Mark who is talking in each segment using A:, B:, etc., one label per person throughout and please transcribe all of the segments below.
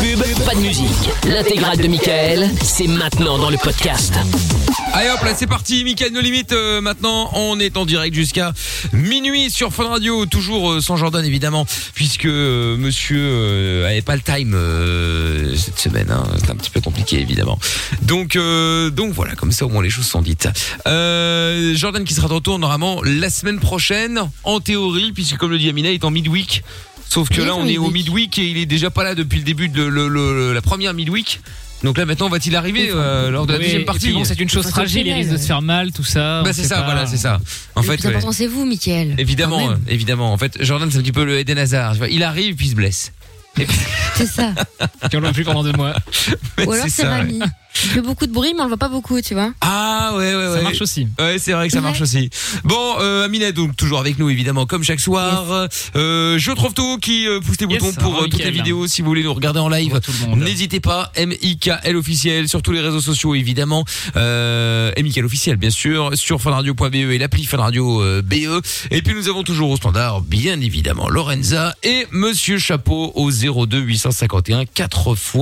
A: pub, pas de musique. L'intégrale de Michael, c'est maintenant dans le podcast.
B: Allez hop là c'est parti, Mickaël No Limite euh, maintenant on est en direct jusqu'à minuit sur Fun Radio, toujours euh, sans Jordan évidemment, puisque euh, monsieur euh, avait pas le time euh, cette semaine, hein. c'est un petit peu compliqué évidemment. Donc euh, donc voilà, comme ça au moins les choses sont dites. Euh, Jordan qui sera de retour normalement la semaine prochaine, en théorie, puisque comme le dit Amina, il est en midweek. Sauf que
C: Il est
B: là
C: en
B: on est au
C: midweek.
B: midweek et il est déjà pas là depuis le début de le- le- la première midweek. Donc là maintenant va-t-il arriver euh, lors de la
D: Oui,
B: deuxième
D: et
B: partie
D: puis bon, c'est une chose fragile, il risque de se faire mal, tout ça.
B: Bah
D: on
B: c'est
D: sait
B: ça,
D: pas.
B: voilà, c'est ça. En fait,
E: plus
B: ouais.
E: important, c'est vous, Mickaël.
B: évidemment,
E: Quand
B: euh,
E: même.
B: évidemment. En fait, Jordan, c'est un petit peu le Eden Hazard. tu vois. Il arrive puis il se blesse.
E: C'est ça.
D: Puis on l'a plus pendant deux mois.
B: Mais
E: Ou alors c'est
B: ça, ouais.
E: Rami. Il fait beaucoup de bruit, mais on le voit pas beaucoup, tu vois.
B: Ah ouais, ouais, ouais.
D: Ça marche aussi.
B: Ouais, c'est vrai que ça marche aussi. Bon, euh, Amina est donc toujours avec nous évidemment comme chaque soir. Euh, je trouve tout qui euh, pousse les
D: Yes, ah,
B: boutons pour
D: bravo,
B: euh, toutes les
D: Mickaël.
B: vidéos si vous voulez nous regarder en live.
D: Tout le monde.
B: N'hésitez pas, M-I-K-L officiel sur tous les réseaux sociaux évidemment, euh, M-I-K-L officiel bien sûr, sur funradio.be E et l'appli funradio euh, BE. Et puis nous avons toujours au standard bien évidemment Lorenza et Monsieur Chapeau au 02 851 4 x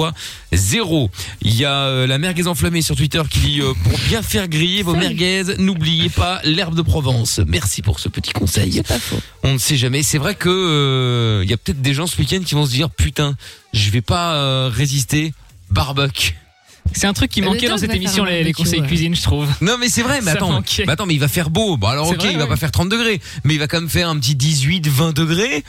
B: 0. Il y a euh, la merguez enflammée sur Twitter qui dit euh, pour bien faire griller vos merguez, n'oubliez pas l'herbe de Provence. Merci pour ce petit conseil. On ne sait jamais. C'est vrai que euh, il y a peut-être des gens ce week-end qui vont se dire putain, je vais pas euh, résister barbecue.
D: C'est un truc qui
E: Le
D: manquait
E: temps
D: dans
E: que
D: cette
E: va
D: émission,
E: faire un
D: les, les
E: barbecue,
D: conseils
E: ouais.
D: cuisine, je trouve.
B: Non mais c'est vrai, mais
D: Ça
B: attends,
D: manquait.
B: mais attends, mais il va faire beau. Bon alors
D: C'est
B: ok,
D: vrai,
B: il va
D: ouais.
B: pas faire 30 degrés, mais il va quand même faire un petit 18, 20 degrés.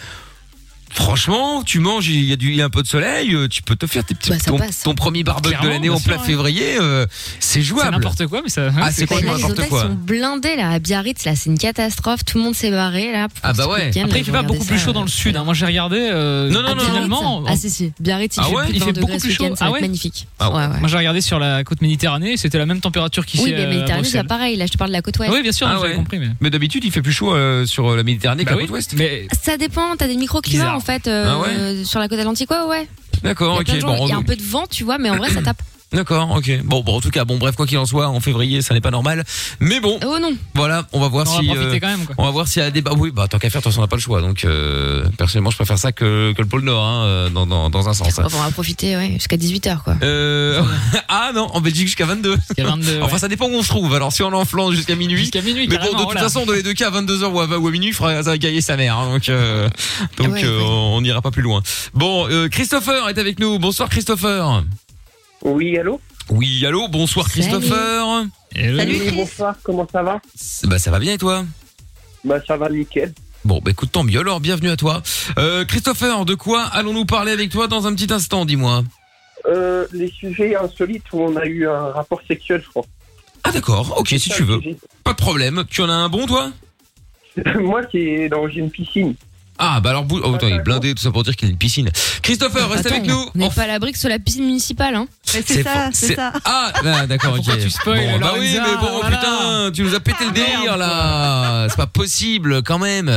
B: Franchement, tu manges, il y a du, il y a un peu de soleil, euh, tu peux te faire tes petits,
E: Bah, ça
B: ton,
E: passe.
B: ton premier barbecue de
D: Clairement,
B: l'année
D: bien
B: en
D: sûr,
B: plein
D: ouais.
B: février, euh, c'est
D: C'est
B: jouable.
D: n'importe quoi, mais ça. hein,
B: Ah, c'est
E: Bah,
B: quoi,
E: là, les
B: n'importe
E: hôtels
B: quoi.
E: sont blindés là à Biarritz là, c'est une catastrophe. Tout le monde s'est barré là. pour
B: Ah, bah
E: ce
B: ouais.
E: week-end, là,
D: Après, il
E: je
D: fait pas
E: regardais
D: beaucoup plus
E: ça,
D: chaud dans
E: euh,
D: le sud. hein. Moi, j'ai regardé. euh,
B: Non, non,
E: à
B: non,
E: Biarritz,
D: finalement,
E: Ah si si, Biarritz il
B: Ah
E: fait
B: ouais,
E: plus
D: il
E: de
D: fait
E: 20
D: beaucoup
E: degrés ce
D: plus chaud.
E: week-end, ça
D: Ah
E: va être
D: ouais.
E: magnifique.
B: Ah ouais.
E: ouais, ouais.
D: Moi, j'ai regardé sur la côte méditerranée. C'était la même température qu'ici.
E: Oui, mais
D: euh,
E: Méditerranée,
D: à
E: c'est
D: Bruxelles.
E: pareil. Là, je te parle de la côte ouest.
D: Oui, bien sûr,
B: Ah
D: j'avais
B: ouais.
D: compris. Mais...
B: Mais d'habitude, il fait plus chaud euh, sur la Méditerranée
D: Bah
B: qu'à
D: oui,
B: côte ouest.
D: mais
E: Ça dépend, t'as des micro-climats
D: Bizarre.
E: en fait euh,
B: Ah ouais
E: euh, sur la côte atlantique. Ouais, ouais. Il y,
B: D'accord,
E: a plein
B: ok.
E: de jours,
B: Bon,
E: il y a
B: en-
E: un peu de vent, tu vois, mais en vrai, ça tape.
B: d'accord, ok. Bon, bon, en tout cas, bon, bref, quoi qu'il en soit, en février, ça n'est pas normal. Mais bon,
E: Oh non,
B: voilà, on va voir
D: on va
B: si. euh,
D: profiter quand même. quoi.
B: On va voir s'il y a des... Bah oui, bah tant qu'à faire, de toute façon, on n'a pas le choix. Donc, euh, personnellement, je préfère ça que, que le pôle Nord, hein, euh, dans, dans, dans un sens.
E: Enfin, on va profiter ouais, jusqu'à 18h quoi.
B: Euh... ah non, en Belgique jusqu'à 22.
D: Il y a 22. ouais.
B: Enfin, ça dépend où on se trouve. Alors, si on est en Flandre jusqu'à minuit...
D: Jusqu'à minuit,
B: Mais bon, de
D: carrément,
B: toute
D: voilà.
B: façon, dans les deux cas, à 22h ou à, ou à minuit, il faudra- ça va gagner sa mère. hein, donc, euh, donc
E: Ouais,
B: euh,
E: ouais.
B: on n'ira pas plus loin. Bon, euh, Christopher est avec nous. Bonsoir, Christopher.
F: Oui, allô
B: Oui, allô, bonsoir,
E: Salut.
B: Christopher.
D: Et le-
C: Salut,
F: Oui,
C: Chris.
F: bonsoir, comment ça va
B: C'est- Bah, ça va bien et toi
F: Bah ça va nickel.
B: Bon, bah écoute, tant mieux. Alors, bienvenue à toi. Euh, Christopher, de quoi allons-nous parler avec toi dans un petit instant, dis-moi
F: Euh, les sujets insolites où on a eu un rapport sexuel, je crois.
B: Ah d'accord, ok, si
F: Ça,
B: tu
F: le
B: veux.
F: sujet.
B: Pas de problème. Tu en as un bon, toi
F: Moi c'est dans une piscine.
B: Ah, bah alors, bou- oh, attends, il est
F: Attends.
B: blindé, tout ça pour dire qu'il a une piscine. Christopher, reste
E: Attends,
B: avec nous.
E: On n'est
B: En-
E: pas à l'abri que sur la piscine municipale. Hein.
C: Mais
B: C'est
C: c'est ça,
B: pour- c'est-
C: c'est ça.
B: Ah, là, d'accord, ok.
D: Pourquoi tu spoil,
B: Bon, bah
D: Lorenza
B: oui, mais bon,
D: Voilà.
B: putain, tu nous as pété le
D: merde,
B: délire, là. C'est pas possible, quand même.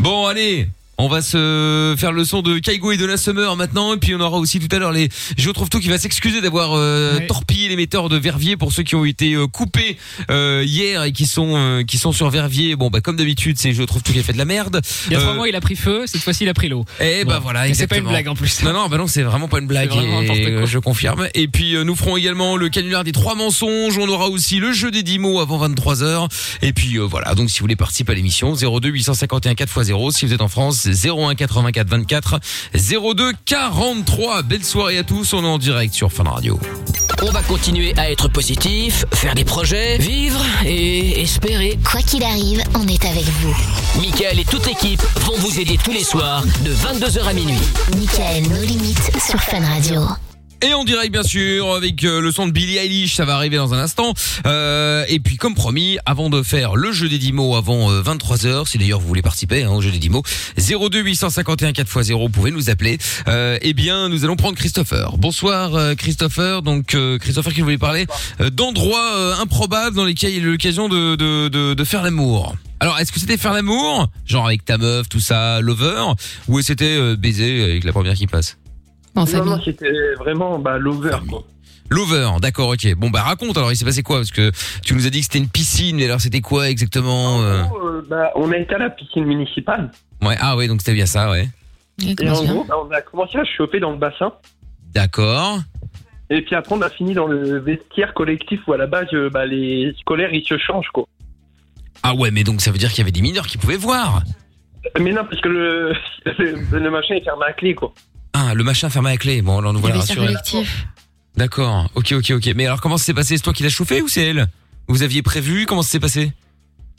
B: Bon, allez. On va se faire le son de Kaigo et de la Summer maintenant et puis on aura aussi tout à l'heure les Je trouve tout qui va s'excuser d'avoir euh,
D: Ouais.
B: torpillé l'émetteur de Verviers pour ceux qui ont été euh, coupés euh, hier et qui sont euh, qui sont sur Vervier. Bon bah comme d'habitude, c'est Je trouve tout qui a fait de la merde.
D: Il y a trois
B: Euh,
D: mois, il a pris feu. Cette fois-ci, il a pris l'eau.
B: Et bah
D: Bon.
B: voilà,
D: Et C'est pas une
B: exactement.
D: blague en plus.
B: Non, non, bah non, c'est vraiment pas une blague.
D: C'est vraiment
B: et,
D: n'importe quoi.
B: euh, je confirme. Et puis, euh, nous ferons également le canular des trois mensonges. On aura aussi le jeu des 10 mots avant 23h. Et puis, euh, voilà. Donc, si vous voulez participer à l'émission, 02 851 4x0. Si vous êtes en France, 01 84 24 02 43. Belle soirée à tous. On est en direct sur Fan Radio.
A: On va continuer à être positif, faire des projets, vivre et espérer.
G: Quoi qu'il arrive, on est avec vous.
A: Michael et toute l'équipe vont vous aider tous les soirs de 22h à minuit.
G: Michael, nos limites sur Fun Radio.
B: Et en direct, bien sûr, avec euh, le son de Billie Eilish, ça va arriver dans un instant. Euh, et puis, comme promis, avant de faire le jeu des 10 mots avant 23h, si d'ailleurs vous voulez participer hein, au jeu des 10 mots, 02 851 4x0, vous pouvez nous appeler. Euh, eh bien, nous allons prendre Christopher. Bonsoir euh, Christopher. Donc, euh, Christopher qui voulait parler euh, d'endroits euh, improbables dans lesquels il y a eu l'occasion de, de, de, de faire l'amour. Alors, est-ce que c'était faire l'amour, genre avec ta meuf, tout ça, lover, ou est-ce que c'était euh, baiser avec la première qui passe
E: En
F: non,
E: famille.
F: non, c'était vraiment bah, l'over quoi.
B: Lover, d'accord, ok. Bon bah raconte alors, il s'est passé quoi Parce que tu nous as dit que c'était une piscine, mais alors c'était quoi exactement euh
F: Euh, bah, on a été à la piscine municipale
B: Ouais, ah ouais, donc c'était bien ça, ouais.
E: Et
F: et
E: comment
F: en
E: ça va
F: gros bah, on a commencé à se chauffer dans le bassin.
B: D'accord.
F: Et puis après, on a fini dans le vestiaire collectif où à la base, euh, bah, les scolaires, ils se changent, quoi.
B: Ah ouais, mais donc ça veut dire qu'il y avait des mineurs qui pouvaient voir.
F: Mais non, parce que le, le, le machin est fermé à clé, quoi.
B: Ah, le machin fermé à clé. Bon, alors nous
E: Le
B: voilà
E: vestiaire
B: rassurés.
E: collectif.
B: D'accord. Ok, ok, ok. Mais alors comment ça s'est passé C'est toi qui l'as chauffé ou c'est elle Vous aviez prévu Comment ça s'est passé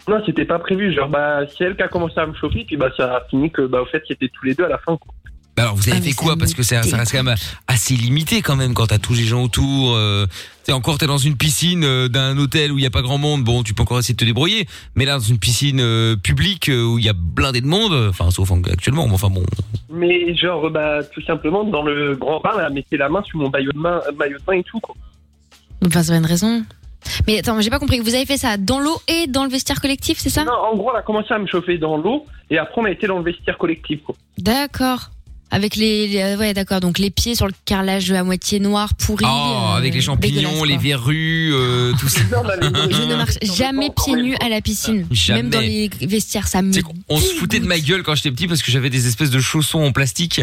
F: Non, c'était pas prévu. Genre, bah, c'est elle qui a commencé à me chauffer, puis bah, ça a fini que, bah, au fait, c'était tous les deux à la fin, quoi.
B: Bah alors vous avez
E: Ah, mais
B: fait
E: ça
B: quoi
E: me
B: Parce que ça, ça reste quand même assez limité quand même quand t'as tous les gens autour. Euh, t'es encore t'es dans une piscine euh, d'un hôtel où il y a pas grand monde. Bon, tu peux encore essayer de te débrouiller. Mais là dans une piscine euh, publique euh, où il y a blindé de monde. euh, Enfin sauf en- actuellement. mais Enfin bon.
F: Mais genre, bah, tout simplement, dans le grand bain, là, mettez la main sur mon maillot de, main, euh, maillot de bain et tout, quoi.
E: Enfin, c'est pas une raison. Mais attends, j'ai pas compris. Vous avez fait ça dans l'eau et dans le vestiaire collectif, c'est ça
F: Non, en gros, elle a commencé à me chauffer dans l'eau, et après, on a été dans le vestiaire collectif, quoi.
E: D'accord. Avec les, les- euh, ouais d'accord donc les pieds sur le carrelage à moitié noir pourri.
B: Oh,
E: euh,
B: avec les champignons,
E: dégueulasse,
B: les
E: quoi. Ah.
B: verrues, euh, tout ça.
F: Non, on avait-
E: Je ne marche jamais pieds nus à la piscine,
B: Jamais.
E: même dans les vestiaires, ça me.
B: Tu sais qu'on- On se foutait de ma gueule quand j'étais petit parce que j'avais des espèces de chaussons en plastique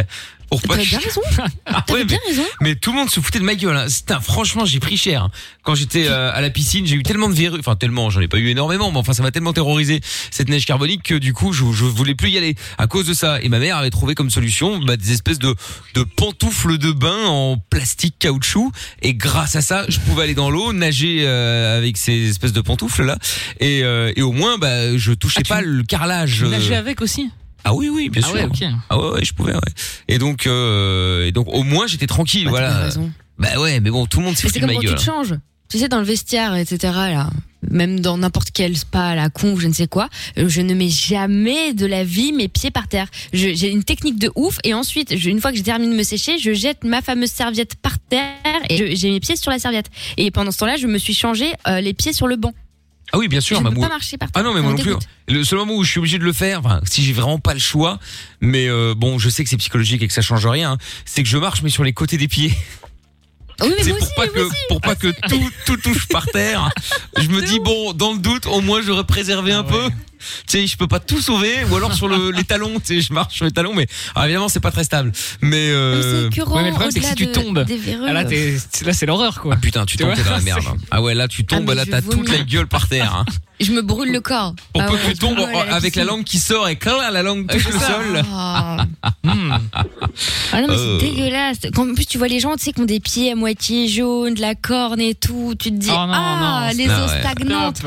B: pour pas.
E: T'avais
B: que-
E: bien raison.
B: Ah ouais,
E: T'avais
B: mais,
E: bien raison.
B: mais tout le monde se foutait de ma gueule. hein. C'était un- franchement, j'ai pris cher. Quand j'étais euh, à la piscine, j'ai eu tellement de verrues, enfin tellement, j'en ai pas eu énormément, mais enfin ça m'a tellement terrorisé cette neige carbonique que du coup, je, je voulais plus y aller à cause de ça. Et ma mère avait trouvé comme solution bah, des espèces de de pantoufles de bain en plastique caoutchouc. Et grâce à ça, je pouvais aller dans l'eau, nager euh, avec ces espèces de pantoufles là, et, euh, et au moins, bah, je touchais
D: Ah, tu-
B: pas le carrelage.
D: Tu
B: euh,
D: nageais avec aussi
B: ah oui, oui, bien
D: Ah
B: sûr.
D: ouais, ok.
B: Ah ouais, ouais, je pouvais, ouais. Et donc, euh, et donc au moins, j'étais tranquille,
E: Bah, t'avais
B: voilà.
E: raison.
B: Bah ouais, mais bon, tout le monde s'est
E: Mais
B: foutu
E: c'est
B: de
E: comme
B: ma
E: quand tu
B: gueule. hein.
E: te changes. Tu sais, dans le vestiaire, etc., là, même dans n'importe quel spa, à la con, ou je ne sais quoi, euh, je ne mets jamais de la vie mes pieds par terre. Je- J'ai une technique de ouf, et ensuite, je- une fois que j'ai terminé de me sécher, je jette ma fameuse serviette par terre, et je- j'ai mes pieds sur la serviette. Et pendant ce temps-là, je me suis changée euh, les pieds sur le banc.
B: Ah oui, bien sûr,
E: je ne
B: ma
E: peux
B: mou-
E: pas marcher par terre.
B: Ah non, mais
E: ça
B: moi
E: me
B: non plus.
E: dégoûte.
B: Le seul moment où je suis obligé de le faire, enfin, si j'ai vraiment pas le choix, mais euh, bon, je sais que c'est psychologique et que ça change rien, hein, c'est que je marche mais sur les côtés des pieds.
E: Ah Oui, mais
B: C'est
E: moi
B: pour
E: aussi,
B: pas
E: mais moi
B: que
E: aussi. Ah,
B: pour pas que tout tout touche par terre. Je me dis bon, dans le doute, au moins j'aurais préservé un
D: Ah
B: peu.
D: ouais.
B: Tu sais, je peux pas tout sauver, ou alors sur le, les talons. Tu sais, je marche sur les talons, mais ah, évidemment c'est pas très stable. Mais,
E: Mais
B: euh,
E: c'est écœurant,
D: ouais, mais le problème, c'est que si
E: au-delà
D: tu
E: de-
D: tombes,
E: des euh,
D: Ah, là,
E: verrues.
D: t'es- là, c'est l'horreur, quoi.
B: Ah putain, tu
D: Tu
B: tombes t'es
D: vois,
B: dans la merde. hein. Ah ouais, là tu tombes,
E: Ah, mais
B: là
E: je
B: t'as toute
E: vomis.
B: la gueule par terre. hein.
E: Je me brûle le corps.
B: Pour
E: Ah
B: peu
E: ouais,
B: que tu
E: je
B: tombes
E: brûle à
B: avec la
E: piscine.
B: langue qui sort et clac, la langue touche le sol.
E: Ah.
D: Hmm.
E: Ah non, mais
B: Euh.
E: c'est dégueulasse. Quand, en plus, tu vois les gens, tu sais, qui ont des pieds à moitié jaunes, de la corne et tout. Tu te dis,
D: Oh non,
E: ah,
D: non,
E: les
B: non,
E: eaux
B: ouais.
E: stagnantes.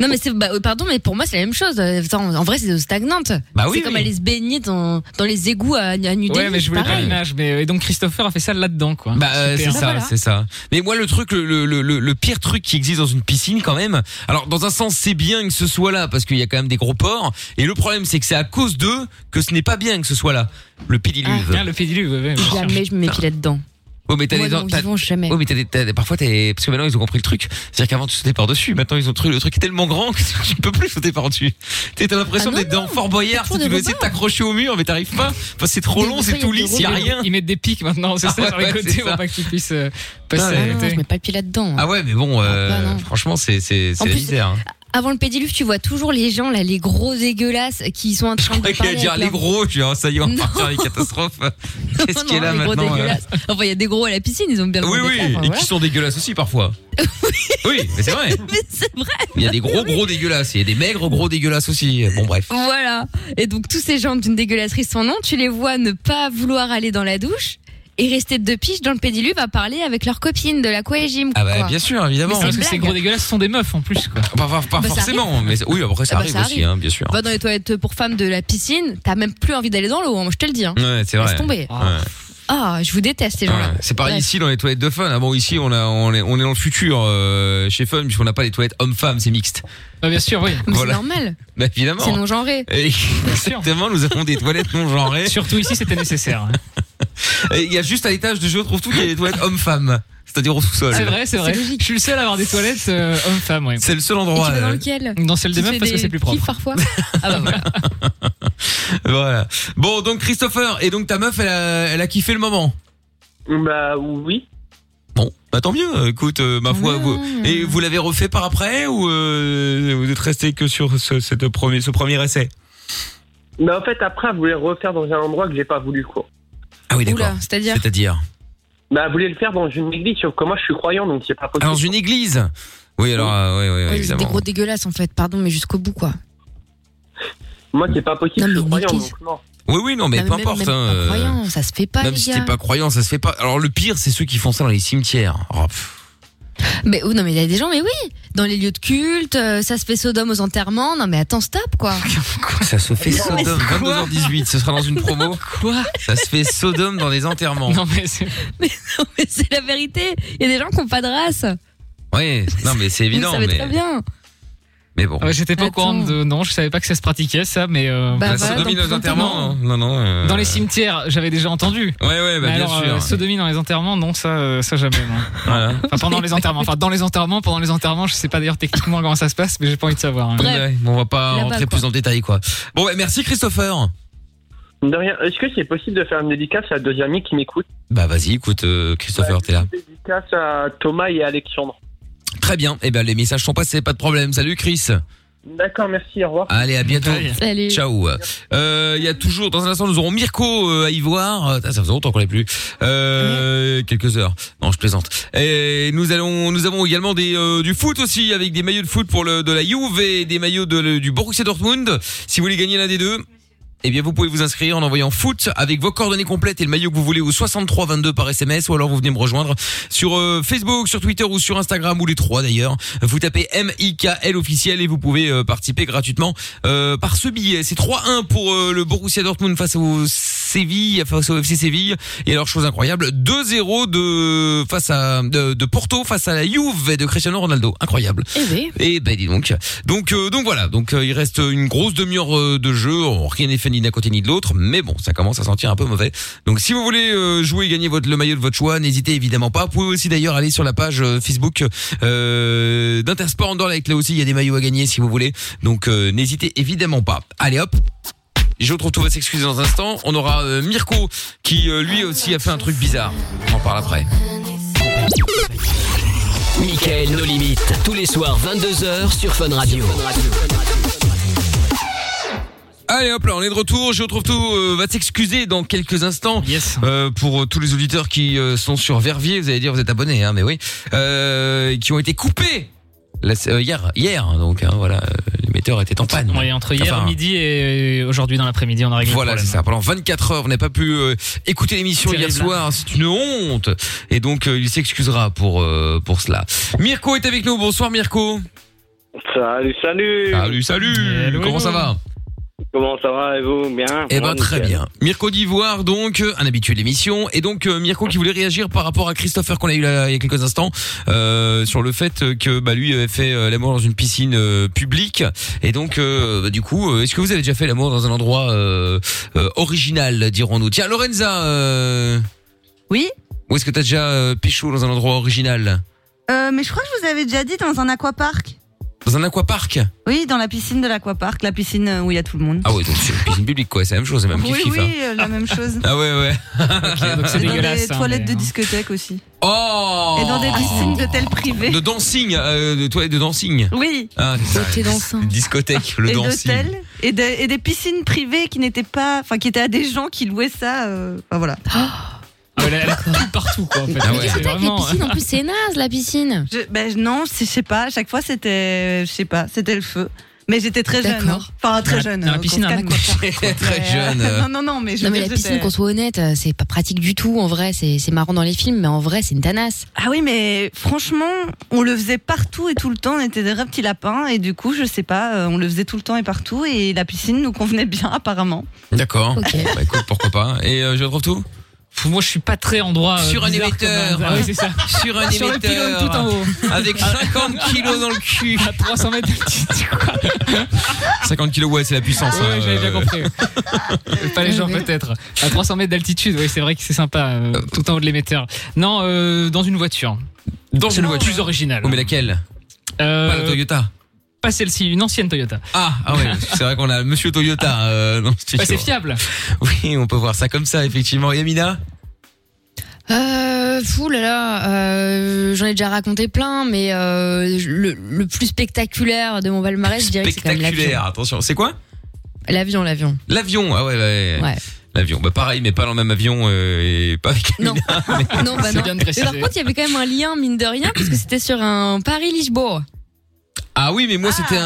E: Non, mais c'est, bah, euh, pardon, mais pour moi, c'est la même chose. Euh, Attends, en vrai, c'est des eaux stagnantes.
B: Bah oui,
E: c'est comme
B: oui.
E: aller se baigner dans, dans les égouts à, à New Delhi.
D: Ouais, mais je voulais pas
E: pareil.
D: l'image. Mais euh, et donc Christopher a fait ça là-dedans, quoi.
B: Bah euh, c'est
D: Super.
B: ça,
E: Bah, voilà.
B: c'est ça. Mais moi le truc, le, le, le, le pire truc qui existe dans une piscine quand même. Alors dans un sens c'est bien que ce soit là parce qu'il y a quand même des gros porcs. Et le problème c'est que c'est à cause d'eux que ce n'est pas bien que ce soit là. Le
E: Ah,
B: pédiluve.
D: Bien, Ah. le pédiluve, ouais, ouais, bien sûr.
E: Jamais je me mets pieds là-dedans.
B: Oh mais t'as
E: Moi,
B: des
E: non,
B: t'as-
E: vivant, jamais.
B: Ouais, mais t'as des- t'as des- parfois t'es parce que maintenant ils ont compris le truc. C'est-à-dire qu'avant tu sautais par dessus, maintenant ils ont trouvé le truc est tellement grand que tu peux plus sauter par dessus. T'es- T'as l'impression
E: Ah non,
B: d'être dans Fort Boyard,
E: toujours
B: tu
E: des
B: dois essayer de
E: rebords.
B: t'accrocher au mur mais t'arrives pas. Enfin c'est trop
E: Des
B: long,
E: fois,
B: c'est
E: il y a
B: tout
E: des
B: lisse, y a
E: rebords.
B: rien.
D: Ils mettent des pics maintenant, c'est
B: Ah
D: ça, sur
B: ouais,
D: les
B: c'est
D: côtés,
B: ça.
D: pour pas que tu puisses euh,
B: Ah
D: passer
E: Ah
D: à
E: non,
D: côté.
E: je mets pas le pied là-dedans.
B: Ah ouais mais bon, euh,
E: bah non.
B: franchement c'est c'est c'est
E: En
B: la
E: plus,
B: misère. hein.
E: Avant le pédiluve, tu vois toujours les gens, là, les gros dégueulasses qui sont en train de.
B: Ouais, qu'elle
E: parler
B: allait dire
E: avec
B: les
E: leur-
B: gros, je dis, ah, ça y est, on va
E: Non.
B: partir les catastrophes. Qu'est-ce
E: Non,
B: qui est là
E: les gros
B: maintenant euh
E: dégueulasses. Enfin, il y a des gros à la piscine, ils ont bien le
B: Oui,
E: droit
B: oui,
E: d'être là, enfin,
B: et
E: voilà.
B: qui sont dégueulasses aussi parfois. oui, mais c'est vrai.
E: Mais c'est vrai.
B: Il y a des gros gros dégueulasses, il y a des maigres gros dégueulasses aussi. Bon bref.
E: Voilà. Et donc tous ces gens d'une dégueulasserie sans nom, tu les vois ne pas vouloir aller dans la douche et rester de piche dans le pédiluve à parler avec leur copine de l'aquagym.
B: Ah bah bien sûr, évidemment.
E: Mais
D: Parce que
E: blague.
D: ces gros dégueulasses sont des meufs en plus, quoi.
B: Pas, pas- pas
E: Bah, ça
B: forcément, mais oui, après ça
E: Ah bah,
B: arrive
E: ça
B: aussi,
E: arrive.
B: hein, bien sûr.
E: Va dans les toilettes pour femmes de la piscine, t'as même plus envie d'aller dans l'eau, hein, moi je te le dis. Hein.
B: Ouais, c'est vrai.
E: Laisse tomber.
B: Ouais,
D: Ah.
E: Ah, je vous déteste ces gens-là.
B: ouais. C'est pareil
E: Bref.
B: ici dans les toilettes de fun. Ah bon, ici on, a, on, est, on est dans le futur euh, chez fun puisqu'on n'a pas les toilettes hommes-femmes, c'est mixte.
D: Ah, bien sûr, oui.
E: Mais
B: Voilà.
E: c'est normal,
B: Bah, évidemment.
E: c'est non genré.
B: Et- Exactement, nous avons des toilettes non genrées.
D: Surtout ici, c'était nécessaire.
B: hein. Et Il y a juste à l'étage de jeu, trouve tout qu'il y a des toilettes hommes-femmes, c'est-à-dire au sous-sol.
D: C'est vrai, c'est vrai.
E: C'est logique.
D: Je suis le seul à avoir des toilettes euh, hommes-femmes, ouais.
B: C'est le seul
E: Et
B: endroit.
E: tu vas dans
B: euh,
E: lequel
D: Dans celle des
E: Tu
D: meufs
E: fais
D: parce que c'est plus propre.
E: kiffs parfois. Ah bah voilà.
B: Voilà. Bon, donc Christopher, et donc ta meuf, elle a, elle a kiffé le moment.
F: Bah, oui.
B: Bon, bah tant mieux. Écoute, euh, ma
E: Tant
B: foi,
E: mieux.
B: vous, et vous l'avez refait par après ou euh, vous êtes resté que sur ce, cette premier, ce premier essai
F: Mais en fait, après, elle voulait refaire dans un endroit que j'ai pas voulu, quoi.
B: Ah oui,
E: Oula, c'est-à-dire
B: C'est-à-dire
F: Bah, elle voulait le faire dans une église, sauf que moi, je suis croyant, donc c'est pas
B: Ah,
F: possible.
B: dans une église Oui, alors, euh, oui, oui, oui,
E: Oh. Ouais, c'est des
B: évidemment.
E: gros dégueulasses en fait, pardon, mais jusqu'au bout quoi.
F: Moi, c'est pas possible,
E: Non,
F: je suis
E: mais
F: croyant,
E: église.
F: donc non.
B: Oui, oui, non, mais
E: Ah,
B: peu
E: même-
B: importe.
E: même
B: hein,
E: pas
B: euh,
E: croyant, ça se fait pas,
B: même
E: les
B: si
E: gars.
B: t'es pas croyant, ça se fait pas. Alors, le pire, c'est ceux qui font ça dans les cimetières. Oh, pff.
E: Mais oh, non, mais il y a des gens, mais oui, dans les lieux de culte, euh, ça se fait sodome aux enterrements. Non, mais attends, stop quoi.
B: ça se fait Sodome,
D: c'est quoi
B: 22h18. Ce sera dans une promo.
D: Quoi
B: Ça se fait Sodome dans les enterrements.
D: Non, mais c'est.
E: Mais c'est la vérité. Il y a des gens qui ont pas de race.
B: Oui, non, mais c'est
E: Vous
B: évident.
E: le savez
B: Mais,
E: très bien.
B: mais bon.
D: Ah ouais, J'étais pas au
E: Attends.
D: courant de. Non, je savais pas que ça se pratiquait, ça, mais. euh,
E: Bah,
B: la
E: voilà,
B: sodomie
E: dans
B: dans les
E: les
B: enterrements, non, non. euh,
D: Dans les cimetières, j'avais déjà entendu.
B: Ouais, ouais, bah,
D: mais
B: bien
D: alors,
B: sûr.
D: euh, sodomie dans les enterrements, non, ça, euh, ça jamais. moi.
B: Voilà.
D: Enfin, pendant les enterrements. Enfin, dans les enterrements, pendant les enterrements, je sais pas d'ailleurs techniquement comment ça se passe, mais j'ai pas envie de savoir. hein.
E: Bref.
B: Ouais, bon, on va pas
E: Là-bas,
B: rentrer
E: quoi.
B: plus en détail, quoi. Bon, ouais, merci Christopher.
F: De rien. Est-ce que c'est possible de faire une dédicace à deux amis qui m'écoutent
B: Bah, vas-y, écoute, euh, Christopher, t'es là.
F: Une dédicace à Thomas et à Alexandre.
B: Très bien. Eh ben, les messages sont passés, pas de problème. Salut, Chris.
F: D'accord, merci, au revoir.
B: Allez, à bientôt.
D: Ouais.
E: Allez.
B: Ah, Ciao. Euh, Il y a toujours, dans un instant, nous aurons Mirko euh, à y voir. Euh, Ça faisait longtemps qu'on l'ait plus. Euh, Quelques heures. Non, je plaisante. Et nous allons, nous avons également des euh, du foot aussi avec des maillots de foot pour le de la Juve et des maillots de, le- du Borussia Dortmund. Si vous voulez gagner l'un des deux. Eh bien, vous pouvez vous inscrire en envoyant foot avec vos coordonnées complètes et le maillot que vous voulez au 63 22 par SMS ou alors vous venez me rejoindre sur euh, Facebook, sur Twitter ou sur Instagram ou les trois d'ailleurs. Vous tapez MIKL officiel et vous pouvez euh, participer gratuitement euh, par ce billet. C'est 3-1 pour euh, le Borussia Dortmund face au Séville, face au FC Séville. Et alors chose incroyable, 2-0 de face à de, de Porto face à la Juve de Cristiano Ronaldo. Incroyable.
E: Eh oui.
B: Et ben dis donc. Donc euh, donc voilà. Donc euh, il reste une grosse demi-heure euh, de jeu. Oh, Rien n'est fait ni d'un côté ni de l'autre. Mais bon, ça commence à sentir un peu mauvais. Donc si vous voulez euh, jouer et gagner votre le maillot de votre choix, n'hésitez évidemment pas. Vous pouvez aussi d'ailleurs aller sur la page euh, Facebook euh, d'Intersport Andorre. Avec là aussi il y a des maillots à gagner si vous voulez. Donc euh, n'hésitez évidemment pas. Allez hop. Je retrouve tout va s'excuser dans un instant. On aura euh, Mirko qui euh, lui aussi a fait un truc bizarre. On en parle après.
A: Michael, nos limites. Tous les soirs, 22h sur Fun Radio.
B: Allez hop là, on est de retour. Je retrouve tout euh, va s'excuser dans quelques instants.
D: Yes.
B: Euh, pour euh, tous les auditeurs qui euh, sont sur Verviers, vous allez dire vous êtes abonnés, hein, mais oui, euh, qui ont été coupés la- euh, hier, hier, hein, donc hein, voilà, euh, l'émetteur était en panne.
D: Ouais, entre hier
B: Enfin,
D: midi et euh, aujourd'hui dans l'après-midi, on a réglé
B: Voilà,
D: le
B: c'est ça.
D: problème.
B: Pendant 24 heures, on n'a pas pu euh, écouter l'émission hier
D: Terrible. hein.
B: soir. C'est une honte. Et donc, euh, il s'excusera pour euh, pour cela. Mirko est avec nous. Bonsoir, Mirko.
C: Salut, salut
B: Salut, salut.
D: Hello,
B: Comment
D: hello.
B: ça va
C: Comment ça va et vous Bien
B: Eh ben
C: Ouais,
B: très
C: nickel.
B: bien. Mirko d'Ivoire donc euh, un habitué de l'émission et donc euh, Mirko qui voulait réagir par rapport à Christopher qu'on a eu là, il y a quelques instants euh, sur le fait euh, que bah lui avait fait euh, l'amour dans une piscine euh, publique et donc euh, bah, du coup euh, est-ce que vous avez déjà fait l'amour dans un endroit euh, euh, original dirons-nous Tiens Lorenza euh,
H: Oui
B: où est-ce que t'as déjà euh, pécho dans un endroit original
H: Euh, mais je crois que je vous avais déjà dit dans un aquapark.
B: Dans un aquapark
H: Oui, dans la piscine de l'aquapark, la piscine euh, où il y a tout le monde.
B: Ah ouais donc c'est une piscine publique quoi c'est la même chose c'est le Ah, même
H: oui,
B: kiff
H: oui, euh, la même chose.
B: Ah ouais ouais.
D: Ok, donc c'est
H: Et dans
D: dégueulasse.
H: des
D: hein,
H: toilettes
D: mais,
H: de
D: hein.
H: discothèque aussi.
B: Oh
H: Et dans des piscines d'hôtels privés.
B: de dancing, euh, de toilettes de dancing.
H: Oui,
B: Ah, c'est ça.
E: Côté dansant.
B: Discothèque, le
H: et
B: dancing.
H: d'hôtels. Et, de- et des piscines privées qui n'étaient pas. Enfin, qui étaient à des gens qui louaient ça. euh, Enfin, voilà.
E: Oh,
D: Ah ouais, là, elle a tout partout, quoi, en fait.
B: Ah ouais.
D: C'est
E: Discothèque, les
D: vraiment- euh,
E: piscines, en plus c'est naze la piscine.
H: Je, ben, non, c'est- je sais pas. À chaque fois, c'était. Je sais pas, c'était le feu. Mais j'étais très jeune.
E: D'accord.
H: hein. Enfin, très
D: Dans la-
H: jeune.
D: dans la
H: euh,
D: piscine,
H: qu'on se
D: un
H: calme,
D: aquapark.
B: Très,
H: quoi.
B: très
H: Mais,
B: jeune.
H: euh,
B: euh,
H: non, non, non, mais je
E: Non
H: veux
E: mais la
H: dire,
E: piscine,
H: j'étais-
E: qu'on soit honnête, euh, c'est pas pratique du tout. En vrai, c'est c'est marrant dans les films, mais en vrai, c'est une tanasse.
H: Ah oui, mais franchement, on le faisait partout et tout le temps. On était des vrais petits lapins et du coup, je sais pas, euh, on le faisait tout le temps et partout et la piscine nous convenait bien apparemment.
B: D'accord.
E: Ok.
B: Bah écoute, pourquoi pas. Et euh, je retrouve tout
D: Pff, Moi, je suis pas très endroit. euh,
B: Sur un
D: bizarre
B: émetteur.
D: comme- Ah ouais, c'est ça.
B: Sur un
D: Sur le pylône tout en haut.
B: Avec 50 kilos dans le cul.
D: À 300 mètres d'altitude, quoi.
B: 50 kilos, ouais, c'est la puissance. hein,
D: Ah Ouais, j'avais bien
B: euh,
D: compris. pas les gens peut-être. À 300 mètres d'altitude, oui, c'est vrai que c'est sympa, euh, tout en haut de l'émetteur. Non, euh, dans une voiture.
B: Dans
D: C'est
B: une
D: le
B: voiture.
D: plus original.
B: Oh, mais laquelle
D: Euh,
B: Pas la Toyota.
D: pas celle-ci, une ancienne Toyota.
B: Ah, ah ouais, c'est vrai qu'on a Monsieur Toyota euh, dans le
D: Bah, c'est
B: studio.
D: fiable.
B: Oui, on peut voir ça comme ça, effectivement. Yamina
E: Euh, fou là là, euh, j'en ai déjà raconté plein, mais euh, le, le plus spectaculaire de mon palmarès, je dirais que c'est quand même l'avion.
B: Spectaculaire, attention. C'est quoi
E: L'avion, l'avion.
B: L'avion, ah ouais, ouais.
E: Ouais.
B: l'avion. Bah pareil, mais pas dans le même avion euh, et pas avec
E: Non.
B: Amina, mais-
E: Non, bah
D: C'est
E: non.
D: bien de
E: Mais
D: préciser.
E: par contre, il y avait quand même un lien, mine de rien, puisque c'était sur un Paris-Lisboa.
B: Ah oui, mais moi c'était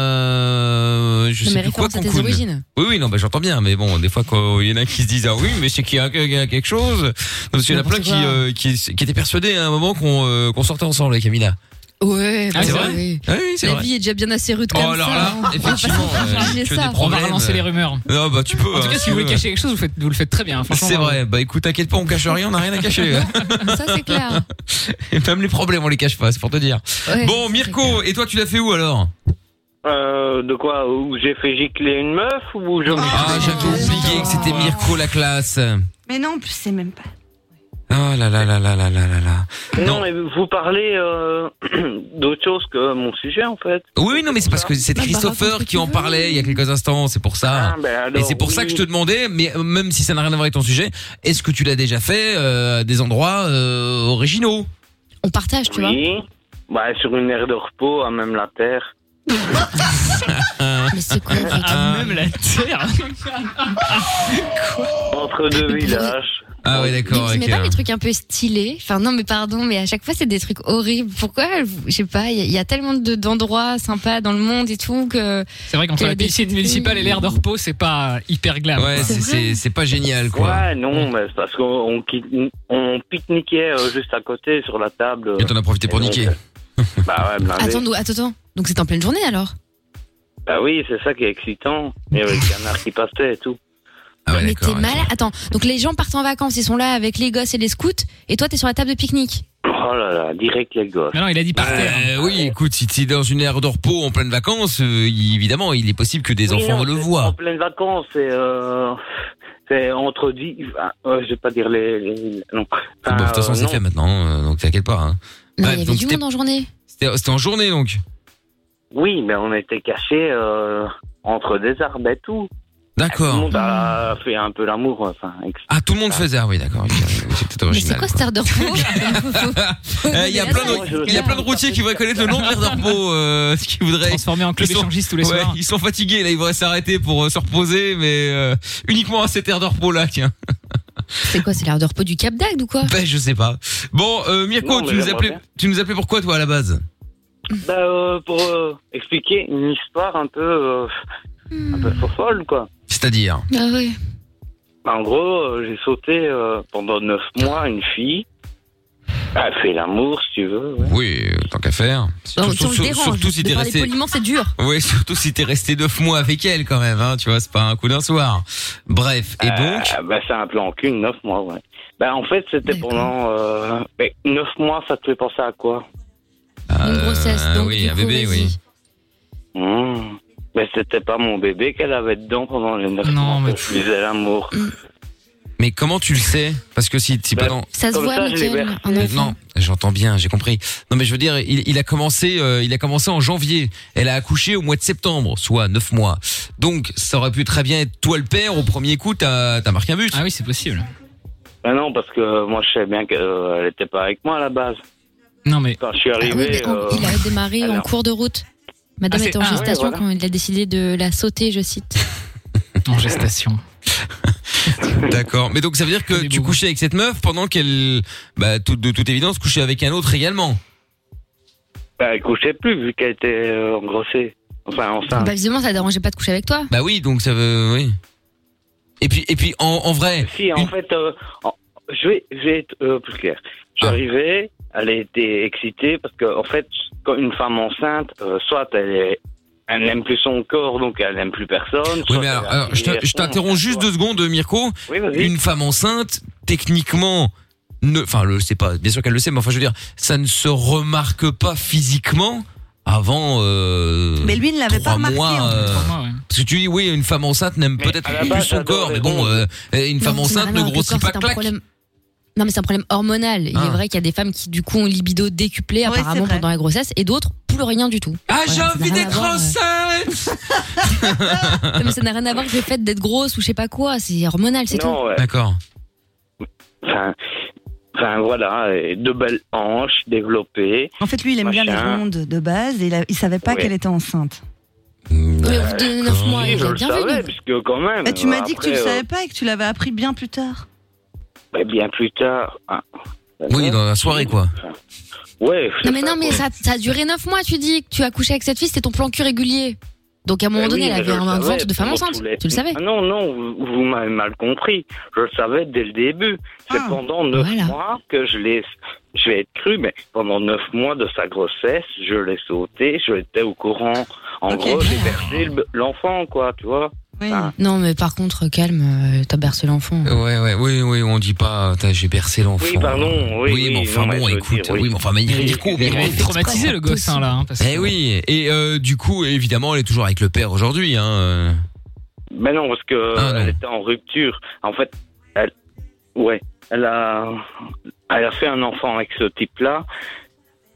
B: un. Je
E: Non,
B: sais
E: mais
B: plus quoi
E: référence à tes
B: Cancun.
E: origines.
B: Oui, oui, non, bah, j'entends bien, mais bon, des fois, quand il y en a qui se disent, ah oui, mais c'est qu'il y, a- qu'il y a quelque chose. Parce qu'il y en a plein
E: N'importe
B: qui,
E: quoi.
B: euh, qui, qui étaient persuadés à un moment qu'on euh, qu'on sortait ensemble avec Amina.
E: Ouais,
D: Ah,
E: bah
D: c'est
E: oui,
D: vrai
E: oui.
B: Ah oui, c'est
E: La
B: vrai.
E: vie est déjà bien assez rude
B: Oh,
E: comme ça.
B: alors là,
E: hein. On va pas
B: effectivement,
E: se
B: euh,
E: infliger
B: que
E: ça.
B: des
D: On va
B: Problème,
D: relancer
B: euh,
D: les rumeurs.
B: Non, bah, tu peux.
D: En tout
B: hein,
D: cas, si vous voulez
B: veux.
D: cacher quelque chose, vous, faites- vous le faites très bien. hein, franchement.
B: C'est vrai. Bah, écoute, t'inquiète pas, on cache rien, on n'a rien à cacher. hein.
E: Ça, c'est clair.
B: Et même les problèmes, on les cache pas, c'est pour te dire.
E: Ouais, ça,
B: Bon,
E: c'est
B: Mirko, et toi, tu l'as fait où alors?
C: Euh, de quoi Où j'ai fait gicler une meuf ou je me suis
B: Ah,
C: fait
B: j'avais oublié que c'était Mirko la classe.
H: Mais non, en plus, c'est même pas.
B: Oh là là là là là là là là. Non.
C: Non, mais vous parlez euh, d'autre chose que mon sujet en fait.
B: Oui, oui, non, mais c'est parce que c'était
E: Bah, raconte ce
B: Christopher
E: que
B: qui
E: tu
B: en
E: veux.
B: parlait il y a quelques instants, c'est pour ça.
C: ben alors,
B: Et c'est pour ça
C: oui.
B: que je te demandais, mais euh, même si ça n'a rien à voir avec ton sujet, est-ce que tu l'as déjà fait euh, à des endroits euh, originaux
E: clair. On partage, tu vois.
C: Oui. Bah, sur une aire de repos, à même la terre.
E: Mais c'est quoi le truc
D: Même la
E: hein.
D: terre.
C: Entre deux villages.
B: Ah oui,
E: Mais
B: d'accord.
E: vous aimez
B: ok.
E: pas les trucs un peu stylés Enfin non mais pardon mais à chaque fois c'est des trucs horribles. Pourquoi vous- Je sais pas. Il y a- il y, a tellement de- d'endroits sympas dans le monde et tout que
D: C'est vrai qu'entre
E: Qu'il y a
D: la
E: des
D: piscine
E: filles.
D: municipale et l'air de repos, c'est pas hyper glam.
B: Ouais,
D: quoi.
B: c'est- c'est c'est pas génial, quoi.
C: Ouais, non, mais c'est parce qu'on on qui- on pique-niquait euh, juste à côté sur la table.
B: Mais t'en as profité pour
C: Et donc,
B: niquer.
C: euh, Bah ouais, blindé.
E: Ah, attends nous- attends attends. Donc c'est en pleine journée alors
C: Bah oui, c'est ça qui est excitant. Il y avait le canard qui passait et tout.
B: Ah ouais,
E: Mais
B: d'accord.
E: t'es
B: ok.
E: malade. Attends donc les gens partent en vacances ils sont là avec les gosses et les scouts et toi t'es sur la table de pique-nique.
C: Oh là là, direct les gosses.
D: Non, non, il a dit par terre. hein.
B: Euh, oui, écoute, si t'es dans une aire de repos en pleine vacances, euh, il- évidemment, il est possible que des
C: Oui,
B: enfants
C: non,
B: le
C: c'est
B: voient.
C: En pleine vacances, c'est euh, c'est entre 10. ah, euh, je vais pas dire les. les- non.
B: Bon, de toute façon,
C: Euh,
B: c'est
C: non.
B: fait maintenant, euh, donc t'inquiète pas. hein.
E: Non,
B: Ouais,
E: il y avait
B: donc
E: du
B: t'es-
E: monde en journée.
B: C'était c'était en journée, donc.
C: Oui, mais on était cachés euh, entre des arbres et tout. Tout le
B: D'accord.
C: monde a fait un peu l'amour. Enfin, ex-
B: Ah, tout le monde faisait, ah oui, d'accord. ok, C'est peut-être
E: Mais c'est
B: original. quoi.
E: quoi cette aire de repos
B: Euh, Il y a plein
C: Moi, je-
B: de, il y a plein de routiers qui voudraient connaître le nom de l'air de repos, euh, ce qui voudraient.
D: Transformé en club
B: Ils sont-
D: échangiste tous les
B: Ouais,
D: soirs.
B: ils sont fatigués, là, ils voudraient s'arrêter pour euh, se reposer, mais euh, uniquement à cette aire de repos là, tiens.
E: C'est quoi c'est l'air de repos du Cap d'Agde ou quoi
B: Ben, je sais pas. Bon, euh, Mirko,
C: Non, mais
B: tu nous
C: j'aimerais
B: appelais,
C: bien.
B: tu nous appelais pourquoi toi à la base
C: Bah, euh, pour euh, expliquer une histoire un peu, euh, un peu folle, quoi.
B: C'est-à-dire
E: Ah ouais.
C: Bah, en gros, euh, j'ai sauté euh, pendant 9 mois une fille. Elle fait l'amour, si tu veux. ouais.
B: Oui, euh, tant qu'à faire.
E: Non,
B: Surtout-
E: si on le
B: sur-
E: dérange,
B: surtout si
E: de
B: t'es
E: parler
B: resté,
E: poliment c'est dur.
B: oui, surtout si t'es resté neuf mois avec elle quand même, hein. Tu vois, c'est pas un coup d'un soir. Bref, et donc.
C: Ah, bah, C'est un plan cul, 9 mois, ouais. Bah, en fait, c'était
E: D'accord.
C: pendant. Euh, mais 9 mois, ça te fait penser à quoi
E: Une grossesse
B: Euh,
E: donc
B: oui,
E: du
B: un
E: coup,
B: bébé,
E: vas-y.
B: oui.
C: Mmh. Mais c'était pas mon bébé qu'elle avait dedans pendant les 9
D: Non,
C: mois.
D: mais
C: qu'on
D: tu-
C: se disait l'amour.
E: Mmh.
B: Mais comment tu le sais Parce que si, si
C: Bah,
B: pendant-
E: Ça se
C: Comme
E: voit
C: ça, je l'ai
E: Mickaël,
C: versé.
E: un enfant.
B: Non, j'entends bien, j'ai compris. Non, mais je veux dire, il, il a commencé, euh, il a commencé en janvier. Elle a accouché au mois de septembre, soit neuf mois. Donc, ça aurait pu très bien être toi le père au premier coup. T'as, t'as marqué un but.
D: Ah oui, c'est possible.
C: Mais Ben, non, parce que moi, je sais bien qu'elle était pas avec moi à la base.
D: Non, mais.
C: Quand je suis
E: Ah oui,
C: arrivé. euh,
E: mais en- il a démarré en
C: alors.
E: cours de route. Madame
D: Ah,
E: est
D: c'est-
E: en
D: ah, oui,
E: gestation
C: voilà.
E: quand il a décidé de la sauter, je cite.
D: En gestation.
B: D'accord. Mais donc, ça veut dire que
D: Mais
B: tu
D: bon.
B: couchais avec cette meuf pendant qu'elle, bah, tout- de toute évidence, couchait avec un autre également.
C: bah, elle couchait plus vu qu'elle était euh, engrossée. Enfin, enceinte.
E: Bah, visiblement, ça dérangeait pas de coucher avec toi.
B: Bah oui, donc ça veut, oui. Et puis, et puis, en, en vrai.
C: Si, en
B: une-
C: fait, euh, en- je, vais, je vais être euh, plus clair. J'arrivais, elle était excitée parce que, en fait, quand une femme enceinte, euh, soit elle est. Elle n'aime plus son corps, donc elle n'aime plus personne.
B: Oui,
C: soit
B: mais alors,
C: elle a
B: alors, je te- je
C: diversion,
B: t'interromps
C: tu
B: juste
C: vois.
B: deux secondes, Mirko.
C: hein. Oui, vas-y.
B: une femme enceinte, techniquement, ne, enfin, le sait pas, bien sûr qu'elle le sait, mais enfin, je veux dire, ça ne se remarque pas physiquement avant. Euh,
H: Mais lui, il ne l'avait pas
B: trois
H: remarqué.
B: mois,
H: en fait.
B: euh,
D: Trois mois, ouais.
B: parce que tu dis, oui, une femme enceinte n'aime
C: Mais
B: peut-être
C: à la
B: plus
C: base,
B: son
C: j'adore
B: corps,
C: les
B: mais bon,
C: rondes.
B: euh, une femme
E: Non, ça
B: enceinte
E: n'a rien
B: ne
E: à voir avec le
B: grossit
E: corps,
B: pas
E: c'est un
B: claque.
E: problème- Non, mais c'est un problème hormonal. Il
B: Ah.
E: est vrai qu'il y a des femmes qui, du coup, ont une libido décuplée
H: Ouais, c'est
E: apparemment
H: vrai.
E: pendant la grossesse et d'autres, plus rien du tout.
B: Ah, j'ai
E: Voilà, ça n'a
B: envie
E: rien à
B: d'être
E: voir, euh.
B: enceinte!
E: Non, mais ça n'a rien à voir avec le fait d'être grosse ou je sais pas quoi. C'est hormonal, c'est tout.
C: Non, ouais.
B: D'accord.
C: Enfin, enfin, voilà, et de belles hanches développées.
E: Ah,
H: En fait, lui, il aime bien les
C: Machin.
H: rondes de base et il, a- il savait pas
C: Ouais.
H: qu'elle était enceinte.
E: Mais au bout de 9 mois,
C: Oui,
E: il
C: je
E: a
C: le
E: bien
C: savais,
E: venu.
C: puisque quand même.
H: Bah, tu m'as dit que tu
C: après,
H: le
C: euh,
H: savais pas et que tu l'avais appris bien plus tard.
C: bah, bien plus tard. hein.
B: Oui, dans la soirée, quoi.
C: Ouais.
E: Non, mais non, mais ça, ça a duré 9 mois, tu dis que tu as couché avec cette fille, c'était ton plan cul régulier. Donc à
C: Bah Ah
E: un moment donné, elle avait un, un ventre de femme enceinte. Tu le savais.
C: Non, non, vous, vous m'avez mal compris. Je le savais dès le début. C'est
H: Ah,
C: pendant neuf
E: voilà.
C: mois que je l'ai. Je vais être cru, mais pendant neuf mois de sa grossesse, je l'ai sauté. Je l'étais au courant. En
H: Ok.
C: gros, j'ai bercé le- l'enfant, quoi, tu vois.
H: Oui.
C: Ah.
E: Non, mais par contre, calme, euh, t'as bercé l'enfant.
B: Ouais, ouais, oui, oui, on dit pas, Putain, j'ai bercé l'enfant.
C: Oui, pardon, oui, oui,
B: mais enfin,
C: non, mais
B: bon,
C: je veux
B: écoute,
C: dire,
B: oui.
C: oui.
B: mais enfin, mais il faut dire quoi,
D: Il
B: mais-
D: est traumatisé le gosse, hein, là. hein, parce
B: Eh
D: que-
B: oui, et euh, du coup, évidemment, elle est toujours avec le père aujourd'hui, hein. euh.
C: Mais non, parce que
B: Ah, non.
C: elle était en rupture. En fait, elle, ouais, elle a, elle a fait un enfant avec ce type-là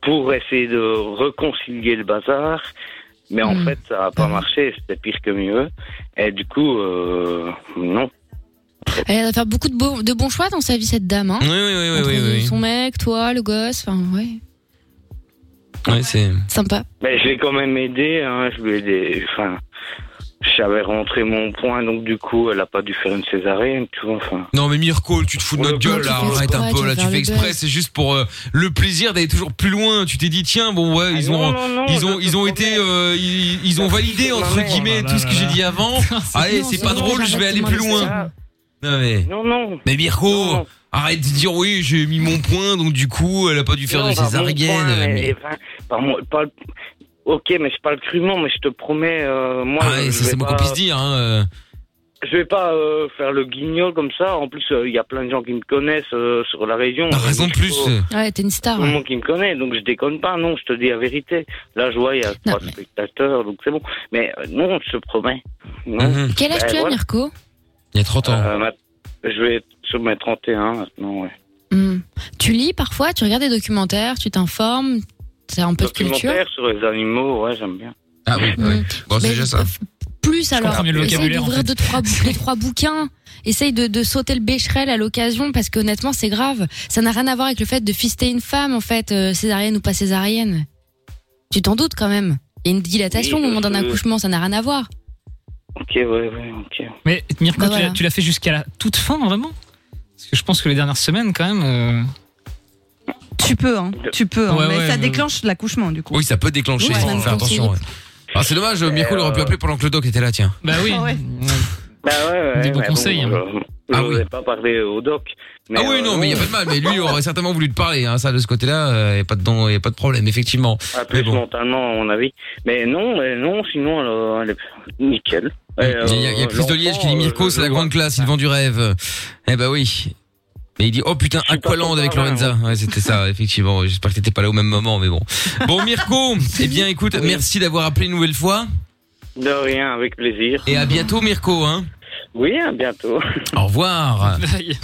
C: pour essayer de reconcilier le bazar. Mais en
E: Hmm.
C: fait, ça n'a pas marché. C'était pire que mieux. Et du coup, euh, non.
E: Elle a fait beaucoup de, beaux- de bons choix dans sa vie, cette dame. Hein.
B: Oui, oui, oui, oui,
E: Entre
B: oui, oui.
E: Son mec, toi, le gosse, enfin, ouais.
B: Ouais, c'est.
E: Sympa.
C: Mais je l'ai quand même aidé. Hein, je lui ai aidé. Enfin, j'avais rentré mon point, donc du coup, elle n'a pas dû faire une césarienne, tu vois. Enfin,
B: Non mais Mirko, tu te fous de notre
C: Ouais,
B: gueule
E: tu
B: là,
E: fais
B: arrête
E: exprès,
B: un peu
E: tu
B: là,
E: veux
B: tu
E: faire
B: fais
E: le
B: exprès,
E: buzz.
B: c'est juste pour euh, le plaisir d'aller toujours plus loin. Tu t'es dit tiens bon ouais ils
C: Ah,
B: ont
C: non, non, non,
B: ils ont
C: je
B: ils
C: te
B: ont
C: promets.
B: été euh, ils, ils ont
C: Je te
B: validé entre
C: promets.
B: guillemets
D: Oh
I: euh,
D: là
B: tout ce
D: là
B: que j'ai
D: là.
B: dit hein. avant. Allez
E: Non,
B: c'est pas
E: non,
B: drôle, je
E: j'arrête
B: vais aller
E: de
B: plus
E: m'en
B: loin.
E: laisser.
B: Non mais
C: non, non.
B: mais
C: non,
B: Mirko,
C: non.
B: arrête de dire oui j'ai mis mon point donc du coup elle a pas dû faire
C: Non,
B: de
C: par mon
B: césarienne.
C: point, mais-
B: mais-
C: enfin, par moi- par- Ok, mais je parle crûment, mais je te promets, euh, moi,
B: Ah ouais,
C: je,
B: ça c'est
C: vais
B: moi qu'on
C: pas,
B: puisse dire. Hein. euh.
C: je vais pas euh, faire le guignol comme ça. En plus, euh, il y a plein de gens qui me connaissent euh, sur la région.
B: T'as raison de
C: Je suis
B: plus.
C: pas-
E: Ah Ouais, t'es une star.
C: Tout le monde qui me connaît, donc je déconne pas, non, je te dis la vérité. Là, je vois, il y a trois
E: mais-
C: spectateurs, donc c'est bon. Mais euh, non, je te promets. Non.
B: Mhm.
E: Quel âge
C: Ben,
E: tu as,
C: voilà.
E: Mirko
B: Il y a 30 ans.
C: Euh, ma- je vais être sur mes 31 maintenant, ouais.
E: Hmm. Tu lis parfois, tu regardes des documentaires, tu t'informes, t'as un peu de culture.
C: Documentaire sur les animaux, ouais, j'aime bien.
B: Ah oui,
E: Mhm.
B: oui. Bon c'est
E: Mais euh,
B: déjà ça.
E: f- Plus alors,
D: comprends mieux le
E: essaye
D: vocabulaire, en
E: d'ouvrir
D: fait.
E: deux, trois, bou- deux, trois bouquins, essaye de, de sauter le bécherel à l'occasion, parce que honnêtement, c'est grave. Ça n'a rien à voir avec le fait de fister une femme, en fait, euh, césarienne ou pas césarienne. Tu t'en doutes quand même. Il y a une dilatation
C: Oui,
E: au moment d'un
C: euh,
E: accouchement, ça n'a rien à voir.
C: Ok, ouais, ouais, ok.
D: Mais Mirko,
E: Bah
D: tu l'as-
E: voilà.
D: tu l'as fait jusqu'à la toute fin, vraiment Parce que je pense que les dernières semaines, quand même. euh,
H: Tu peux, hein. Tu peux, hein.
D: Ouais,
H: mais
D: ouais,
H: ça
D: mais-
H: déclenche l'accouchement du coup.
B: Oui ça peut déclencher,
E: Ouais,
B: il faut
E: ouais,
B: faire attention. ouais.
E: continue.
B: Ah, c'est dommage, Mirko il aurait pu appeler pendant que le doc était là, tiens.
D: euh, Bah oui.
H: Ah ouais.
C: Bah ouais, ouais,
D: Des beaux
C: mais bon,
D: conseils, hein.
C: euh, Je
B: Ah
C: ne
B: oui.
C: voulais pas parler au doc. mais,
B: Ah oui,
C: euh,
B: non, mais il n'y a pas de mal. Mais lui, il aurait certainement voulu te parler. Hein, ça, de ce côté-là, il n'y a, pas de don- y a pas de problème, effectivement.
C: Ah, plus
B: Mais bon.
C: mentalement, à mon avis. Mais non, mais non, sinon, elle, euh, elle est nickel.
B: Il
C: Et,
B: y a, il y a
C: euh,
B: Chris de Liège qui dit
C: l'enfant,
B: Mirko,
C: euh,
B: c'est la
C: je
B: grande classe, il vend du rêve. Eh ben oui. Mais il dit, oh putain,
C: Je suis pas
B: Aqualand
C: content,
B: avec
C: là,
B: Lorenza. Ouais, c'était ça, effectivement. J'espère que t'étais pas là au même moment, mais bon. Bon, Mirko, eh bien, écoute,
C: Oui.
B: merci d'avoir appelé une nouvelle fois.
C: vois. De rien, avec plaisir.
B: Et à bientôt, Mirko, hein.
C: Oui, à bientôt.
B: Au revoir.
D: Bye.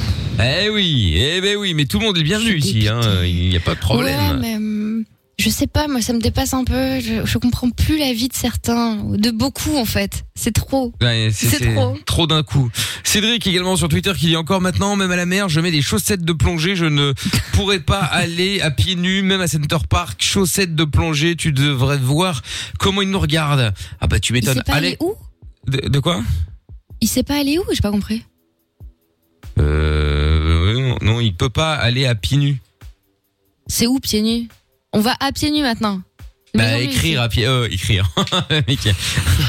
B: Eh oui, eh ben oui, mais tout le monde est le bienvenu
E: Je suis
B: ici, hein.
E: dépitée.
B: Il n'y a pas de
E: Ouais,
B: problème.
E: mais hum, je sais pas, moi ça me dépasse un peu. Je, je comprends plus la vie de certains, de beaucoup en fait. C'est trop.
B: Ouais, c'est
E: C'est
B: c'est
E: trop.
B: Trop d'un coup. Cédric également sur Twitter qui dit encore maintenant, même à la mer, je mets des chaussettes de plongée. Je ne pourrais pas aller à pieds nus, même à Center Park. Chaussettes de plongée, tu devrais voir comment ils nous regardent. Ah bah tu
E: Il
B: m'étonnes.
E: sait pas aller
B: Allez.
E: où
B: De, de quoi
E: Il sait pas aller où J'ai pas compris.
B: euh, non, non, il peut pas aller à pieds nus.
E: C'est où pieds nus On va à pieds nus maintenant.
B: Bah,
E: Maison nue,
B: écrire à pied, euh, écrire, Mec,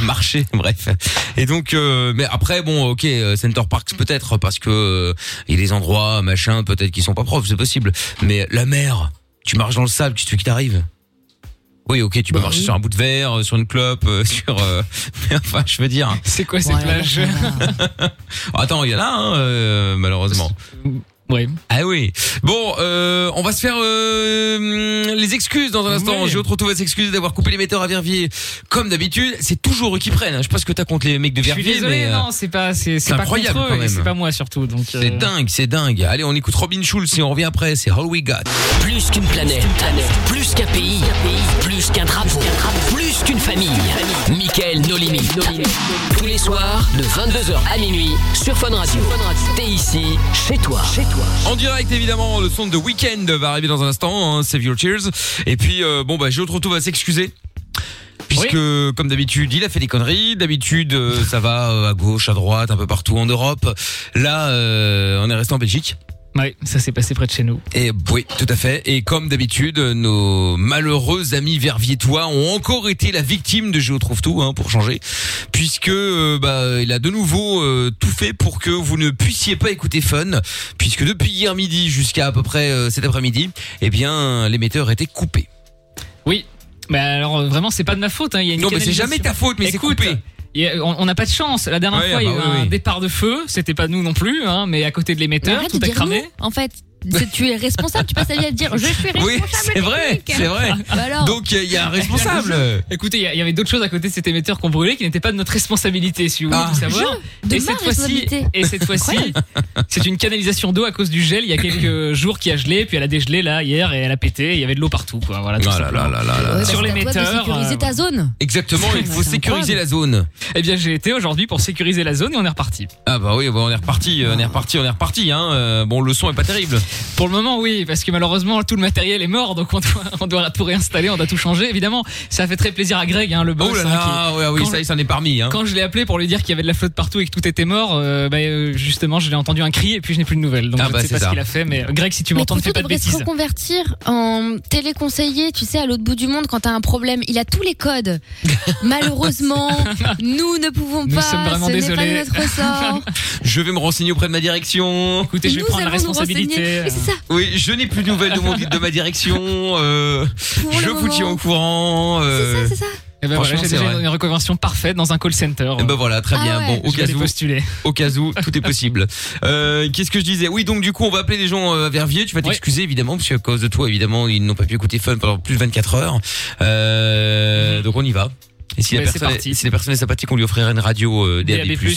B: marcher, bref. Et donc, euh, mais après, bon, ok, euh, Center Parks peut-être parce que euh, il y a des endroits, machin, peut-être qui sont pas propres, c'est possible. Mais la mer, tu marches dans le sable, tu te fais qui t'arrive. Oui, ok, tu peux
E: Bah
B: marcher
E: oui.
B: sur un bout de verre, euh, sur une clope, euh, sur, euh, mais enfin, je veux dire.
D: C'est quoi
E: ici.
D: cette
E: Voilà,
D: plage
E: voilà.
B: Attends, il y en a, hein, euh, malheureusement.
D: Ouais.
B: Ah oui. Bon, euh, on va se faire euh, hum, les excuses dans un instant.
D: Ouais.
B: Géo Trotto va s'excuser d'avoir coupé les metteurs à Verviers. Comme d'habitude, c'est toujours eux qui prennent. hein. Je sais pas ce que t'as contre les mecs de
D: Je suis
B: Verviers,
D: désolé,
B: mais euh,
D: non, c'est pas, c'est,
B: c'est
D: c'est pas
B: incroyable,
D: contre
B: quand
D: eux, et
B: même.
D: c'est pas moi surtout. Donc, euh,
B: c'est dingue, c'est dingue. Allez, on écoute Robin Schulz et on revient après. C'est All We Got.
A: Plus qu'une planète, plus qu'un pays, plus qu'un drapeau, plus qu'une famille. Michael No Limit. Tous les soirs, de 22h à minuit, sur Fun Radio. T'es ici, chez toi. Chez toi.
B: En direct, évidemment, le son de Weekend va arriver dans un instant. Hein, Save Your Cheers. Et puis, euh, bon, bah, Géo Trotto va s'excuser. puisque comme d'habitude, il a fait des conneries. D'habitude, euh, ça va euh, à gauche, à droite, un peu partout en Europe. Là, euh, on est resté en Belgique.
D: Oui, ça s'est passé près de chez nous.
B: Et Eh, oui, tout à fait. Et comme d'habitude, nos malheureux amis verviétois ont encore été la victime de Géo trouve tout, hein, pour changer, puisque euh, bah, il a de nouveau euh, tout fait pour que vous ne puissiez pas écouter Fun, puisque depuis hier midi jusqu'à à peu près euh, cet après-midi, eh bien l'émetteur était coupé.
D: Oui. Mais alors euh, vraiment, c'est pas de ma faute. hein, il y a une
B: Non, mais c'est
D: canalisation.
B: jamais ta faute, mais c'est
D: Écoute,
B: coupé.
D: il y a- on on n'a pas de chance. La dernière
B: Ouais,
D: fois, il y a eu
B: bah oui,
D: un
B: oui.
D: départ de feu. C'était pas nous non plus, hein, mais à côté de
E: Mais
D: l'émetteur,
E: arrête
D: tout
E: de
D: a
E: dire
D: cramé.
E: nous, en fait. C'est- Tu es responsable, tu passes ta vie à te dire je suis responsable.
B: Oui, c'est vrai,
E: technique.
B: c'est vrai.
E: Bah alors,
B: Donc euh, il y a un responsable.
D: Écoutez, il y a- il y, avait d'autres choses à côté de cet émetteur qu'on brûlait qui n'étaient pas de notre responsabilité, si vous voulez
B: Ah.
D: tout savoir.
E: de
D: et,
E: ma
D: cette fois-ci,
E: responsabilité.
D: et cette fois-ci, c'est une canalisation d'eau à cause du gel il y a quelques jours qui a gelé, puis elle a dégelé là hier et elle a pété, il y avait de l'eau partout. Quoi. Voilà, tout
B: Ah là
D: simplement.
B: là là là là.
E: Ouais,
D: sur
E: parce que
D: les
E: Bah, à toi de
D: metteurs,
E: sécuriser
D: euh,
E: ta zone.
B: Exactement, il faut
E: C'est
B: sécuriser la zone.
D: Eh bien, j'ai été aujourd'hui pour sécuriser la zone et on est reparti.
B: Ah bah oui, bah on est reparti, euh, on est reparti, on est reparti. Hein. Euh, Bon, le son est pas terrible.
D: Pour le moment, oui, parce que malheureusement, tout le matériel est mort, donc on doit, on doit tout réinstaller, on doit tout changer. Évidemment, ça a fait très plaisir à Greg, hein, le boss.
B: Oh là
D: hein, qui-
B: là, ouais, oui,
D: quand-
B: ça y est, ça en est parmi. Hein.
D: Quand je l'ai appelé pour lui dire qu'il y avait de la flotte partout et que tout était mort, euh, bah, euh, justement, je l'ai entendu un cri et puis je n'ai plus de nouvelles. Donc
B: Ah
D: je
B: bah,
D: ne sais
B: c'est
D: pas
B: ça.
D: ce qu'il a fait, mais euh, Greg, si tu
E: Mais
D: m'entends, ne fais
E: Troutou
D: pas de
E: devrait se
D: bêtises.
E: reconvertir en téléconseiller, tu sais, à l'autre bout du monde quand t'as un problème. Il a tous les codes. Malheureusement, nous ne pouvons
D: Nous
E: pas.
D: sommes vraiment
E: ce n'est pas de
D: désolés.
E: notre ressort.
B: Je vais me renseigner auprès de ma direction.
D: Écoutez, je vais
E: nous
D: prendre la
E: allons nous renseigner.
D: responsabilité.
E: Mais c'est ça.
B: Oui, je n'ai plus de nouvelles de, mon, de ma direction. euh,
E: Pour
B: je
E: le
B: vous
E: moment.
B: tiens au courant.
E: C'est
B: euh,
E: ça, c'est ça.
D: Eh ben voilà,
B: Franchement,
D: j'ai
B: c'est
D: déjà
B: vrai.
D: une reconversion parfaite dans un call center.
B: eh ben voilà, très
E: Ah
B: bien.
E: ouais.
B: Bon, au
D: Je vais
B: cas
D: aller
B: où,
D: postuler.
B: au cas où, tout est possible. Euh, Qu'est-ce que je disais Oui, donc du coup, on va appeler des gens euh, à Verviers. Tu vas t'excuser évidemment, parce qu'à cause de toi, évidemment, ils n'ont pas pu écouter Fun pendant plus de 24 heures. Euh, donc on y va. Et si la,
D: Ben, c'est
B: personne,
D: parti.
B: est, si la personne est sympathique, on lui offrirait une radio euh, DAB+.
D: DAB+, ouais.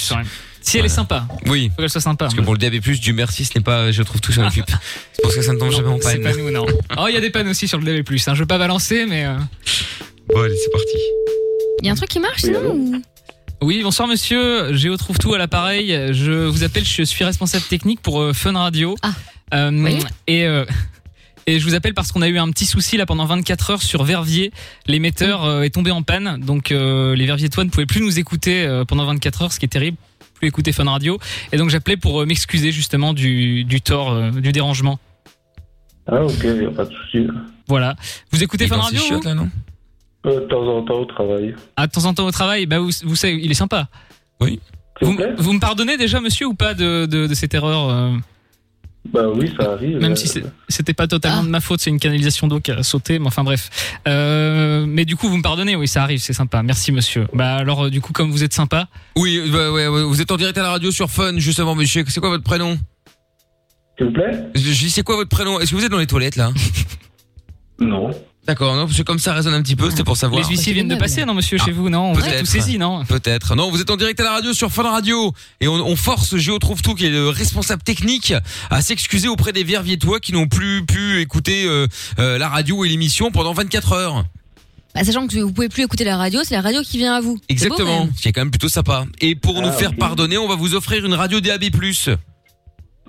D: Si elle
B: Voilà.
D: est sympa, faut
B: Oui.
D: qu'elle soit sympa.
B: Parce que bon, le DAB+, Dieu merci, ce n'est pas, je trouve tout sur YouTube. C'est pour ça que ça ne tombe jamais en
D: Non, C'est
B: panne.
D: pas nous, non. Oh, il y a des pannes aussi sur le DAB+. Hein. Je veux pas balancer, mais. euh,
B: Bon, allez, c'est parti.
E: Il y a un truc qui marche, sinon ou-
D: Oui, bonsoir monsieur, Géo trouve tout à l'appareil. Je vous appelle, je suis responsable technique pour euh, Fun Radio.
E: Ah.
D: Euh,
E: Oui.
D: Et euh, et je vous appelle parce qu'on a eu un petit souci là pendant 24 heures sur Verviers. L'émetteur euh, est tombé en panne, donc euh, les Verviétois ne pouvaient plus nous écouter euh, pendant 24 heures, ce qui est terrible. Plus écouter Fun Radio. Et donc j'appelais pour euh, m'excuser justement du du tort, euh, du dérangement.
F: Ah, ok, y a pas de souci.
D: Voilà. Vous écoutez Fun Radio vous
B: là, non
F: Euh, de temps en temps au travail.
D: Ah, de temps en temps au travail, bah vous, vous savez, il est sympa.
F: S'il
D: Vous,
F: vous plaît
D: vous me pardonnez déjà monsieur ou pas de de, de cette erreur euh
F: Bah oui, ça arrive.
D: Même
F: euh,
D: si c'est- c'était pas totalement
E: Ah.
D: de ma faute, c'est une canalisation d'eau qui a sauté, mais enfin bref. Euh, mais du coup, vous me pardonnez, oui, ça arrive, c'est sympa. Merci monsieur. Bah alors, euh, du coup, comme vous êtes sympa,
B: Oui, bah, ouais, ouais, vous êtes en direct à la radio sur Fun, justement, monsieur. C'est quoi votre prénom
F: S'il vous plaît
B: Je je dis, c'est quoi votre prénom Est-ce que vous êtes dans les toilettes, là
F: Non.
B: D'accord, non, parce que comme ça résonne un petit peu, c'était pour savoir.
D: les huissiers
E: c'est
D: viennent de
E: génial.
D: passer, non monsieur, chez vous, non On vous a
B: Ah, peut-être.
D: tout saisi, non
B: Peut-être. Non, vous êtes en direct à la radio sur Fun Radio et on, on force Géo Trouve-Tout, qui est le responsable technique, à s'excuser auprès des Verviétois qui n'ont plus pu écouter euh, euh, la radio et l'émission pendant 24 heures.
E: Bah, Sachant que vous pouvez plus écouter la radio, c'est la radio qui vient à vous. C'est beau, quand
B: Exactement.
E: même.
B: C'est quand même plutôt sympa. Et pour nous
F: Ah,
B: faire
F: ok.
B: pardonner, on va vous offrir une radio DAB+.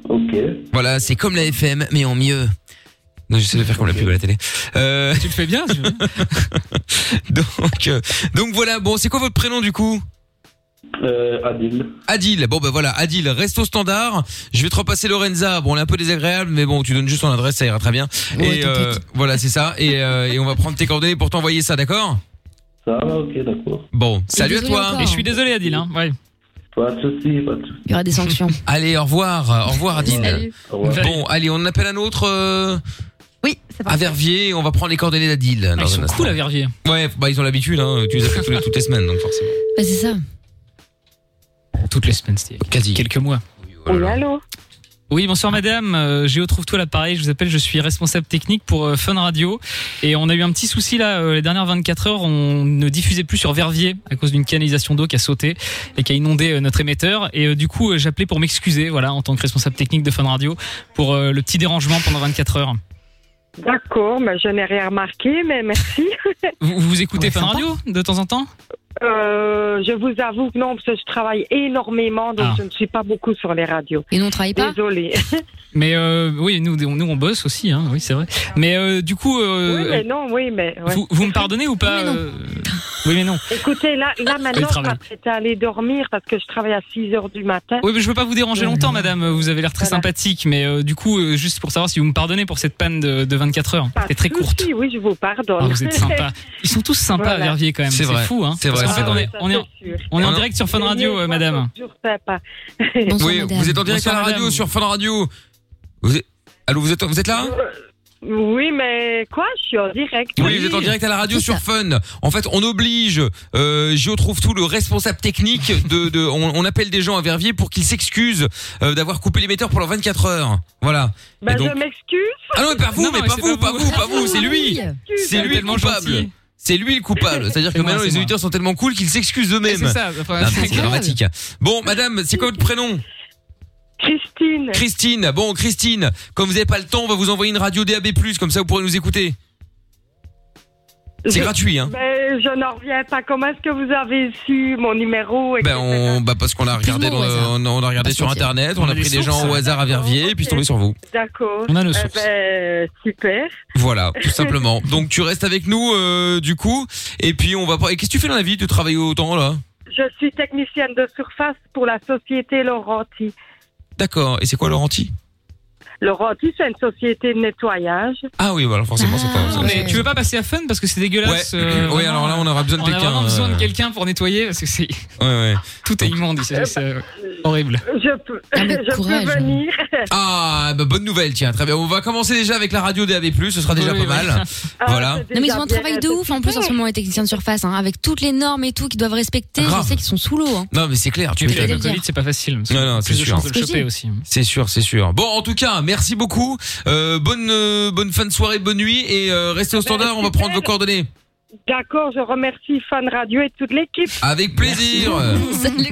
F: Ok.
B: Voilà, c'est comme la FM, mais en mieux. Non, j'essaie de faire comme la pub à la télé. Euh,
D: Tu le fais bien. tu vois.
B: donc, euh, donc voilà. Bon, c'est quoi votre prénom du coup
F: Euh, Adil.
B: Adil. Bon, ben voilà, Adil, reste au standard. Je vais te repasser Lorenza. Bon, elle est un peu désagréable, mais bon, tu donnes juste ton adresse, ça ira très bien.
E: Ouais,
B: et
E: t'inquiète.
B: euh, voilà, c'est ça. Et, euh, et on va prendre tes coordonnées pour t'envoyer ça, d'accord
F: Ça va, ok, d'accord.
B: Bon, salut à
E: désolé
B: toi.
E: encore.
D: Et je suis désolé, Adil. Hein. Ouais.
F: Pas de souci, pas de souci.
E: Il y aura des sanctions.
B: Allez, au revoir. Au revoir, Adil.
E: Salut.
F: Au revoir.
B: Bon, allez, on appelle un autre euh,
H: Oui, c'est
B: à
H: parti.
B: Verviers. On va prendre les coordonnées d'Adil.
D: Ah,
B: dans
D: ils
B: un
D: sont
B: instant.
D: cool à Verviers.
B: Ouais, bah ils ont l'habitude. Hein. Tu les appelles tous les- toutes les semaines, donc forcément.
E: Bah, c'est ça.
D: Toutes les semaines, c'était
B: Quasi.
D: quelques mois.
J: allô
D: Oui, bonsoir madame. Euh, Géo trouve tout à l'appareil. Je vous appelle, je suis responsable technique pour euh, Fun Radio. Et on a eu un petit souci là, euh, les dernières 24 heures, on ne diffusait plus sur Verviers à cause d'une canalisation d'eau qui a sauté et qui a inondé euh, notre émetteur. Et euh, du coup, euh, j'appelais pour m'excuser, voilà, en tant que responsable technique de Fun Radio, pour euh, le petit dérangement pendant 24 heures.
J: D'accord, mais je n'ai rien remarqué, mais merci.
D: Vous, vous écoutez
E: Ouais,
D: Fun
E: sympa.
D: Radio de temps en temps
J: Euh, je vous avoue que non, parce que je travaille énormément, donc
D: Ah.
J: je ne suis pas beaucoup sur les radios.
E: Et nous, on travaille pas.
J: Désolée.
D: Mais euh, oui, nous, on- nous on bosse aussi, hein, oui c'est vrai. Mais euh, du coup, euh,
J: oui, mais non, oui, mais... ouais.
D: vous, vous me pardonnez ou pas
E: Oui, mais non.
D: euh, Oui, mais non.
J: Écoutez, là, là maintenant, je
D: travaille.
J: m'apprête à aller dormir parce que je travaille à 6 heures du matin.
D: Oui, mais je veux pas vous déranger longtemps, madame. Vous avez l'air très
J: Voilà.
D: sympathique, mais euh, du coup, euh, juste pour savoir si vous me pardonnez pour cette panne de, de 24 heures.
J: Pas
D: C'est très
J: de
D: courte.
J: souci, Oui, je vous pardonne.
D: Ah, vous êtes sympa. Ils sont tous sympas à
J: Voilà.
D: Verviers quand même.
B: C'est vrai.
D: fou, hein.
B: C'est vrai,
D: Parce qu'en
B: c'est
D: fait, on
B: vrai.
D: est, on est en, on est en direct sur Fun Radio, euh, madame.
J: Toujours sympa.
E: Bonsoir,
B: oui,
E: madame.
B: vous êtes en direct
D: Bonsoir,
B: à la radio
D: madame.
B: sur Fun Radio. Vous êtes... Allô, vous êtes vous êtes là
J: Oui, mais quoi Je suis en direct.
B: oui, vous êtes en direct à la radio
E: C'est
B: sur
E: ça.
B: Fun. En fait, on oblige euh, Gio trouve tout le responsable technique de, de on, on appelle des gens à Verviers pour qu'ils s'excusent euh, d'avoir coupé l'émetteur pendant 24 heures. Voilà.
E: Bah,
J: Ben,
B: Et donc-
J: Je m'excuse.
B: Ah non, mais pas vous,
D: Non,
B: mais
D: mais
B: pas
D: c'est
B: vous,
D: pas
B: pas
D: vous.
B: vous, pas vous, c'est lui.
J: Ah
B: C'est lui le
D: Tellement
B: coupable.
D: gentil.
B: C'est lui le coupable. C'est-à-dire que
D: C'est moi,
B: maintenant
D: c'est
B: les
D: moi.
B: auditeurs sont tellement cool qu'ils s'excusent
D: Et C'est
B: eux-mêmes.
D: ça. enfin,
B: Non, mais
D: c'est
B: C'est
D: grave.
B: dramatique. Bon, madame, c'est quoi votre prénom
J: Christine.
B: Christine. Bon, Christine, comme vous n'avez pas le temps, on va vous envoyer une radio DAB+, comme ça vous pourrez nous écouter. C'est
J: Je-
B: gratuit, hein
J: Ben, je n'en reviens pas. Comment est-ce que vous avez su mon numéro etc.
B: Ben on, bah parce qu'on a regardé,
E: Purement au
B: dans-
E: hasard.
B: on a- on a regardé
D: Bah,
E: Pas se
B: sur
E: mentir.
B: internet, on, a
D: a des
B: pris des gens
D: sources.
B: au hasard à Verviers,
J: Oh,
B: et puis je suis
J: ok.
B: tombé sur vous.
J: D'accord.
D: On a nos
J: Eh
D: sources.
J: ben, super.
B: Voilà, tout simplement. Donc tu restes avec nous euh, du coup, et puis on va. pas- Et qu'est-ce que tu fais dans la vie Tu travailles autant là
J: Je suis technicienne de surface pour la société Laurenti.
B: D'accord. Et c'est quoi Laurenti
J: Laurenti, c'est une société de nettoyage.
B: Ah oui, bah alors forcément c'est pas.
E: Ah,
B: c'est-
D: Mais tu veux pas passer à fun parce que c'est dégueulasse.
B: Ouais.
D: euh,
B: oui,
D: vraiment.
B: alors là on aura besoin de
D: On a
B: quelqu'un.
D: vraiment besoin de
B: euh,
D: quelqu'un pour nettoyer parce que
B: ouais,
D: c'est
B: ouais.
D: tout est immonde ici, c'est euh, horrible.
J: Je peux,
E: Ah, mais
J: je
E: courage,
J: peux
E: hein.
J: venir.
B: Ah, bah, bonne nouvelle, tiens, très bien. On va commencer déjà avec la radio DAB+, ce sera déjà
D: Oui,
B: pas
D: oui.
B: mal.
J: Ah,
B: Voilà.
J: c'est
E: Non mais ils
J: déjà
E: ont un
J: bien,
E: travail de
J: c'est
E: ouf en plus en ce
J: super.
E: moment les techniciens de surface hein, avec toutes les normes et tout qu'ils doivent respecter
B: Grave.
E: je sais qu'ils sont sous l'eau hein.
B: Non, mais c'est clair, tu
D: Et puis
E: vais
B: m'étonnes.
D: avec le
E: le dire.
D: Covid, c'est pas facile. parce que
B: Non, non,
D: plus
B: c'est
D: de
B: sûr.
D: chances de le
E: Ce que je
D: choper
E: dis.
D: aussi.
B: C'est sûr, c'est sûr. Bon, en tout cas, merci beaucoup. Euh, bonne euh, bonne fin de soirée, bonne nuit et euh, restez au standard. On va prendre vos coordonnées.
J: D'accord, je remercie Fan Radio et toute l'équipe.
B: Avec plaisir.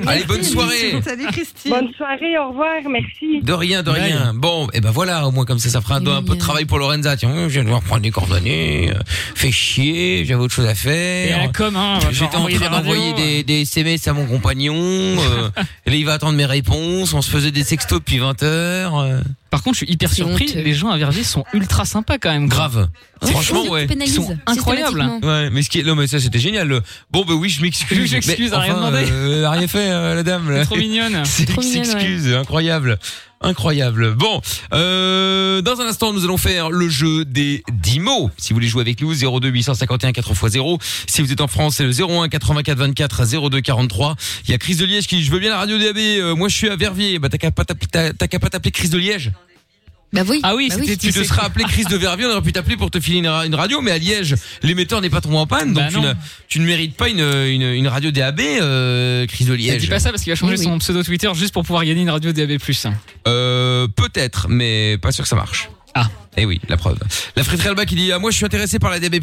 B: Allez, bonne soirée.
H: Salut Christine.
J: Bonne soirée, au revoir, merci.
B: De rien, de rien. Bon, et ben voilà, au moins comme ça, ça
E: Eh
B: fera un, un peu de travail pour Lorenza. Tiens, oh, je viens devoir prendre les coordonnées. euh, Fait chier, j'avais autre chose à
D: Et à la
B: faire.
D: com, hein, on
B: J'étais
D: va devoir
B: en
D: envoyer
B: train d'envoyer
D: radios. hein.
B: des, des SMS à mon compagnon. euh, et là, il va attendre mes réponses. On se faisait des sextos depuis 20 heures. euh,
D: Par contre, je suis hyper
E: C'est
D: surpris.
E: honteux.
D: Les gens à Verviers sont ultra sympas quand même.
B: grave. Franchement, ouais.
E: Pénalise,
D: Ils sont incroyables.
E: systématiquement.
B: Ouais, mais ce qui est, non, mais ça c'était génial. Le- Bon, bah oui, je m'excuse.
D: Je m'excuse,
B: Mais
D: à rien demandé.
B: euh, elle a rien fait, euh, la dame.
D: C'est
B: là.
D: trop mignonne.
B: C'est
E: Trop mignonne,
B: s'excuse, incroyable. Incroyable. Bon, euh, dans un instant, nous allons faire le jeu des 10 mots. Si vous voulez jouer avec nous, 02 851 4x0. Si vous êtes en France, c'est le 01 84 24 02 43. Il y a Chris de Liège qui dit, je veux bien la radio DAB, euh, moi je suis à Verviers. Bah t'as qu'à pas t'app- t'as- t'as qu'à pas t'appeler Chris de Liège.
E: Bah oui.
D: Ah oui,
E: bah
D: c'était-
B: Tu te
D: C'est-
B: seras appelé Chris de Verviers, on aurait pu t'appeler pour te filer une, ra- une radio, mais à Liège, l'émetteur n'est pas tombé en panne, donc
D: Bah
B: tu,
D: non.
B: ne, tu ne mérites pas une, une, une radio DAB, euh, Chris de
D: Et Bah, dis
B: Liège.
D: pas ça parce qu'il va changer
E: Oui, oui.
D: son pseudo Twitter juste pour pouvoir gagner une radio DAB+.
B: Euh, peut-être, mais pas sûr que ça marche.
D: Ah.
B: Eh oui, la preuve. La friterie Alba qui dit ah, Moi, je suis intéressé par la DAB.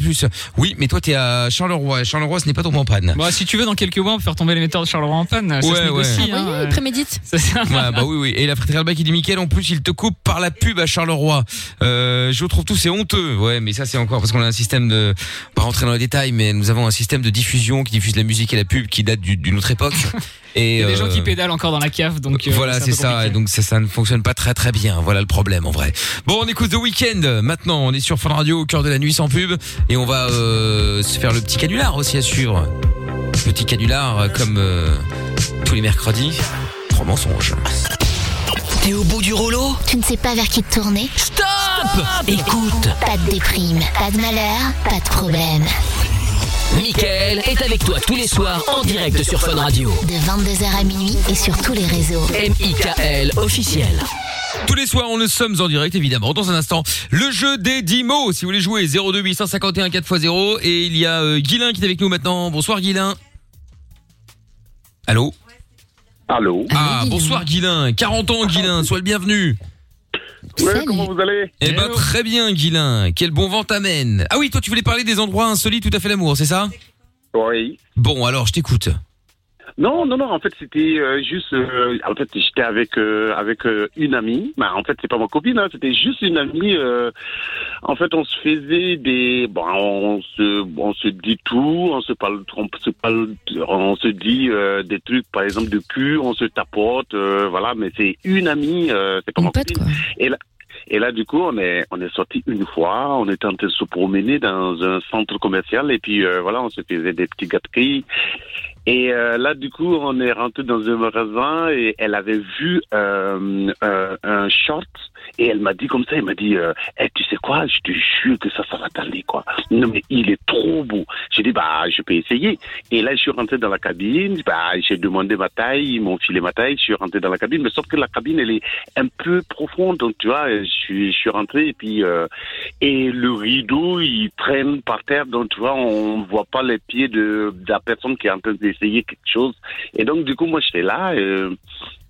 B: Oui, mais toi, t'es à Charleroi. et Charleroi, ce n'est pas tombé en panne.
D: Bon, si tu veux, dans quelques mois, on peut faire tomber l'émetteur de Charleroi en panne. ça
B: Ouais,
D: se négocie,
E: Ah
D: hein.
E: oui, oui, prémédite.
D: Ça, c'est-
B: Ouais, bah oui, oui. Et la friterie Alba qui dit Mickaël, en plus, il te coupe par la pub à Charleroi. Euh, je trouve tout, c'est honteux. Ouais, mais ça, c'est encore parce qu'on a un système de. on va Pas rentrer dans les détails, mais nous avons un système de diffusion qui diffuse la musique et la pub qui date du- d'une autre époque. Et
D: Il y a des gens qui
B: euh,
D: pédalent encore dans la cave, donc. euh,
B: voilà,
D: un
B: c'est
D: peu
B: ça.
D: compliqué.
B: Et donc ça, ça ne fonctionne pas très très bien. Voilà le problème en vrai. Bon, on écoute The Weeknd. Maintenant, on est sur Fun Radio au cœur de la nuit sans pub et on va euh, se faire le petit canular aussi à suivre. Petit canular euh, comme euh, tous les mercredis. Trois mensonges.
A: T'es au bout du rouleau
G: Tu ne sais pas vers qui te tourner
A: Stop Écoute,
G: Pas de déprime, pas de malheur, pas de problème.
A: Michael est avec toi tous les soirs en direct sur Fun Radio.
G: De 22h à minuit et sur tous les réseaux.
A: M.I.K.L. officiel.
B: Tous les soirs, on le sommes en direct évidemment. Dans un instant, le jeu des 10 mots. Si vous voulez jouer, 02 851 4x0 et il y a euh, Guilin qui est avec nous maintenant. Bonsoir Guilin. Allô.
F: Allô
B: Ah,
E: Guilin.
B: bonsoir Guilin. 40 ans Guilin, sois le bienvenu.
E: Salut.
F: vous allez
B: Eh ben
D: Hello.
B: très bien Guilin, quel bon vent t'amène. Ah oui, toi tu voulais parler des endroits insolites tout à fait l'amour, c'est ça
F: Oui.
B: Bon, alors je t'écoute.
F: Non, non, non, en fait, c'était euh, juste... euh, en fait, j'étais avec euh, avec euh, une amie. Bah, en fait, c'est pas ma copine, hein, c'était juste une amie. euh, en fait, on se faisait des... Bon, on se, on se dit tout, on se parle... On se, parle, on se dit euh, des trucs, par exemple, de cul, on se tapote, euh, voilà, mais c'est une amie, euh, c'est pas
E: Une
F: ma
E: pote
F: copine.
E: quoi.
F: Et là, du coup, on est, on est sorti une fois, on était en train de se promener dans un centre commercial, et puis euh, voilà, on se faisait des petits gâteries. Et euh, là, du coup, on est rentré dans un magasin et elle avait vu euh, euh, un short et elle m'a dit comme ça, elle m'a dit, euh, Eh, tu sais quoi, je te jure que ça, ça va t'aller quoi. Non mais il est trop beau. J'ai dit bah je peux essayer. Et là, je suis rentré dans la cabine, bah j'ai demandé ma taille, ils m'ont filé ma taille, je suis rentré dans la cabine, mais sauf que la cabine elle est un peu profonde, donc tu vois, je suis, je suis rentré et puis euh, et le rideau il traîne par terre, donc tu vois, on voit pas les pieds de, de la personne qui est en train d'essayer quelque chose. Et donc du coup, moi j'étais là. euh,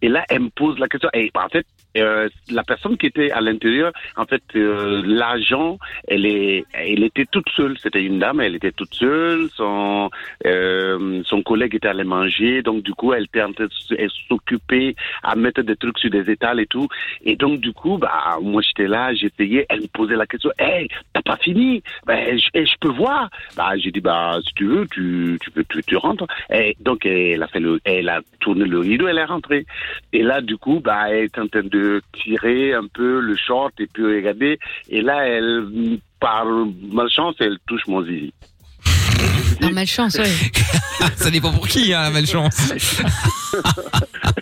F: et là, elle me pose la question. Et bah, en fait, euh, la personne qui était à l'intérieur, en fait, euh, l'agent, elle est, elle était toute seule. C'était une dame, elle était toute seule. Son, euh, son collègue était allé manger, donc du coup, elle était en train de s- elle s'occuper à mettre des trucs sur des étals et tout. Et donc du coup, bah, moi j'étais là, j'essayais. Elle me posait la question. Hey, t'as pas fini Ben, je eh, je peux voir. Bah, j'ai dit, bah, si tu veux, tu, tu peux, tu, tu rentres. Et donc, elle a fait le, elle a tourné le rideau, elle est rentrée. Et là, du coup, bah, elle est en train de tirer un peu le short et puis regarder. Et là, elle, par malchance, elle touche mon zizi.
E: Par malchance, ouais.
B: Ça dépend pour qui, hein, la malchance.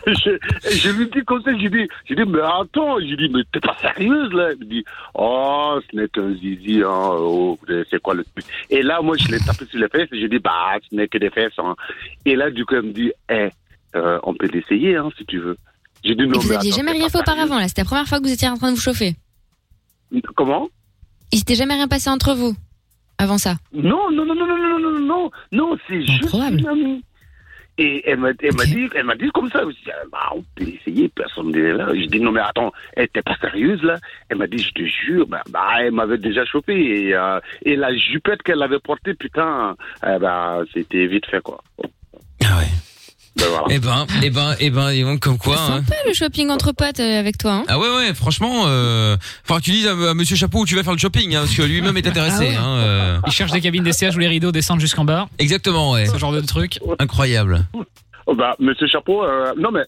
F: je, je lui dis comme ça, je dis, je dis, mais attends, je dis, mais t'es pas sérieuse là. Il me dit, oh, ce n'est qu'un zizi, hein, oh, c'est quoi le truc. Et là, moi, je l'ai tapé sur les fesses et je dis, bah, ce n'est que des fesses. Hein. Et là, du coup, elle me dit, eh, euh, on peut l'essayer, hein, si tu veux. J'ai dit,
E: Et
F: non,
E: vous
F: mais
E: aviez
F: attends,
E: jamais
F: t'es
E: rien
F: pas
E: fait
F: sérieuse.
E: auparavant, là. C'était la première fois que vous étiez en train de vous chauffer.
F: Comment
E: Il s'était jamais rien passé entre vous avant ça.
F: Non, non, non, non, non, non, non, non, non, non, c'est juste
E: Improbable.
F: une amie. Et elle m'a elle m'a
E: Ok.
F: dit, elle m'a dit comme ça. Je dis, ah, bah, on peut essayer, personne n'est là. Je dis non mais attends, elle t'es pas sérieuse là. Elle m'a dit, je te jure, bah, bah, elle m'avait déjà chopé et, euh, et la jupette qu'elle avait portée, putain, eh bah, c'était vite fait quoi.
B: Ah ouais.
F: Ben, voilà.
B: Eh ben, eh ben, eh ben, ils vont comme quoi. hein.
E: Pas le shopping entre potes euh, avec toi, hein.
B: Ah ouais, ouais, franchement, euh, faudra que tu dises à, à Monsieur Chapeau où tu vas faire le shopping, hein, parce que lui-même est intéressé.
E: Ah ouais.
B: hein, euh.
D: Ils cherchent des cabines d'essayage où les rideaux descendent jusqu'en bas.
B: Exactement, ouais.
D: Ce genre de truc.
B: Incroyable.
F: Oh, bah, Monsieur Chapeau, euh, non mais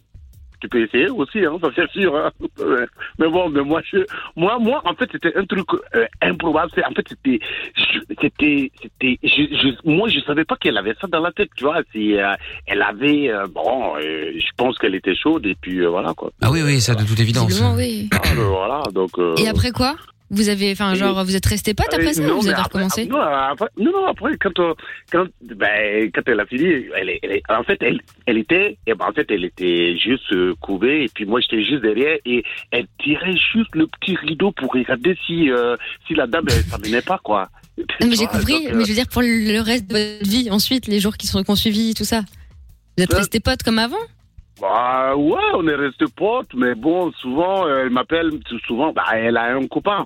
F: tu peux essayer aussi, hein, ça c'est sûr. hein. Ouais. Mais bon, mais moi, je, moi, moi, en fait, c'était un truc euh, improbable. C'est- En fait, c'était, je- c'était, c'était, je- je- moi, je savais pas qu'elle avait ça dans la tête, tu vois. Si euh, elle avait, euh, bon, euh, je pense qu'elle était chaude et puis euh, voilà quoi.
B: Ah oui, oui, ça de toute évidence.
E: Visiblement, oui.
F: Ah, euh, voilà, donc. euh,
E: Et après quoi Vous avez, enfin,
F: Et-
E: genre, vous êtes resté potes après ça
F: Euh, non,
E: ou vous
F: mais
E: avez
F: après-
E: recommencé
F: non, après, non, non, après, quand, on- quand, ben, quand elle a fini, elle, est- elle est- en fait, elle, elle était, eh ben, en fait, elle était juste euh, couvée, et puis moi, j'étais juste derrière, et elle tirait juste le petit rideau pour regarder si, euh, si la dame, elle s'amenait pas, quoi.
E: Non, mais j'ai
F: Tu vois,
E: compris,
F: donc, euh,
E: mais je veux dire pour le reste de votre vie, ensuite, les jours qui sont qu'on suivi, tout ça. Vous êtes
F: Euh,
E: restés potes comme avant
F: Bah ouais, on est resté potes, mais bon, souvent, euh, elle m'appelle, sou- souvent, bah, elle a un copain.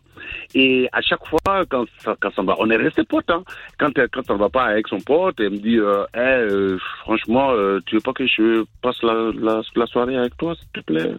F: Et à chaque fois, quand ça, quand ça va, on est resté potes, hein. Quand, elle- quand ça va pas avec son pote, elle me dit, euh, Eh, euh, franchement, euh, tu veux pas que je passe la, la, la soirée avec toi, s'il te plaît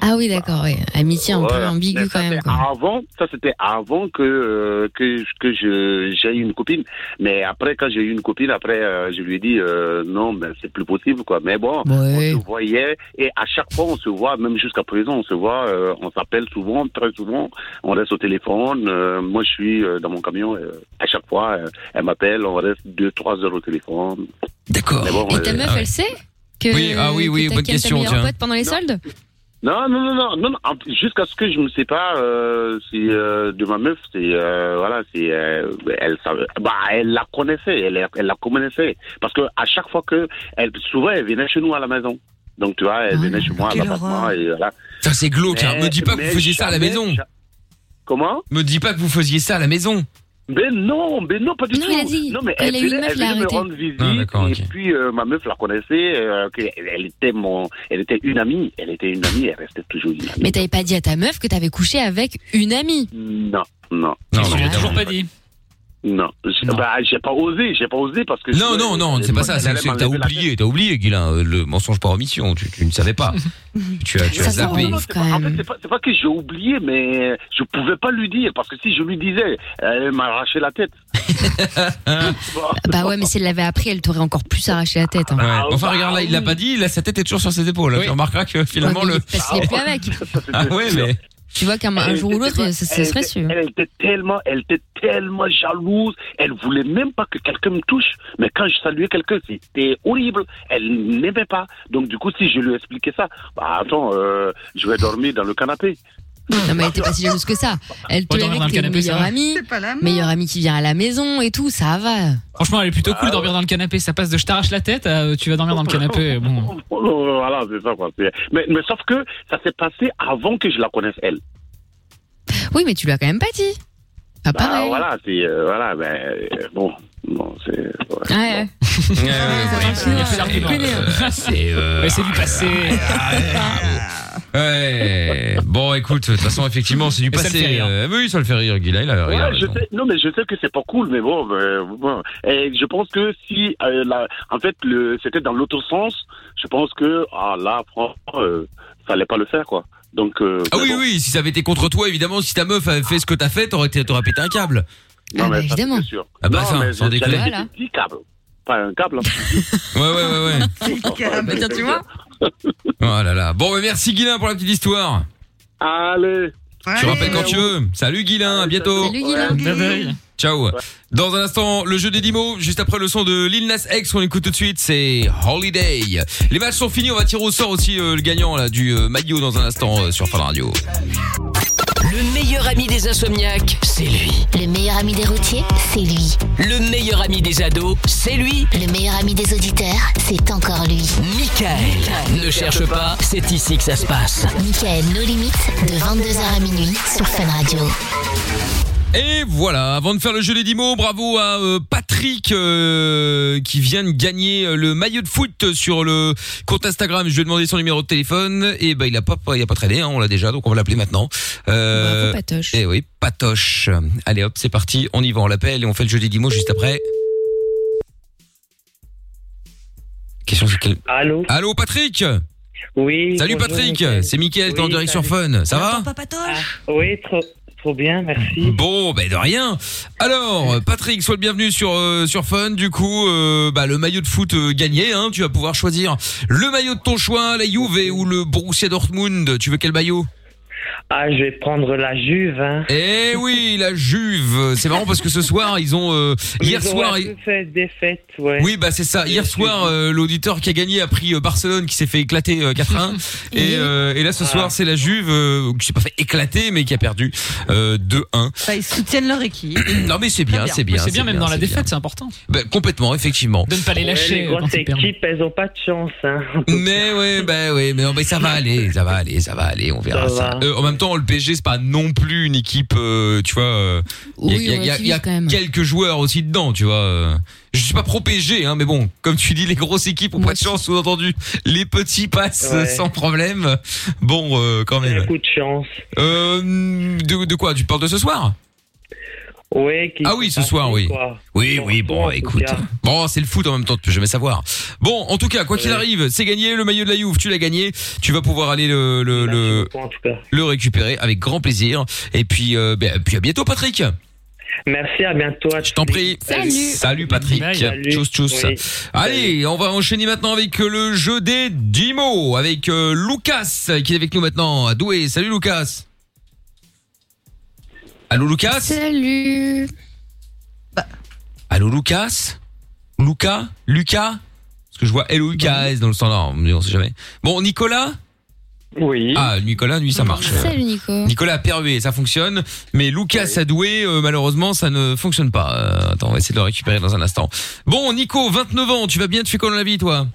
E: Ah oui, d'accord, oui. Amitié un peu
F: Voilà. Mais
E: ambiguë
F: ça,
E: quand même.
F: c'est
E: Quoi.
F: Avant, ça c'était avant que euh, que que je j'ai eu une copine. Mais après, quand j'ai eu une copine, après euh, je lui ai dit euh, non, ben c'est plus possible quoi. Mais bon,
E: Ouais.
F: on se voyait et à chaque fois on se voit, même jusqu'à présent on se voit, euh, on s'appelle souvent, très souvent, on reste au téléphone. Euh, moi je suis euh, dans mon camion euh, à chaque fois, euh, elle m'appelle, on reste deux trois heures au téléphone.
B: D'accord.
F: Mais bon,
E: Et
F: euh,
E: ta meuf,
B: ah ouais.
E: elle sait que
B: Oui, ah oui,
E: que
B: oui,
E: t'as
B: bonne
E: ken ta
B: question,
E: meilleure
B: tiens.
E: pote pendant les
F: Non.
E: soldes
F: Non, non, non, non, non, non. En- Jusqu'à ce que je me sépare euh, c'est, euh, de ma meuf, c'est euh, voilà, c'est euh, elle, savait- bah, elle la connaissait, elle, elle la connaissait, parce que à chaque fois que elle, souvent elle venait chez nous à la maison. Donc tu vois, elle
E: Oh,
F: venait chez moi à
H: quelle
F: l'appartement
H: horreur.
F: et voilà.
B: Ça c'est glauque. hein. Me dis pas que
F: Mais-
B: vous faisiez ça à la
F: mais
B: maison.
F: ja- Comment
B: Me dis pas que vous faisiez ça à la maison.
F: Ben non, ben non, pas du
E: Non,
F: tout.
E: il a dit, quand il a eu une meuf,
F: elle
E: il a
F: venait me
E: arrêté.
F: rendre visite.
B: Ah, d'accord,
F: et
B: ok.
F: puis euh, ma meuf la connaissait, euh, que- elle, elle était mon, elle était une amie, elle était une amie, elle restait toujours une amie.
E: Mais t'avais pas dit à ta meuf que t'avais couché avec une amie.
F: Non, non.
B: Non,
D: Ils
B: non,
D: l'ont
E: mais
D: toujours pas dit.
F: Non, j'ai
D: Non.
F: bah, j'ai pas osé, j'ai pas osé parce que.
B: Non, non, non, c'est pas ça. c'est-
F: Elle
B: c'est-
F: m'enlevait
B: T'as
F: la tête.
B: oublié, t'as oublié, Guilain, euh, le mensonge par omission. Tu, tu ne savais pas. tu as, tu
E: Ça
B: as
E: sent
B: zappé.
F: Non, non, c'est
E: quand
F: pas- En
E: même.
F: fait, c'est pas, c'est pas que j'ai oublié, mais je pouvais pas lui dire parce que si je lui disais, elle m'arrachait la tête.
E: Bah ouais, mais si elle l'avait appris, elle t'aurait encore plus arraché la tête. Hein.
F: Ah,
B: Ouais. Enfin, regarde là, il l'a
F: bah
B: pas dit. Là, sa tête est toujours sur ses épaules. hein.
D: Oui.
B: Tu remarqueras que
E: Ouais,
B: finalement
E: mais
B: le.
E: parce qu'il est plus avec.
F: Ça, c'était
B: Ah ouais,
F: sûr.
B: mais.
E: Tu vois qu'un un
F: Elle
E: jour ou
F: était
E: l'autre,
F: tellement-
E: ça, ça
F: elle
E: serait
F: était-
E: sûr.
F: Elle était tellement, elle était tellement jalouse. Elle voulait même pas que quelqu'un me touche. Mais quand je saluais quelqu'un, c'était horrible. Elle n'aimait pas. Donc du coup, si je lui expliquais ça, bah attends, euh, je vais dormir dans le canapé.
E: Non, mais elle était pas si jalouse que ça. Elle te
D: Ouais,
E: l'avait
D: dans
E: que
D: le
E: t'es une
D: canapé, ça
E: meilleure
D: va.
E: amie.
H: C'est pas la main.
E: Meilleure amie qui vient à la maison et tout, ça va.
D: Franchement, elle est plutôt cool de dormir dans le canapé. Ça passe de je t'arrache la tête à euh, tu vas dormir dans le canapé. Bon.
F: Oh, Voilà, c'est ça. quoi. C'est- Mais, mais sauf que ça s'est passé avant que je la connaisse elle.
E: Oui, mais tu lui as quand même pas dit. Pas
F: Bah,
E: pareil.
F: voilà, c'est euh, voilà, ben euh, bon, bon, c'est. ouais.
B: Ouais,
E: Ouais, ouais.
B: ouais,
D: Ah,
B: ouais.
E: c'est un
B: C'est,
E: argument.
B: euh, c'est, euh,
D: Mais c'est du passé.
B: Ouais. Bon, écoute, de toute façon, effectivement, c'est du
D: Et ça le fait
B: passé.
D: rire.
B: euh, oui, ça le fait rire, euh, Guilla. Il a
F: Ouais,
B: il a
F: je
B: raison.
F: sais, non, mais je sais que c'est pas cool, mais bon, ben, bon. Et je pense que si, euh, la- en fait, le, c'était dans l'autre sens, je pense que, ah là, franchement, euh, fallait pas le faire, quoi. Donc, euh,
B: Ah
F: mais
B: oui,
F: bon.
B: oui, si ça avait été contre toi, évidemment, si ta meuf avait fait ce que t'as fait, t'aurais, été- t'aurais pété un câble.
E: Ah,
F: Non,
E: bah,
F: mais ça,
E: évidemment.
F: c'est sûr.
B: Ah bah,
F: Non,
B: ça,
F: mais
B: sans
F: j'allais
B: déconner.
F: péter
E: Voilà.
F: dix câbles. Pas un câble. hein.
B: Ouais, ouais, ouais, ouais.
H: Carrément.
E: Tiens, tu vois
B: Oh là là. Bon, bah, merci Guilin pour la petite histoire.
F: Allez.
B: Tu
H: Allez.
B: rappelles quand tu veux. Salut Guilin, à bientôt.
E: Salut, Guillaume.
D: Bye bye.
B: Ciao. Dans un instant, le jeu des 10 mots, juste après le son de Lil Nas X, on écoute tout de suite, c'est Holiday. Les matchs sont finis, on va tirer au sort aussi euh, le gagnant là du euh, maillot dans un instant euh, sur Fan Radio.
A: Le meilleur ami des insomniaques, c'est lui.
G: Le meilleur ami des routiers, c'est lui.
A: Le meilleur ami des ados, c'est lui.
G: Le meilleur ami des auditeurs, c'est encore lui.
A: Michael. Ne cherche pas, c'est ici que ça se passe.
G: Michael, nos limites, de 22h à minuit sur Fun Radio.
B: Et voilà, avant de faire le jeu des 10 mots, bravo à euh, Patrick euh, qui vient de gagner euh, le maillot de foot sur le compte Instagram. Je lui ai demandé son numéro de téléphone et ben il a pas il a pas traîné, hein, on l'a déjà donc on va l'appeler maintenant. Euh,
E: Bravo, Patoche.
B: eh oui, Patoche. Allez hop, c'est parti, on y va, on l'appelle et on fait le jeu des 10 mots juste après. Question c'est quel-
I: Allô
B: Allô Patrick
I: Oui.
B: Salut
I: bonjour,
B: Patrick,
I: Mickaël.
B: c'est Mickaël, t'es en
I: Oui,
B: direct sur
I: salut.
B: Fun, ça va
I: Ah, Oui, trop, trop bien, merci.
B: Bon, ben de rien. Alors, Patrick, sois le bienvenu sur euh, sur Fun. Du coup, euh, bah, le maillot de foot euh, gagné. Hein, tu vas pouvoir choisir le maillot de ton choix, la Juve ou le Borussia Dortmund. Tu veux quel maillot
I: Ah, je vais prendre la Juve. Hein.
B: Eh oui, la Juve. C'est marrant parce que ce soir, ils ont euh, hier
I: Ils ont
B: soir.
I: un
B: ils-
I: peu fait des fêtes, ouais.
B: Oui, bah c'est ça. Hier soir, euh, l'auditeur qui a gagné a pris euh, Barcelone, qui s'est fait éclater euh, 4-1. et, euh, et là, ce
I: Ah.
B: soir, c'est la Juve euh, qui s'est pas fait éclater, mais qui a perdu euh, 2-1.
H: Bah, ils soutiennent leur équipe.
B: Non, mais c'est bien,
H: bien.
B: c'est bien.
D: C'est bien, même dans la
B: c'est
D: défaite, c'est important.
B: bien. Bah, complètement, effectivement.
D: De ne pas les
I: Ouais,
D: lâcher
I: les
D: quand
I: grosses
D: ils perdent.
I: équipes, elles ont pas de chance. Hein.
B: Mais ouais, bah ouais, mais, non, mais ça va aller, ça va aller, ça va aller, on verra
I: Ça
B: ça.
I: va.
B: Euh, en même temps, le PSG c'est pas non plus une équipe, euh, tu vois. euh, Il
E: Oui,
B: y a, il y a- il y a
E: quand même.
B: quelques joueurs aussi dedans, tu vois. euh. Je suis pas pro PSG, hein, mais bon, comme tu dis, les grosses équipes ont
E: Moi
B: pas de
E: aussi.
B: chance, sous-entendu. Les petits passent
I: Ouais.
B: euh, sans problème. Bon, euh, quand
I: Un
B: même.
I: coup de chance.
B: Euh, de, de quoi Tu parles de ce soir
I: Ouais, qui
B: Ah oui,
I: sont
B: ce soir,
I: passés,
B: oui.
I: quoi.
B: Oui,
I: Bon,
B: oui, bon,
I: en tout
B: écoute.
I: cas.
B: Bon, c'est le foot en même temps, tu peux jamais savoir. Bon, en tout cas, quoi qu'il
I: Ouais.
B: arrive, c'est gagné, le maillot de la Juve, tu l'as gagné, tu vas pouvoir aller le, le, le,
I: En tout cas.
B: le récupérer avec grand plaisir. Et puis, euh, ben, puis à bientôt, Patrick.
I: Merci, à bientôt. à
B: Je t'en
I: tous.
B: prie.
E: Salut.
B: Salut, Patrick.
D: Bye.
I: Salut.
B: Tchuss, tchuss.
I: Oui.
B: Allez, on va enchaîner maintenant avec euh, le jeu des 10 mots, avec euh, Lucas, qui est avec nous maintenant, à Douai. Salut, Lucas. Allô, Lucas Bah.
E: Salut.
B: Allô Lucas Lucas Lucas Parce que je vois Hello Lucas dans le standard, mais on sait jamais. Bon, Nicolas
I: Oui.
B: Ah, Nicolas, lui, ça marche.
E: Salut, Nico.
B: Nicolas Perrué, ça fonctionne, mais Lucas Adoué, euh, malheureusement, ça ne fonctionne pas. Euh, attends, on va essayer de le récupérer dans un instant. Bon, Nico, 29 ans, tu vas bien, tu fais quoi dans la vie, toi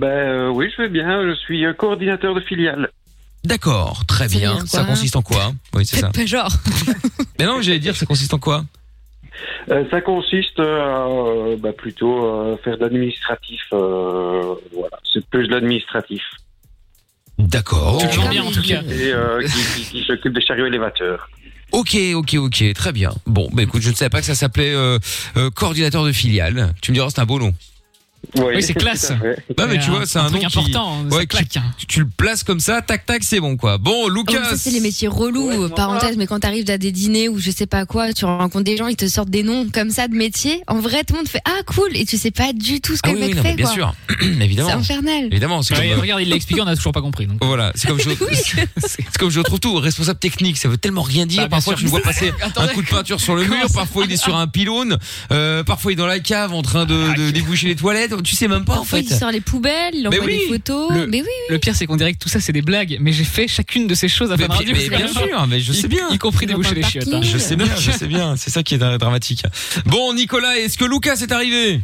I: ben oui, je vais bien. Je suis coordinateur de filiale.
B: D'accord, très
E: Ça veut
B: bien.
E: dire
B: Ça
E: quoi
B: consiste en quoi Oui, c'est ça.
E: Pas genre.
B: Mais non, j'allais dire, ça consiste en quoi
I: Euh, ça consiste à euh, bah, plutôt euh, faire de l'administratif. euh, voilà, c'est plus de l'administratif.
B: D'accord.
D: Tu le vends
E: Comme
D: bien, en
E: les-
D: tout cas.
I: Et euh, qui, qui- qui s'occupe des chariots élévateurs.
B: Ok, ok, ok, très bien. Bon, bah écoute, je ne savais pas que ça s'appelait euh, euh, coordinateur de filiale. Tu me diras, c'est un beau nom.
D: Oui, c'est classe.
B: Bah, mais tu vois, c'est un,
D: truc
B: nom qui-
D: important.
B: ouais, qui- tu, tu le places comme ça, tac tac, c'est bon quoi. Bon,
E: Ah oui,
B: Lucas.
E: ça, c'est les métiers relous, euh, parenthèse, mais quand t'arrives à des dîners ou je sais pas quoi, tu rencontres des gens, ils te sortent des noms comme ça de métiers. En vrai, tout le monde fait Ah, cool Et tu sais pas du tout ce que
B: Ah
E: le
B: oui,
E: mec
B: oui, non,
E: fait,
B: mais bien
E: quoi.
B: sûr, évidemment.
E: C'est infernal.
B: Évidemment, c'est
D: Ouais,
B: comme- euh,
D: Regarde, il l'a expliqué, on a toujours pas compris. donc.
B: Voilà, c'est comme je c'est comme je retrouve tout responsable technique, ça veut tellement rien dire.
D: Bah, bien
B: parfois
D: sûr.
B: tu le vois passer un
D: Attendez.
B: coup de peinture sur le
D: Comment
B: mur,
D: ça
B: parfois il est sur un pylône, euh, parfois il est dans la cave en train
D: Ah,
B: de, de déboucher les toilettes, tu sais même pas en
E: Parfois,
B: fait.
E: il sort les poubelles, il
B: Mais
E: envoie
B: oui.
E: des photos.
B: Le-
E: Mais oui,
D: Le pire, c'est qu'on dirait que tout ça, c'est des blagues, mais j'ai fait chacune de ces choses à
B: Mais
D: Fun Radio.
B: bien- mais bien sûr, mais je sais bien.
D: Y compris déboucher les chiottes. hein.
B: Je sais bien, je sais bien, c'est ça qui est dra- dramatique. Bon Nicolas, est-ce que Lucas est arrivé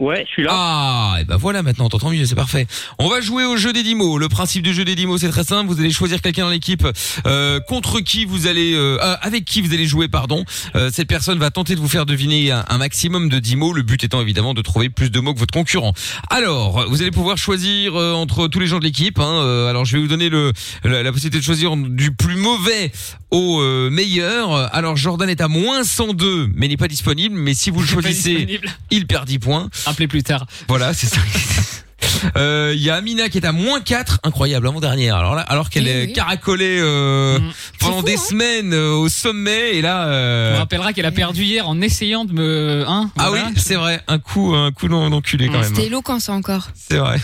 C: Ouais, je suis là.
B: Ah, et ben voilà maintenant, t'entends mieux, c'est parfait. On va jouer au jeu des 10 mots. Le principe du jeu des 10 mots, c'est très simple. Vous allez choisir quelqu'un dans l'équipe euh, contre qui vous allez, euh, euh, avec qui vous allez jouer, pardon. Euh, cette personne va tenter de vous faire deviner un, un maximum de 10 mots. Le but étant évidemment de trouver plus de mots que votre concurrent. Alors, vous allez pouvoir choisir euh, entre tous les gens de l'équipe. hein. Euh, alors, je vais vous donner le, la, la possibilité de choisir du plus mauvais au euh, meilleur. Alors, Jordan est à moins 102, mais n'est pas disponible. Mais si vous le
D: C'est pas
B: choisissez,
D: disponible.
B: il perd 10 points.
D: Appelez plus tard.
B: Voilà, c'est ça. Euh, Il y a Amina qui est à moins 4, incroyable, hein, avant-dernière. Alors là, alors qu'elle
D: Oui,
B: est
D: oui. hein.
B: caracolée euh,
D: Mm.
B: pendant des semaines euh, au sommet, et là. euh,
D: On rappellera qu'elle a perdu hier en essayant de me. Hein,
B: Ah oui, c'est vrai, un coup, un coup non enculé quand
E: c'était
B: même.
E: éloquent, ça encore.
B: C'est vrai.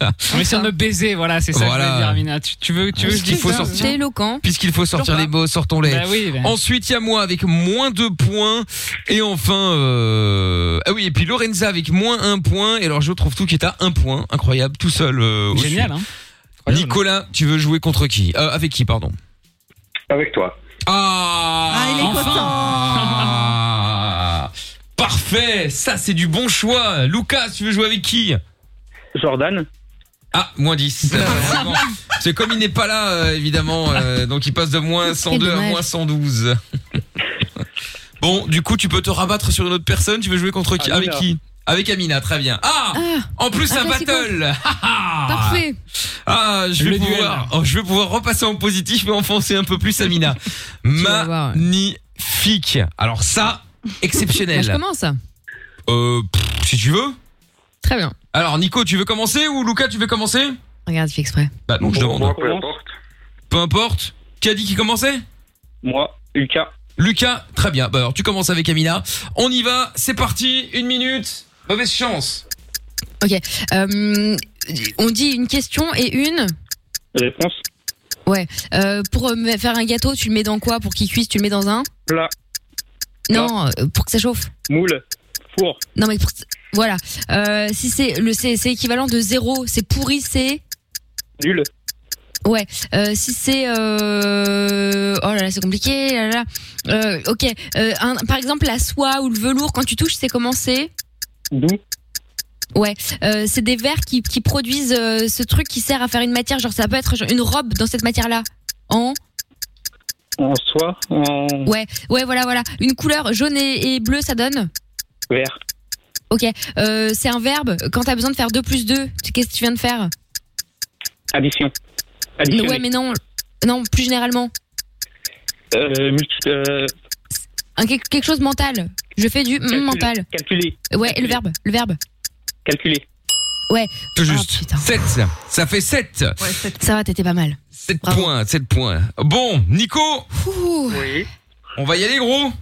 D: En essayant de me baiser, voilà, c'est ça que je
B: Voilà.
D: voulais dire, Amina. Tu, tu veux, tu veux que je
B: Puisqu'il
D: dise
B: faut
D: ça
B: sortir.
E: C'était éloquent.
B: Puisqu'il faut sortir les mots, sortons-les.
D: Hein Bah oui, bah.
B: Ensuite, il y a moi avec moins 2 points. Et enfin, euh... ah oui, et puis Lorenza avec moins 1 point. Et alors, je trouve tout qui est à 1 point. Incroyable, tout seul. euh, au
D: Génial,
B: sud.
D: hein.
B: Nicolas, tu veux jouer contre qui Euh, Avec qui, pardon
I: Avec toi.
B: Ah,
D: il est
B: Ah. Parfait, ça c'est du bon choix. Lucas, tu veux jouer avec qui
C: Jordan.
B: Ah, moins 10. Malheureusement. Parce que comme il n'est pas là, euh, évidemment, euh, donc il passe de moins 102 à
C: dommage.
B: moins 112. bon, du coup, tu peux te rabattre sur une autre personne. Tu veux jouer contre qui Avec
C: Amina.
B: qui Avec Amina, très bien. Ah En plus,
C: Ah,
B: un
C: classico.
B: battle Parfait Ah, je vais,
C: Le duel.
B: pouvoir, oh, je vais pouvoir repasser en positif mais enfoncer un peu plus Amina. Magnifique Alors ça,
E: Bah, je
B: exceptionnel.
E: commence.
B: Euh, pff, si tu veux.
E: Très bien.
B: Alors Nico, tu veux commencer ou Lucas, tu veux commencer
E: Regarde, je fais exprès.
B: Bah non, je demande.
I: peu importe.
B: Peu importe. Qui a dit qui commençait
C: Moi, Lucas.
B: Lucas, très bien. Bah alors tu commences avec Amina. On y va, c'est parti, une minute. Mauvaise chance.
E: Ok. Euh, on dit une question et une.
C: Réponse
E: Ouais. Euh, pour euh, me- faire un gâteau, tu le mets dans quoi Pour qu'il cuise, tu le mets dans un
C: Plat.
E: Non, euh, pour que ça chauffe.
C: Moule. Four.
E: Non, mais pour que- Voilà. Euh, si c'est le c'est c'est équivalent de zéro, c'est pourri, c'est.
C: Nul.
E: Ouais. Euh, si c'est. euh, Oh là là, c'est compliqué. là là. Euh, ok. Euh, un- par exemple, la soie ou le velours, quand tu touches, c'est comment c'est
C: Doux.
E: Ouais, euh, c'est des verres qui, qui produisent euh, ce truc qui sert à faire une matière, genre ça peut être genre, une robe dans cette matière-là. En
C: En soi. En
E: Ouais, ouais, voilà, voilà. Une couleur jaune et, et bleue, ça donne
C: vert.
E: Ok, euh, c'est un verbe. Quand t'as besoin de faire 2 plus 2, qu'est-ce que tu viens de faire
C: Addition.
E: Mais
C: Addition.
E: Ouais, mais non, non, plus généralement.
C: Euh, multi- euh,
E: Un, quelque, quelque chose mental. Je fais du mm,
C: calculer.
E: mental.
C: Calculer.
E: Ouais, le verbe, le verbe.
C: Calculer.
E: Ouais, Ah,
B: Tout juste. 7. Ça fait 7.
E: ça va, t'étais pas mal.
B: 7 points, 7 points. Bon, Nico.
C: Oui.
B: On va y aller, gros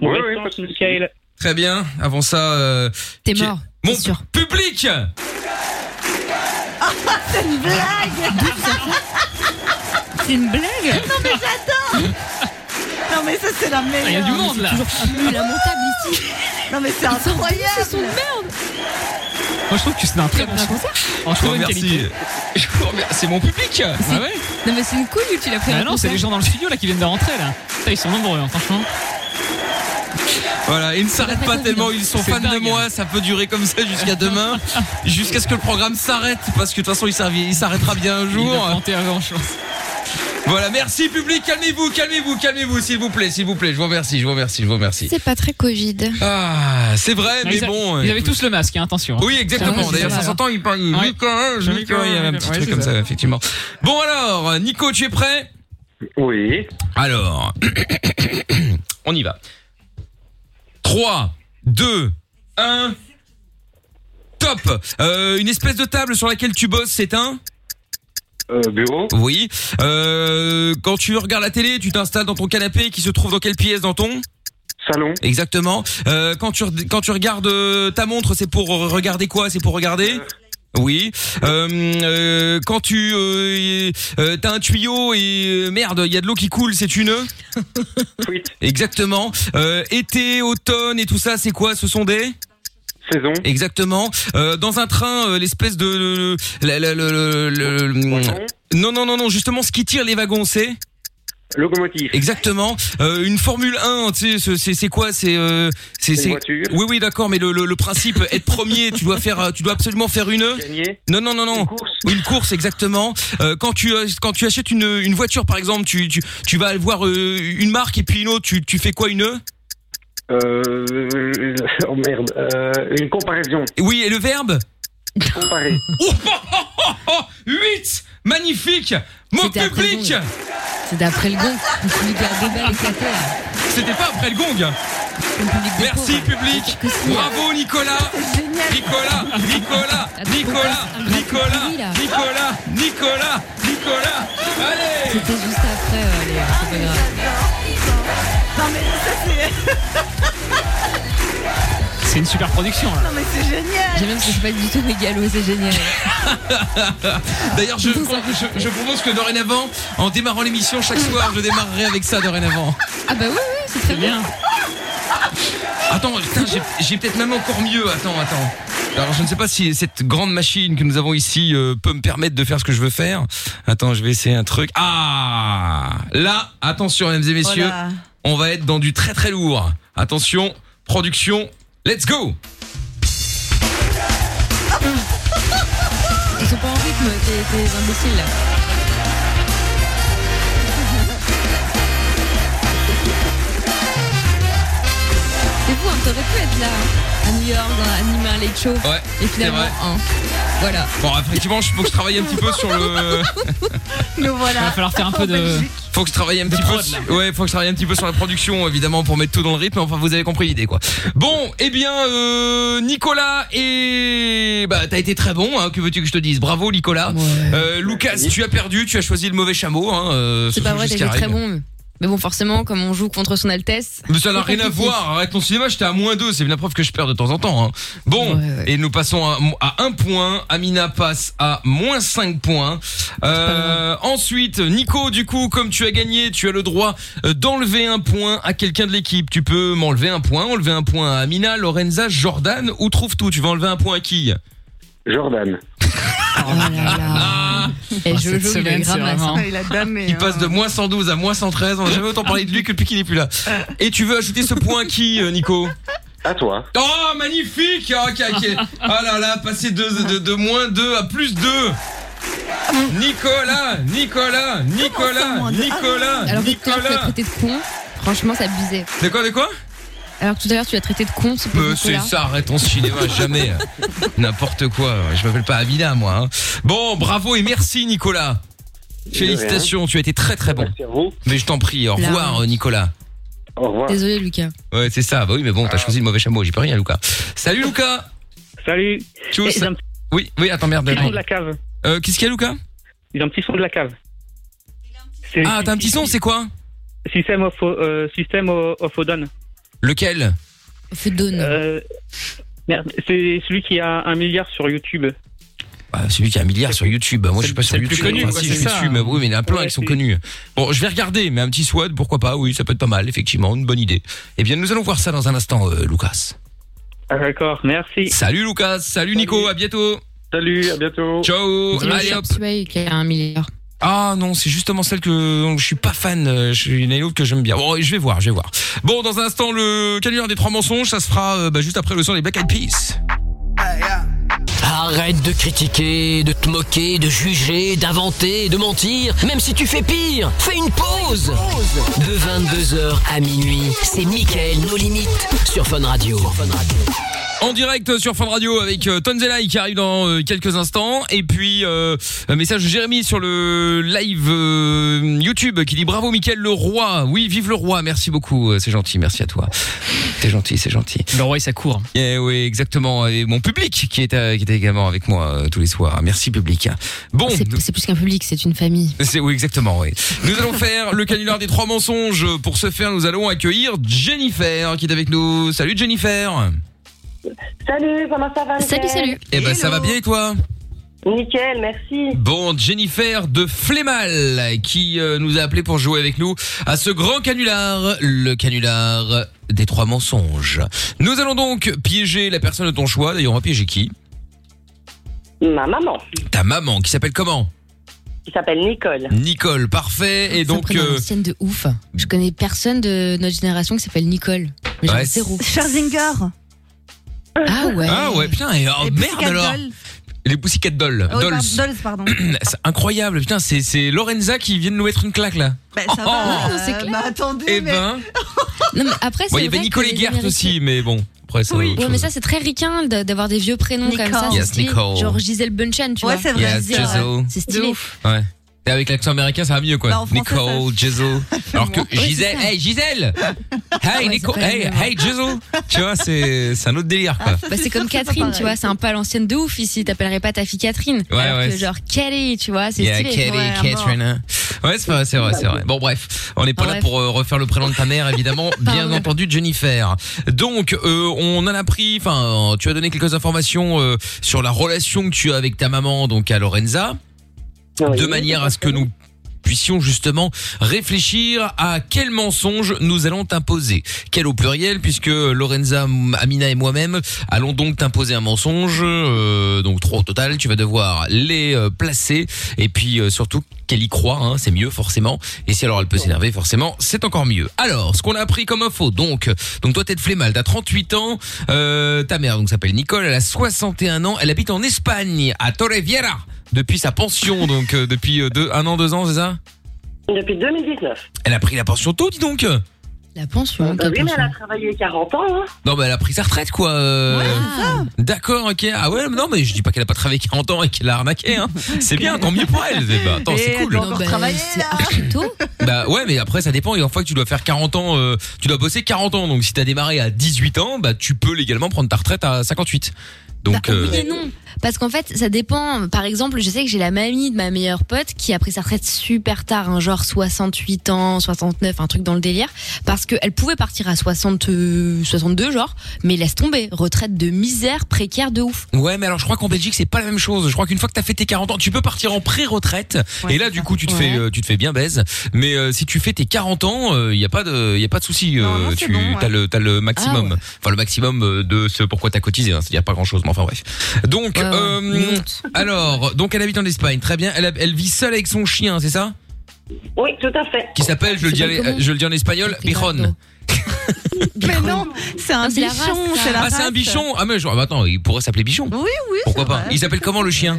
C: Mauvaise chance, Michael.
B: Très bien. Avant ça, euh,
E: T'es
B: qui-
E: mort,
B: Mon public.
H: c'est une blague
E: C'est une blague
H: Non mais j'adore Non mais ça c'est la meilleure
D: Il y a du monde, là.
E: toujours plus lamentable ici
H: Non mais c'est incroyable Ah,
E: C'est son merde
D: Moi, je trouve que c'est un très bon choix.
B: Je
D: En
B: vous
D: trouve une
B: remercie.
D: qualité.
B: Je vous remercie. C'est mon public.
D: Ah ouais
E: Non, mais c'est une couille ou tu l'as pris
D: Ah non,
E: en
D: c'est
E: concert
D: les gens dans le studio là qui viennent de rentrer là. Putain, ils sont nombreux, hein, franchement.
B: Voilà, ils ne s'arrêtent pas tellement, ils sont
D: C'est
B: fans de
D: dingue.
B: moi, ça peut durer comme ça jusqu'à demain, jusqu'à ce que le programme s'arrête, parce que de toute façon il s'arri- il s'arrêtera bien un jour. Voilà, merci public, calmez-vous, calmez-vous, calmez-vous, s'il vous plaît, s'il vous plaît, je vous remercie, je vous remercie, je vous remercie.
E: C'est pas très Covid.
B: Ah, c'est vrai, mais
D: ils a-
B: bon.
D: Ils
B: euh,
D: avaient tous le masque, hein, attention.
B: Oui, exactement. D'ailleurs, ça s'entend, il parle. hein,
D: Ouais.
B: Nicolas,
D: Ouais,
B: Nicolas, il y avait un petit
D: ouais,
B: truc
D: c'est
B: comme
D: ça.
B: ça, effectivement. Bon alors, Nico, tu es prêt
I: Oui.
B: Alors, on y va. 3, 2, 1, top Top. Euh, une espèce de table sur laquelle tu bosses, c'est un
I: bureau.
B: Oui. Euh, quand tu regardes la télé, tu t'installes dans ton canapé qui se trouve dans quelle pièce dans ton
I: Salon.
B: Exactement. Euh, quand tu re- quand tu regardes euh, ta montre, c'est pour regarder quoi C'est pour regarder. Oui. Euh, euh, quand tu euh, y- euh, t'as un tuyau et euh, merde, il y a de l'eau qui coule, c'est une. Exactement. Euh, été, automne et tout ça, c'est quoi Ce sont des
I: Saison.
B: Exactement. Euh, dans un train, euh, l'espèce de le- le- le- le- le- le- non non non non justement ce qui tire les wagons, c'est
I: Locomotive.
B: Exactement. Euh, une Formule 1, tu sais, c'est- c'est c'est quoi C'est euh, c'est
I: C'est une voiture.
B: Oui oui d'accord, mais le, le, le principe être premier, tu dois faire, euh, tu dois absolument faire une.
I: Gagner.
B: Non non non non. Une course. exactement. Euh, quand tu euh, quand tu achètes une une voiture par exemple, tu tu tu vas voir euh, une marque et puis une autre, tu tu fais quoi une E
I: Euh, oh merde. Euh, une comparaison.
B: Oui, et le verbe Oh,
I: Comparer.
B: 8 oh, Magnifique Mon public
E: C'est d'après le gong. Le public a débat éclaté.
B: C'était pas après le gong Merci public Bravo Nicolas Nicolas Nicolas Nicolas Nicolas Nicolas Nicolas Nicolas Nicolas Allez
E: C'était juste après, euh, les- c'est pas grave.
H: Non mais ça c'est.
D: C'est une super production là.
H: Non mais c'est génial.
E: J'aime bien parce que je suis pas du tout mégalo, c'est génial.
B: D'ailleurs, je, je- je propose que dorénavant, en démarrant l'émission chaque soir, je démarrerai avec ça dorénavant.
E: Ah bah oui, oui, c'est très bien.
B: Attends, putain, j'ai- j'ai peut-être même encore mieux. Attends, attends. Alors, je ne sais pas si cette grande machine que nous avons ici euh, peut me permettre de faire ce que je veux faire. Attends, je vais essayer un truc. Ah Là, attention, mesdames et messieurs,
H: Oh là.
B: on va être dans du très très lourd. Attention, production, let's go
E: Ils sont pas en rythme, t'es t'es imbéciles là. C'est fou, hein, t'aurais pu être là hein, à New York, dans- animer un late show.
B: Ouais,
E: Et finalement,
B: c'est vrai.
E: hein, voilà.
B: Bon, effectivement, il faut que je travaille un petit peu sur le...
H: Nous voilà.
D: Il va falloir faire un peu de.
B: Faut que je travaille un petit peu. sur- Ouais, faut que je travaille un petit peu sur la production évidemment pour mettre tout dans le rythme. Enfin, vous avez compris l'idée quoi. Bon, eh bien euh, Nicolas et bah t'as été très bon. Hein, que veux-tu que je te dise Bravo Nicolas. Euh, Lucas, tu as perdu. Tu as choisi le mauvais chameau. Hein, euh,
E: C'est
B: ce
E: pas
B: sont
E: vrai,
B: juste
E: t'es
B: qui
E: très
B: arrivent.
E: bon. mais- Mais bon, forcément, comme on joue contre son Altesse.
B: Mais ça n'a
E: c'est
B: rien à
E: compliqué.
B: voir avec ton cinéma, j'étais à moins 2, c'est bien la preuve que je perds de temps en temps. hein. Bon, et nous passons à, à 1 point, Amina passe à moins 5 points. Euh, ensuite, Nico, du coup, comme tu as gagné, tu as le droit euh, d'enlever un point à quelqu'un de l'équipe. Tu peux m'enlever un point, enlever un point à Amina, Lorenza, Jordan ou trouve tout. Tu vas enlever un point à qui
I: Jordan.
E: Et
B: Ah,
E: Jojo,
B: cette
E: il a
B: semaine, c'est
E: grave
B: vraiment-
H: Il a damé.
B: Il passe
H: hein.
B: de moins 112 à moins 113. On n'a jamais autant parlé de lui que depuis qu'il n'est plus là. Et tu veux ajouter ce point à qui, euh, Nico
I: À toi.
B: Oh, magnifique Ah, ok, ok. Ah là là, passer de, de, de moins 2 à plus 2 Nicolas Nicolas Nicolas Nicolas
E: Ah Alors que tout à l'heure, tu as
B: Nicolas
E: traité de con. Franchement, ça abusait.
B: De quoi, de quoi
E: Alors que tout à l'heure, tu l'as traité de con, c'est pour
B: Euh, C'est
E: Nicolas.
B: ça, arrête ton cinéma, jamais N'importe quoi, je m'appelle pas Avila, moi. hein. Bon, bravo et merci, Nicolas Félicitations, tu as été très très bon.
I: Merci à vous.
B: Mais je t'en prie, au
E: Là.
K: hein.
B: revoir, euh, Nicolas.
I: Au revoir.
E: Désolé, Lucas.
B: Ouais, c'est ça, bah oui, mais bon,
K: Ah.
B: t'as choisi le mauvais chameau, j'y peux rien, Lucas. Salut, Lucas
K: Salut.
B: Tchuss.
K: Ils ont
B: Oui, oui, attends, merde.
K: un petit son
B: attends.
K: de la cave.
B: Euh, Qu'est-ce qu'il y a, Lucas
K: Ils ont un petit son de la cave.
B: Ah, t'as un petit son, c'est quoi
K: System of, euh, System of Odon.
B: Lequel
K: Euh, Merde, c'est celui qui a un milliard sur YouTube.
B: Bah, celui qui a un milliard sur YouTube. Moi, je suis pas Bah, sur
K: c'est le
B: YouTube.
K: plus connu,
B: Enfin,
K: quoi,
B: si,
K: c'est
B: je suis
K: ça. hein.
B: dessus, mais oui, mais il y en a plein
K: Ouais,
B: qui sont
K: c'est-
B: connus. Bon, je vais regarder, mais un petit SWAT, pourquoi pas Oui, ça peut être pas mal, effectivement, une bonne idée. Eh bien, nous allons voir ça dans un instant, euh, Lucas.
K: Ah, D'accord, merci.
B: Salut Lucas, salut Nico, à bientôt.
I: Salut, à bientôt.
B: Ciao.
E: Dis-le,
B: Oh, Allez
E: Shop
B: hop.
E: Sway, qui a un milliard.
B: Ah non, c'est justement celle que je suis pas fan. euh, Je suis une autre que j'aime bien. Bon, je vais voir, je vais voir. Bon, dans un instant, le canular des trois mensonges, ça se fera euh, bah, juste après le son des Black Eyed Peas.
A: Arrête de critiquer, de te moquer, de juger, d'inventer, de mentir. Même si tu fais pire, fais une pause. De 22h à minuit, c'est Mickaël, nos limites, sur Fun Radio.
B: En direct sur Fun Radio avec euh, Tonzelai qui arrive dans euh, quelques instants. Et puis, euh, un message de Jérémy sur le live euh, YouTube qui dit bravo Mickaël le roi. Oui, vive le roi. Merci beaucoup. Euh, C'est gentil. Merci à toi. T'es gentil, c'est gentil.
D: Le roi, ça court.
B: Eh oui, exactement. Et mon public qui est, euh, qui était également avec moi euh, tous les soirs. Merci public. Bon.
E: C'est c'est plus qu'un public, c'est une famille.
B: C'est oui exactement oui. Nous allons faire le canular des trois mensonges. Pour ce faire, nous allons accueillir Jennifer qui est avec nous. Salut Jennifer.
L: Salut, comment ça va Salut, salut.
B: Eh ben ça va bien et toi
L: Nickel, merci.
B: Bon, Jennifer de Flémal qui euh, nous a appelé pour jouer avec nous à ce grand canular, le canular des trois mensonges. Nous allons donc piéger la personne de ton choix. D'ailleurs, on va piéger qui
L: Ma maman,
B: Ta maman, qui s'appelle comment
L: qui s'appelle Nicole.
B: Nicole, parfait. Et donc,
E: Une
B: euh,
E: ancienne de ouf. Je connais personne de notre génération qui s'appelle Nicole. Mais genre
B: Ouais.
E: zéro.
H: Scherzinger.
E: Ah ouais.
B: ah ouais, putain, et oh, merde alors. Les Pussycat Dolls.
H: Oh,
B: Dolls.
H: par- Dolls, pardon.
B: C'est incroyable, putain, c'est- c'est Lorenza qui vient de nous mettre une claque là.
H: Bah, ça va,
E: Oh,
H: euh,
E: c'est clair.
H: bah, attendez,
B: Eh
H: mais-
B: ben.
E: Non, mais après, c'est
B: Bon, il y
E: vrai
B: avait Nicole
E: que les
B: Eggert
E: Américains-
B: aussi, mais bon, après ça.
E: Ouais, mais ça, c'est très ricain d'a- d'avoir des vieux prénoms comme ça.
B: Nicole.
E: c'est
B: Yes,
E: stylé.
B: Nicole.
E: Genre Gisèle Bunchen, tu
H: Ouais,
E: vois.
H: c'est vrai,
B: Yes, c'est vrai. Gisèle.
E: C'est stylé.
B: Ouais. Et avec l'accent américain, ça va mieux, quoi.
E: Bah, en français,
B: Nicole, Jizzle. Alors que
E: Oui, c'est
B: Gisèle,
E: ça.
B: hey Gisèle! Hey Nicole,
E: pas
B: hey,
E: le même.
B: hey Jizzle! Tu vois, c'est c'est un autre délire, quoi.
E: Bah, c'est comme Catherine, tu vois, c'est un peu à l'ancienne de ouf ici. T'appellerais pas ta fille Catherine.
B: Ouais,
E: alors
B: ouais,
E: que
B: c'est-
E: genre Kelly, tu vois, c'est
B: Yeah,
E: stylé.
B: Kelly,
E: Ouais, à mort.
B: Catherine, hein. Ouais, c'est vrai, c'est vrai, c'est vrai. Bon, bref, on n'est pas
E: Bref.
B: là pour euh, refaire le prénom de ta mère, évidemment. Bien
E: Pardon.
B: entendu, Jennifer. Donc, euh, on en a pris. Enfin, tu as donné quelques informations euh, sur la relation que tu as avec ta maman, donc à Lorenza, de manière à ce que nous puissions justement réfléchir à quel mensonge nous allons t'imposer. Quel au pluriel, puisque Lorenza, M- Amina et moi-même allons donc t'imposer un mensonge, euh, donc trois au total, tu vas devoir les euh, placer, et puis euh, surtout qu'elle y croit, hein, c'est mieux forcément, et si alors elle peut s'énerver, forcément, c'est encore mieux. Alors, ce qu'on a appris comme info, donc, donc toi t'es de Flémal, t'as 38 ans, euh, ta mère donc s'appelle Nicole, elle a 61 ans, elle habite en Espagne, à Torrevieja, depuis sa pension, donc euh, depuis euh, deux, un an, deux ans, c'est ça
L: Depuis 2019.
B: elle a pris la pension tôt, dis donc.
E: La pension.
L: Bah oui, mais elle a travaillé 40 ans. Hein.
B: Non, mais elle a pris sa retraite, quoi. euh. D'accord, ok. Ah ouais, mais non, mais je dis pas qu'elle a pas travaillé 40 ans et qu'elle a arnaqué. Hein. C'est bien, tant mieux pour elle. Eh ben, attends, c'est cool.
E: Non, bah, c'est archi tôt.
B: Bah ouais, mais après ça dépend. Et une fois que tu dois faire 40 ans, euh, tu dois bosser 40 ans. Donc si t'as démarré à 18 ans, bah tu peux légalement prendre ta retraite à 58. Donc
E: Bah,
B: euh,
E: Oui et non. Parce qu'en fait, ça dépend. Par exemple, je sais que j'ai la mamie de ma meilleure pote qui a pris sa retraite super tard, hein, genre 68 ans, 69, un truc dans le délire. Parce qu'elle pouvait partir à 60, euh, 62, genre, mais laisse tomber. Retraite de misère, précaire de ouf.
B: Ouais, mais alors je crois qu'en Belgique c'est pas la même chose. Je crois qu'une fois que t'as fait tes 40 ans, tu peux partir en pré-retraite. et là, du coup, tu te fais, euh, tu te fais bien baise. Mais euh, si tu fais tes 40 ans, il y a pas de, y a pas de souci. euh, tu as le, t'as le maximum.
E: Ah
B: Enfin, le maximum euh, de ce pourquoi t'as cotisé. Hein, C'est-à-dire pas grand-chose. Mais enfin bref. Donc, euh, alors, donc elle habite en Espagne. Très bien. Elle, hab- elle vit seule avec son chien, c'est ça
L: Oui, tout à fait.
B: Qui s'appelle, je le dis,
L: S'appelle
B: en-
L: comment
B: je le dis en espagnol, Bichon.
H: Mais non, c'est un
E: Non, c'est
H: bichon,
E: la race, ça.
H: c'est la
B: Ah, c'est un
H: race.
B: bichon. Ah mais je- ah, bah, attends, il pourrait s'appeler Bichon.
H: Oui, oui.
B: Pourquoi pas Il s'appelle comment le chien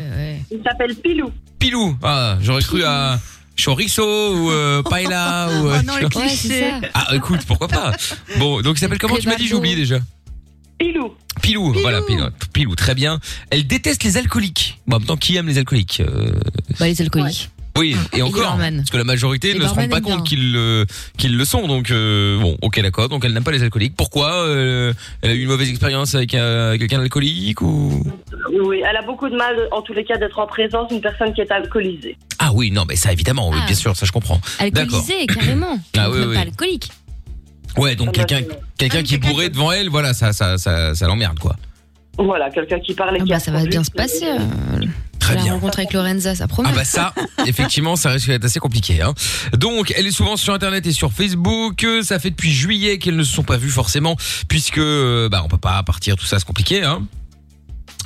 L: Il s'appelle Pilou.
B: Pilou. Ah, j'aurais cru à chorizo ou euh, paella ou. euh,
L: Oh non, le
B: tu vois.
L: cliché. Ouais, c'est ça.
B: ah, écoute, pourquoi pas. Bon, donc il s'appelle comment Tu m'as dit,
L: Crevato.
B: j'oublie déjà.
L: Pilou.
B: Pilou, voilà, Pilou, Pilou, très bien. Elle déteste les alcooliques. Bon, en même temps, qui aime les alcooliques Euh,
E: Bah, les alcooliques.
B: Oui, et encore,
E: barman.
B: parce que la majorité
E: Les
B: ne se rend
E: barman
B: pas
E: aiment
B: compte
E: bien.
B: qu'ils le, qu'ils le sont. Donc euh, bon, ok, d'accord. Donc elle n'aime pas les alcooliques. Pourquoi euh, Elle a eu une mauvaise expérience avec euh, quelqu'un d'alcoolique ou
L: Oui, oui, elle a beaucoup de mal, en tous les cas, d'être en présence d'une personne qui est alcoolisée.
B: Ah oui, non, mais ça évidemment, oui,
E: Ah.
B: bien sûr, ça je comprends. D'accord.
E: Alcoolisée, Eh, carrément.
B: Ah
E: Donc,
B: oui,
E: même
B: oui.
E: pas alcoolique.
B: Ouais, donc
L: Ah bah,
B: quelqu'un quelqu'un qui est bourré devant elle, voilà, ça ça ça, ça l'emmerde quoi.
L: Voilà, quelqu'un qui parle et qui
E: Ah bah, Ça va bien se passer. euh, La rencontre avec Lorenza, ça promet.
B: Ah bah ça, effectivement, ça risque d'être assez compliqué. Hein. Donc, elle est souvent sur Internet et sur Facebook. Euh, Ça fait depuis juillet qu'elles ne se sont pas vues forcément, puisque euh, bah on peut pas partir, tout ça, c'est compliqué. Hein.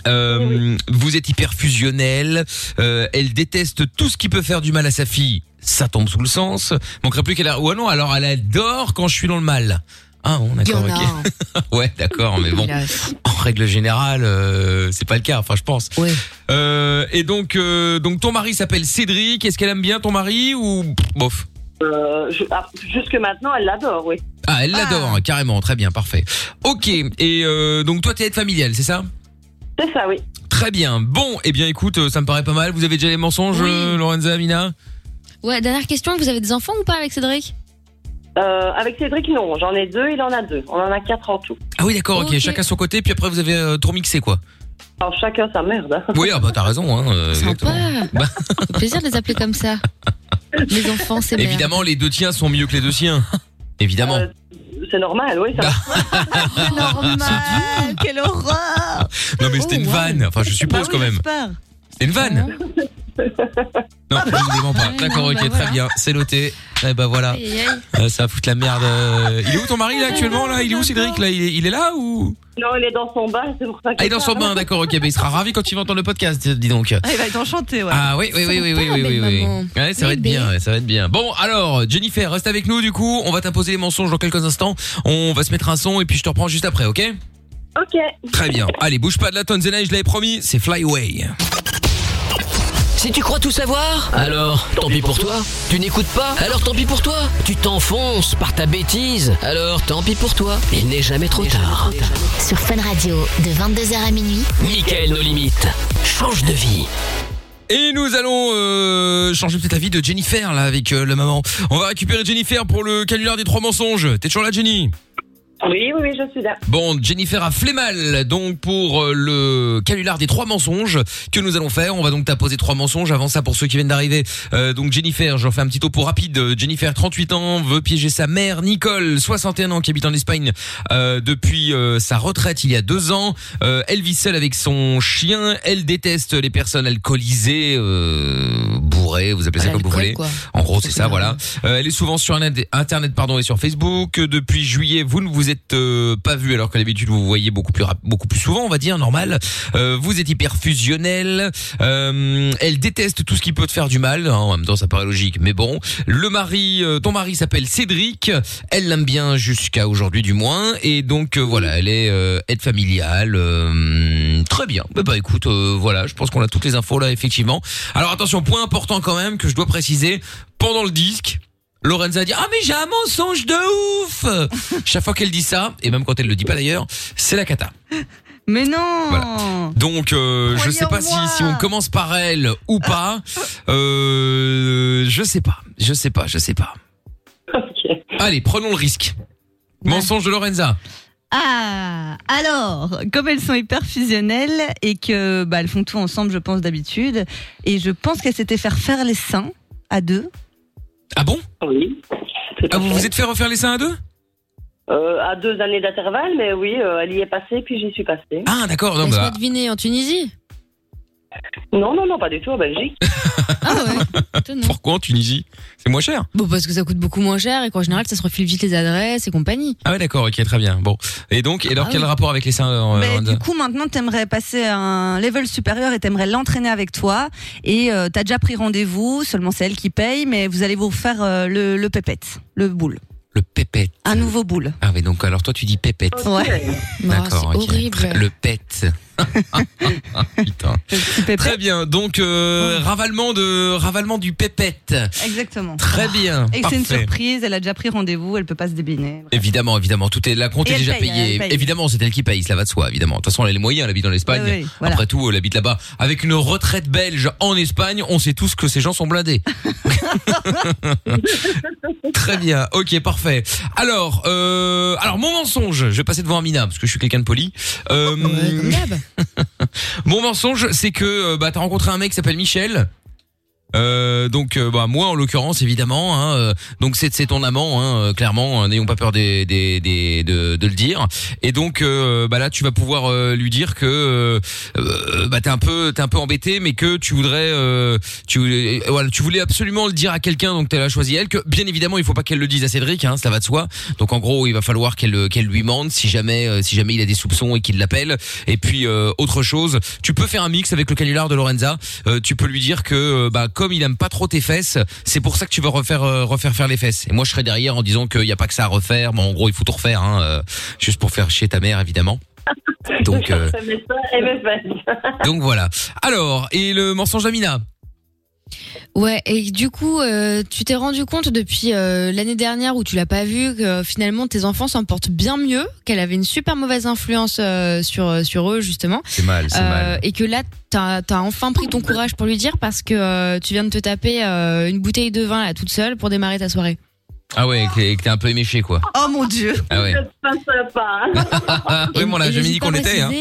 B: Euh, Vous êtes hyper fusionnel. Euh, elle déteste tout ce qui peut faire du mal à sa fille. Ça tombe sous le sens. Manquerait plus qu'elle a. Ouais non, alors elle adore quand je suis dans le mal. Ah bon,
E: Il y
B: d'accord,
E: en a
B: ok. ouais, d'accord, mais bon, en règle générale, euh, c'est pas le cas. Enfin, je pense. Euh, et donc, euh, donc ton mari s'appelle Cédric. Est-ce qu'elle aime bien ton mari ou bof
L: Euh, je- ah, jusque maintenant, elle l'adore, oui.
B: Ah, elle l'adore, carrément, très bien, parfait. Ok, et euh, donc toi, t'es aide familiale, c'est ça
L: C'est ça, oui.
B: Très bien. Bon, eh bien, écoute, euh, ça me paraît pas mal. Vous avez déjà les mensonges, euh, Lorenza, Amina
E: Ouais, dernière question, vous avez des enfants ou pas avec Cédric
L: Euh, avec Cédric, non. J'en ai deux, il en a deux. On en a quatre en tout.
B: Ah oui, d'accord, ok, chacun son côté, puis après, vous avez euh, trop mixé, quoi.
L: Alors chacun sa merde. hein.
B: Oui, ah bah, t'as raison, hein. euh, exactement.
E: Pas. Au plaisir de les appeler comme ça. Les enfants, c'est merde.
B: Évidemment,
L: euh,
B: les deux tiens sont mieux que les deux siens. Évidemment.
L: C'est normal, oui. Ça...
E: Ah,
H: normal, quelle horreur
B: non, mais
L: Oh,
B: c'était une vanne. Enfin, Ah, je
E: Bah
B: suppose quand même. C'est une vanne. Non, visiblement pas. D'accord, ok, très bien. C'est noté. Et bah voilà.
L: Aïe, aïe.
B: Euh, Ça va foutre la merde. euh. Il est où ton mari là actuellement là Il est où Cédric là il est, il est là ou
L: Non, il est dans son bain, c'est pour ça que.
B: Ah, il est dans son bain, d'accord, ok. Bah, il sera ravi quand il va entendre le podcast, dis donc.
H: Ah, il va être enchanté, ouais.
B: Ah oui, oui, oui, oui, oui, oui, oui, oui. Ouais, ça va être bien, ouais, ça va être bien. Bon, alors, Jennifer, reste avec nous du coup. On va t'imposer les mensonges dans quelques instants. On va se mettre un son et puis je te reprends juste après, ok
L: Ok.
B: Très bien. Allez, bouge pas de la tonne, Zena, je l'avais promis, c'est Fly Away.
A: Si tu crois tout savoir, alors tant pis pour toi. Tu n'écoutes pas, alors tant pis pour toi. Tu t'enfonces par ta bêtise, alors tant pis pour toi. Il n'est jamais trop tard.
G: Sur Fun Radio, de 22h à minuit.
A: Michael nos limites. Change de vie.
B: Et nous allons euh, changer peut-être la vie de Jennifer là avec euh, la maman. On va récupérer Jennifer pour le canular des trois mensonges. T'es toujours là Jenny
L: Oui, oui, oui, je suis là.
B: Bon, Jennifer a fait mal donc pour euh, le canular des trois mensonges que nous allons faire. On va donc t'apposer trois mensonges. Avant ça, pour ceux qui viennent d'arriver, euh, donc Jennifer, je refais un petit topo rapide. Euh, Jennifer, 38 ans, veut piéger sa mère Nicole, 61 ans, qui habite en Espagne euh, depuis euh, sa retraite il y a deux ans. Euh, elle vit seule avec son chien. Elle déteste les personnes alcoolisées, euh, bourrées, vous appelez ça comme vous voulez.
M: quoi.
B: En gros, c'est ça, voilà. Euh, elle est souvent sur Internet- Internet pardon, et sur Facebook. Euh, Depuis juillet, vous ne vous êtes euh, pas vu, alors que d'habitude, vous vous voyez beaucoup plus, rap- beaucoup plus souvent, on va dire, normal. Euh, vous êtes hyper fusionnel. Euh, elle déteste tout ce qui peut te faire du mal. hein, en même temps, ça paraît logique, mais bon. Le mari, euh, ton mari s'appelle Cédric. Elle l'aime bien jusqu'à aujourd'hui, du moins. Et donc, euh, voilà, elle est euh, aide familiale. euh, très bien. Bah, bah écoute, euh, voilà, je pense qu'on a toutes les infos là, effectivement. Alors attention, point important quand même que je dois préciser. Pendant le disque, Lorenza dit Ah mais j'ai un mensonge de ouf Chaque fois qu'elle dit ça, et même quand elle le dit pas d'ailleurs, c'est la cata.
H: Mais non
B: Donc euh, je
H: Croyez
B: sais
H: en
B: pas si,
H: moi.
B: si on commence par elle ou pas. Euh, je sais pas, je sais pas, je sais pas. Allez, prenons le risque. Mensonge de Lorenza.
H: Ah, alors, comme elles sont hyper fusionnelles et que bah, elles font tout ensemble, je pense d'habitude, et je pense qu'elles s'étaient faire faire les seins à deux.
B: Ah bon
L: Oui.
B: Ah vous vous êtes fait refaire les seins à deux
L: Euh, à deux années d'intervalle, mais oui, euh, elle y est passée, puis j'y suis passée.
B: Ah d'accord, non bah,
E: deviner, en Tunisie
L: Non, non, non, pas du tout, en Belgique.
B: pourquoi en Tunisie C'est moins cher.
E: Bon, parce que ça coûte beaucoup moins cher et qu'en général, ça se refile vite les adresses et compagnie.
B: Ah ouais d'accord, ok très bien. Bon et donc et alors
E: Ah
B: quel
E: oui.
B: rapport avec les seins euh,
H: Mais
B: Lorenza
H: du coup, maintenant, t'aimerais passer à un level supérieur et t'aimerais l'entraîner avec toi. Et euh, t'as déjà pris rendez-vous, seulement c'est elle qui paye, mais vous allez vous faire euh, le, le pépette, le boule.
B: Le pépette.
H: Un nouveau boule.
B: Ah mais donc alors toi tu dis pépette.
H: Ouais.
B: D'accord, ok. Très- Le pète.
H: Putain.
B: Très bien. Donc euh, ravalement de ravalement du pépette.
H: Exactement.
B: Très bien.
H: Et que c'est une
B: Parfait.
H: surprise, elle a déjà pris rendez-vous, elle peut pas se débiner.
B: Évidemment, évidemment, tout est la compte
H: Et
B: est
H: elle
B: déjà
H: paye,
B: payée.
H: elle paye.
B: Évidemment, c'est elle qui paye, cela va de soi. Évidemment, de toute façon, elle a les moyens, elle habite en Espagne.
H: Oui, oui, voilà.
B: Après tout, elle habite là-bas avec une retraite belge en Espagne. On sait tous que ces gens sont blindés. Très bien, ok, parfait. Alors, euh, alors mon mensonge, je vais passer devant Amina parce que je suis quelqu'un de poli. Euh, mon mensonge, c'est que euh, bah, t'as rencontré un mec qui s'appelle Michel. Euh, donc euh, bah, moi en l'occurrence évidemment hein, euh, donc c'est c'est ton amant hein, euh, clairement euh, n'ayons pas peur des, des, des- de, de le dire et donc euh, bah là tu vas pouvoir euh, lui dire que euh, euh, bah t'es un peu t'es un peu embêté mais que tu voudrais euh, tu voulais- euh, voilà tu voulais absolument le dire à quelqu'un donc t'as choisi elle que bien évidemment il faut pas qu'elle le dise à Cédric hein, ça va de soi donc en gros il va falloir qu'elle euh, qu'elle lui mente si jamais euh, si jamais il a des soupçons et qu'il l'appelle et puis euh, autre chose tu peux faire un mix avec le canular de Lorenza Euh, tu peux lui dire que euh, bah comme il aime pas trop tes fesses c'est pour ça que tu vas refaire euh, refaire faire les fesses et moi je serai derrière en disant qu'il y a pas que ça à refaire bon en gros il faut tout refaire hein, euh, juste pour faire chier ta mère évidemment donc euh,
L: Je cherche mes seins et mes fesses.
B: donc voilà alors et le mensonge d'Amina
E: Ouais, et du coup, euh, tu t'es rendu compte depuis euh, l'année dernière où tu l'as pas vu que euh, finalement tes enfants s'en portent bien mieux, qu'elle avait une super mauvaise influence euh, sur euh, sur eux justement. Euh,
B: C'est mal, c'est mal.
E: Et que là, t'as as enfin pris ton courage pour lui dire parce que euh, tu viens de te taper euh, une bouteille de vin là toute seule pour démarrer ta soirée.
B: Ah ouais, et que- et que t'es un peu éméché, quoi.
E: Oh mon dieu.
B: Ah ouais.
L: pas sympa.
B: Ah, oui, bon, on l'a jamais dit qu'on l'était, hein.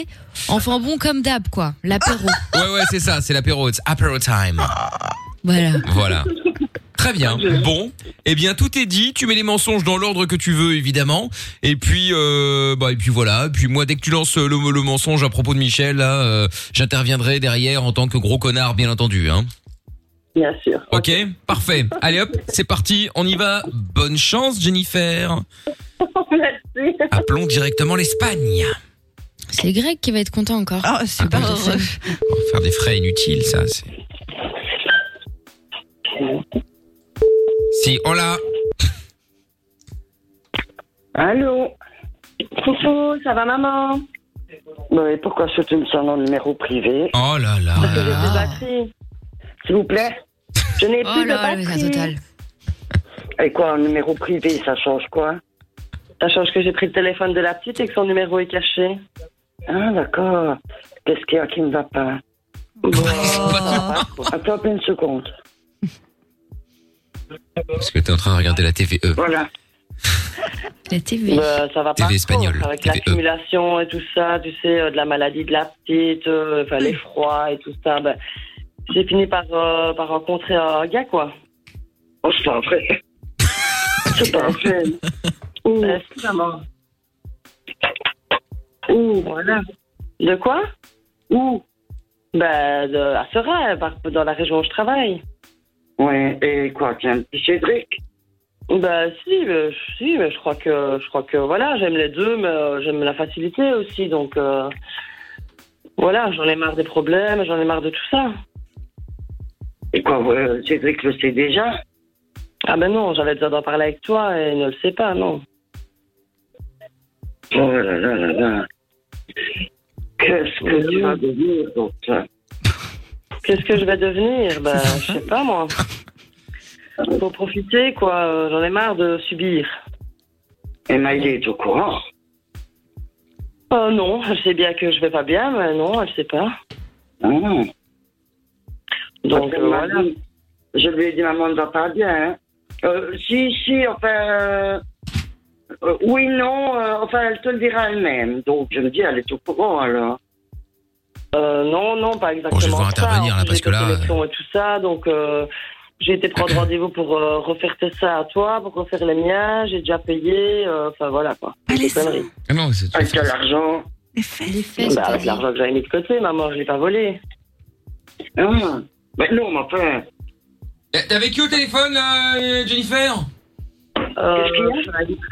E: Enfin bon, comme d'hab quoi, l'apéro.
B: Ouais, ouais, c'est ça, c'est l'apéro, it's apéro time.
E: voilà.
B: Voilà. Très bien. Bon, eh bien tout est dit. Tu mets les mensonges dans l'ordre que tu veux, évidemment. Et puis, euh, bah et puis voilà. Et puis moi, dès que tu lances le, le mensonge à propos de Michel, là, euh, j'interviendrai derrière en tant que gros connard, bien entendu. Hein.
L: Bien sûr.
B: Ok, parfait. Allez hop, c'est parti. On y va. Bonne chance, Jennifer.
L: Merci.
B: Appelons directement l'Espagne.
E: C'est Greg qui va être content encore. Oh, super
B: heureux. Faire des frais inutiles, ça. c'est- Si, on l'a.
L: Allô Coucou, ça va maman
M: Mais pourquoi ce tu me sors dans le numéro privé
B: Oh là là
M: Parce que j'ai plus de batterie. S'il vous plaît. Je n'ai
E: Oh
M: plus
E: là
M: de
E: là,
M: batterie.
E: la totale.
M: Et quoi, un numéro privé, ça change quoi
L: Ça change que j'ai pris le téléphone de la petite et que son numéro est caché.
M: Ah, d'accord. Qu'est-ce qu'il y a qui ne va pas Hein
L: Oh.
M: Attends une seconde.
B: Parce que t'es en train de regarder la E. TVE.
M: Voilà.
E: La TV.
L: Euh, ça va
B: TV
L: pas.
B: espagnole,
L: Avec
B: TVE.
L: l'accumulation et tout ça, tu sais, euh, de la maladie de la petite, euh, enfin, l'effroi et tout ça, ben, j'ai fini par, euh, par rencontrer un gars, quoi.
M: Oh, c'est pas vrai. c'est pas vrai.
L: Euh, si, maman. Où voilà. De quoi Où Ben, de, à Sera, par- dans la région où je travaille.
M: Ouais, et quoi, tiens, petit Cédric
L: Ben, si, ben, si, ben, je crois que, je crois que, voilà, j'aime les deux, mais euh, j'aime la facilité aussi, donc, euh, voilà, j'en ai marre des problèmes, j'en ai marre de tout ça.
M: Et quoi, euh, Cédric le sait déjà
L: Ah ben non, j'avais besoin d'en parler avec toi et il ne le sait pas, non.
M: Oh là là là là. Qu'est-ce que tu vas devenir, donc, euh, ça
L: Qu'est-ce que je vais devenir Ben, je sais pas, moi. Faut profiter, quoi, euh, j'en ai marre de subir.
M: Et Maïlé est au courant
L: Oh non, elle sait bien que je vais pas bien, mais non, elle sait pas.
B: Ah.
M: Non.
L: Donc,
M: Parce que
L: euh, voilà.
M: maman, Je lui ai dit, maman ne va pas bien. hein. Euh, si, si, enfin. euh, euh, oui, non, euh, enfin, elle te le dira elle-même. Donc, je me dis, elle est au courant alors.
L: Euh, non, non, pas exactement.
M: je vais devoir
L: ça. hein,
M: intervenir, là,
L: J'ai
M: parce
L: des
M: que là,
L: connexions Et tout ça, donc euh, j'ai été prendre rendez-vous pour euh, refaire tout ça à toi, pour refaire les miens, j'ai déjà payé, euh, enfin voilà quoi. Conneries.
B: Ah Non, c'est
M: Avec de l'argent.
L: Bah, avec l'argent que j'avais mis de côté, maman, je l'ai pas volé.
M: Ah, mais non, mais enfin.
B: Eh, T'es avec qui au téléphone, là, euh, Jennifer
L: Euh,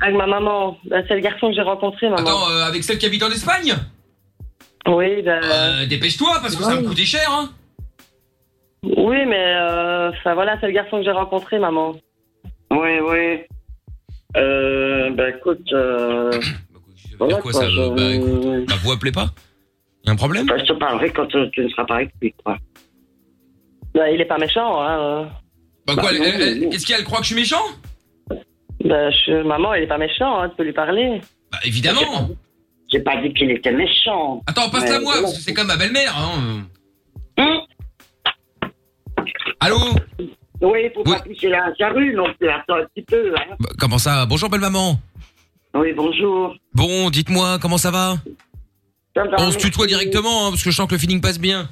L: avec ma maman, Bah, c'est le garçon que j'ai rencontré, maman.
B: Attends, euh, avec celle qui habite en Espagne
L: Oui,
M: bah,
L: ben.
B: Euh, Dépêche-toi, parce que ça me coûtait cher, hein
L: Oui, mais euh, enfin voilà, c'est le garçon que j'ai rencontré, maman.
M: Oui, oui. Euh, bah, écoute. Euh...
B: Dire Bah, quoi, ça euh, Bah, écoute, bah, vous appelez pas Y'a un problème
M: Je te parlerai quand euh, tu ne seras pas avec lui, quoi.
L: Bah, il est pas méchant, hein. euh.
B: Bah, quoi, elle- elle- elle- qu'est-ce qu'elle croit que je suis méchant
L: Bah, je- maman, il est pas méchant, hein, tu peux lui parler.
B: Bah, évidemment
M: J'ai pas dit qu'il était méchant.
B: Attends, passe-la moi, parce que c'est comme ma belle-mère, hein
M: Mmh.
B: Allô
M: Oui, faut pas toucher la charrue non plus. Attends un petit peu, hein.
B: Bah, Comment ça Bonjour, belle-maman
M: Oui, bonjour.
B: Bon, dites-moi, comment ça va
M: Ça va,
B: On se
M: merci.
B: tutoie directement, hein, parce que je sens que le feeling passe bien.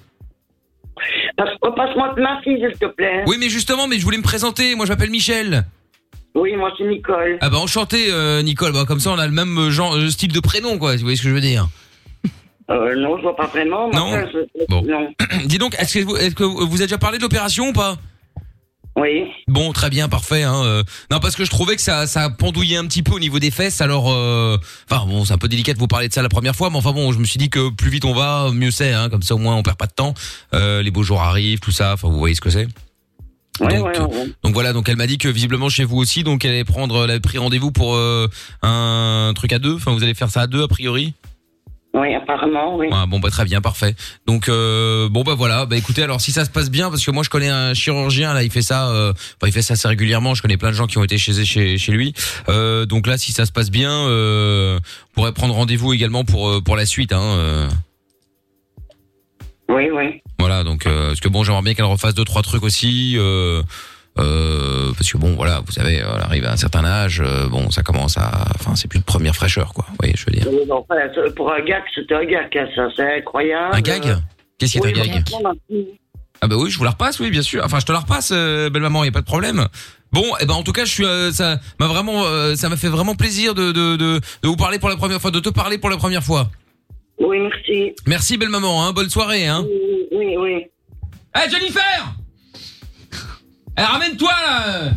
M: Passe- oh, Passe-moi ma fille, s'il te plaît.
B: Oui, mais justement, mais je voulais me présenter, moi je m'appelle Michel
M: Oui, moi, c'est Nicole.
B: Ah bah enchanté euh, Nicole, bah, comme ça on a le même euh, genre, euh, style de prénom quoi, si vous voyez ce que je veux dire.
M: Euh, non, je vois pas vraiment. mais
B: Non.
M: enfin, je-
B: Bon.
M: Non.
B: Dis donc, est-ce que, vous- est-ce que vous avez déjà parlé de l'opération ou pas
M: Oui.
B: Bon, très bien, parfait. Hein, euh. Non, parce que je trouvais que ça, ça pendouillait un petit peu au niveau des fesses. Alors, euh, enfin bon, c'est un peu délicat de vous parler de ça la première fois, mais enfin bon, je me suis dit que plus vite on va, mieux c'est. Hein, comme ça, au moins, on perd pas de temps. Euh, les beaux jours arrivent, tout ça. Enfin, vous voyez ce que c'est.
M: Ouais,
B: donc,
M: ouais, ouais.
B: donc voilà, donc elle m'a dit que visiblement chez vous aussi, donc elle allait prendre, elle avait pris rendez-vous pour euh, un truc à deux. Enfin, vous allez faire ça à deux a priori.
M: Ouais, Oui, apparemment, oui.
B: Ouais, bon bah très bien, parfait. Donc euh, bon bah voilà, bah écoutez alors si ça se passe bien parce que moi je connais un chirurgien là, il fait ça, euh, enfin, il fait ça assez régulièrement. Je connais plein de gens qui ont été chez chez, chez lui. Euh, donc là si ça se passe bien, euh, on pourrait prendre rendez-vous également pour euh, pour la suite. Hein, euh.
M: Oui, oui.
B: Voilà donc euh, parce que bon j'aimerais bien qu'elle refasse deux trois trucs aussi. Euh, euh, parce que bon voilà vous savez elle arrive à un certain âge euh, bon ça commence à enfin c'est plus de première fraîcheur quoi vous voyez je veux dire
M: Mais bon, voilà, Euh, c'est- pour un gag, c'était un gag, hein, ça, c'est incroyable. Euh,
B: un gag qu'est-ce qui est
M: bah, Oui,
B: un gag
M: franchement, ma-
B: Ah bah oui, je vous la repasse, oui, bien sûr. Enfin, je te la repasse, euh, belle maman, y a pas de problème. Bon, eh ben en tout cas, je suis, euh, ça m'a vraiment, euh, ça m'a fait vraiment plaisir de, de de de vous parler pour la première fois, de te parler pour la première fois.
M: Oui, merci.
B: Merci, belle maman. Hein, bonne soirée. Hein.
M: Oui, oui, oui.
B: Eh Jennifer Eh, ramène-toi là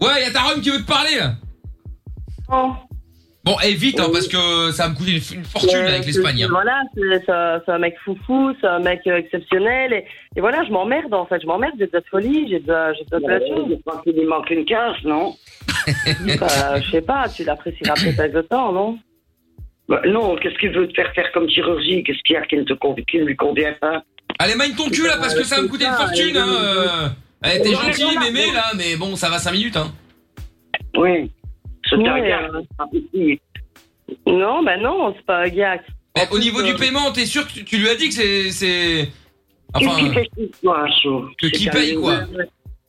B: Ouais, y a ta Rome qui veut te parler là.
M: Oh.
B: Bon, eh vite, hein, parce que ça va me coûter une, une fortune
L: Euh,
B: avec l'Espagne.
L: c'est-
B: hein.
L: Voilà, c'est c'est un, c'est un mec foufou, c'est un mec euh, exceptionnel. Et, et voilà, je m'emmerde en fait, je m'emmerde, j'ai de la folie, j'ai de la j'ai de la
M: Ouais, je pense qu'il lui manque une case, non
L: Bah, Je sais pas, tu l'apprécieras peut-être avec le temps, non
M: Bah, non, qu'est-ce qu'il veut te faire faire comme chirurgie Qu'est-ce qu'il y a qui ne, te conv- qui ne lui convient pas
B: Allez, manie ton cul là, parce que ça va me coûter une fortune. Hein, euh. Eh, t'es gentil, mémé là, mais bon, ça va 5 minutes. Hein.
M: Oui. hein, C'est
L: Ouais,
M: un gag.
L: euh, Non, bah non, c'est pas un gag.
B: Mais au niveau du paiement, t'es sûr que tu, tu lui as dit que c'est- c'est.
L: Qu'est-ce qu'il fait
B: que qui paye quoi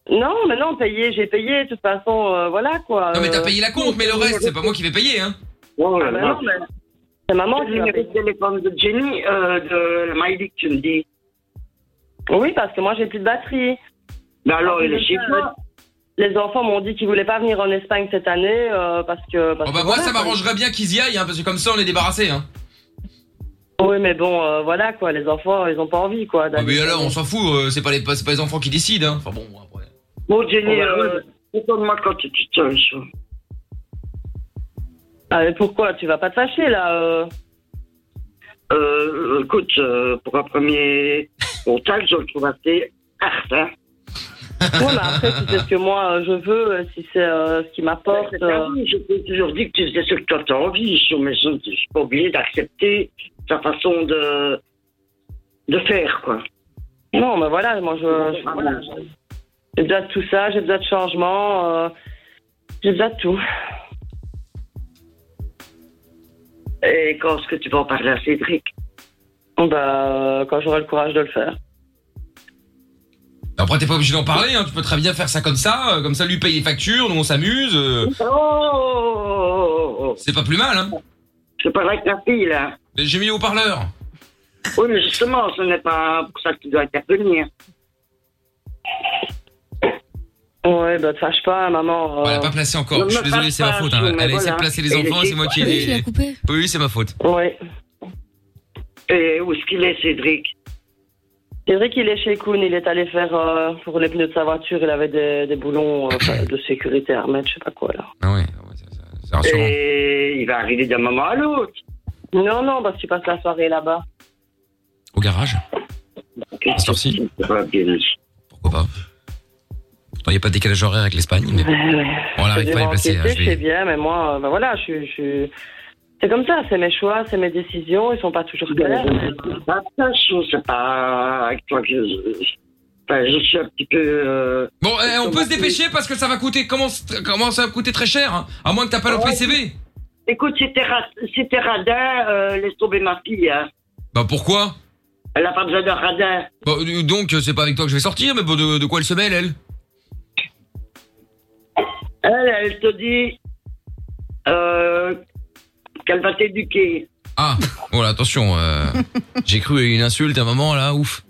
L: Non, mais non, payé, j'ai payé, de toute façon, euh, voilà quoi.
B: Non mais t'as
L: Euh,
B: payé la compte, mais le reste, c'est pas moi qui vais payer, hein.
M: ben
L: Ah, bah non, mais C'est maman
M: le
L: qui l'a
M: numéro de téléphone de Jenny, euh, de Maïli que tu me dis.
L: Oui, parce que moi j'ai plus de batterie.
M: Mais Ben
L: Ah,
M: alors, il est chez toi.
L: Les enfants m'ont dit qu'ils voulaient pas venir en Espagne cette année euh, parce que. parce
B: Bon bah
L: que
B: moi
L: voilà,
B: ça
L: quoi.
B: m'arrangerait bien qu'ils y aillent, hein, parce que comme ça on est débarrassé, hein.
L: Oui, mais bon, euh, voilà quoi, les enfants ils ont pas envie quoi.
B: Ah,
L: d'aller-
B: Mais alors on s'en fout, euh, c'est pas les c'est pas les enfants qui décident, hein. Enfin bon.
M: Bon, Jenny,
L: Bon, bah,
M: euh, donne-moi quand tu te tiens, ça.
L: Ah, mais pourquoi Tu vas pas te fâcher là euh
M: Euh, écoute, euh, pour un premier contact, je le trouve assez hard, hein.
L: Ouais, mais après, si c'est ce que moi euh, je veux, euh, si c'est euh, ce qui m'apporte.
M: Ben,
L: euh.
M: C'est ta vie, Je t'ai toujours dit que tu faisais ce que toi t'as envie, je- mais je je suis pas obligé d'accepter sa façon de, de faire, quoi. Ah,
L: Non, mais voilà, moi je. je- voilà, je- J'ai besoin de tout ça, j'ai besoin de changement, euh, j'ai besoin de tout.
M: Et quand est-ce que tu vas en parler à Cédric
L: Bah, euh, quand j'aurai le courage de le faire.
B: Après t'es pas obligé d'en parler, hein. Tu peux très bien faire ça comme ça, euh, comme ça lui paye les factures, nous on s'amuse. euh.
M: Oh!
B: C'est pas plus mal, hein.
M: Je parle avec ta fille, là.
B: Mais J'ai mis au parleur.
M: Oui, mais justement, ce n'est pas pour ça que tu dois intervenir.
L: Ouais, bah te fâche pas, maman. euh.
B: On l'a pas placé encore.
L: Non,
B: Je suis
L: mais
B: désolé,
L: passe
B: c'est ma
L: pas,
B: faute. Hein.
L: mais
B: Elle essaie
L: voilà.
B: de placer les
L: Et
B: enfants,
L: les
B: c'est moi qui
L: étoiles.
B: les.
L: Oui, tu l'as coupé.
B: Oui, c'est ma faute.
L: Ouais.
M: Et où est-ce qu'il est, Cédric
L: Cédric, il est chez Kuhn, il est allé faire euh, pour les pneus de sa voiture, il avait des, des boulons euh, de sécurité à remettre, je sais pas quoi là.
B: Ah ouais,
M: Et il va arriver d'un moment à l'autre.
L: Non, non, parce que tu passes la soirée là-bas.
B: Au garage
M: Sursis
B: Pourquoi pas Pourtant, y a pas de décalage horaire avec l'Espagne, mais. Bon, on
L: Je
B: n'arrive pas à les placer. hein,
L: encaisser,
B: je
L: je
B: vais-
L: sais bien, mais moi, euh, ben voilà, je suis. je suis- C'est comme ça, c'est mes choix, c'est mes décisions, ils sont pas toujours clairs.
M: C'est pas ça, je trouve, c'est pas avec toi que je... Enfin, je suis un petit peu... euh,
B: Bon, eh, on peut se dépêcher parce que ça va coûter. Comment, c'est- comment ça va coûter très cher hein À moins que t'appelles au PCV.
M: Écoute, c'était ra- c'était radin, euh, laisse tomber ma fille. Hein.
B: Bah pourquoi
M: Elle a pas besoin d'un radin.
B: Bah, euh, Donc, euh, c'est pas avec toi que je vais sortir, mais bon, de, de quoi elle se mêle, elle
M: Elle, elle te dit euh, qu'elle va t'éduquer.
B: Ah, bon là, attention. euh, J'ai cru à une insulte à un moment, là, ouf.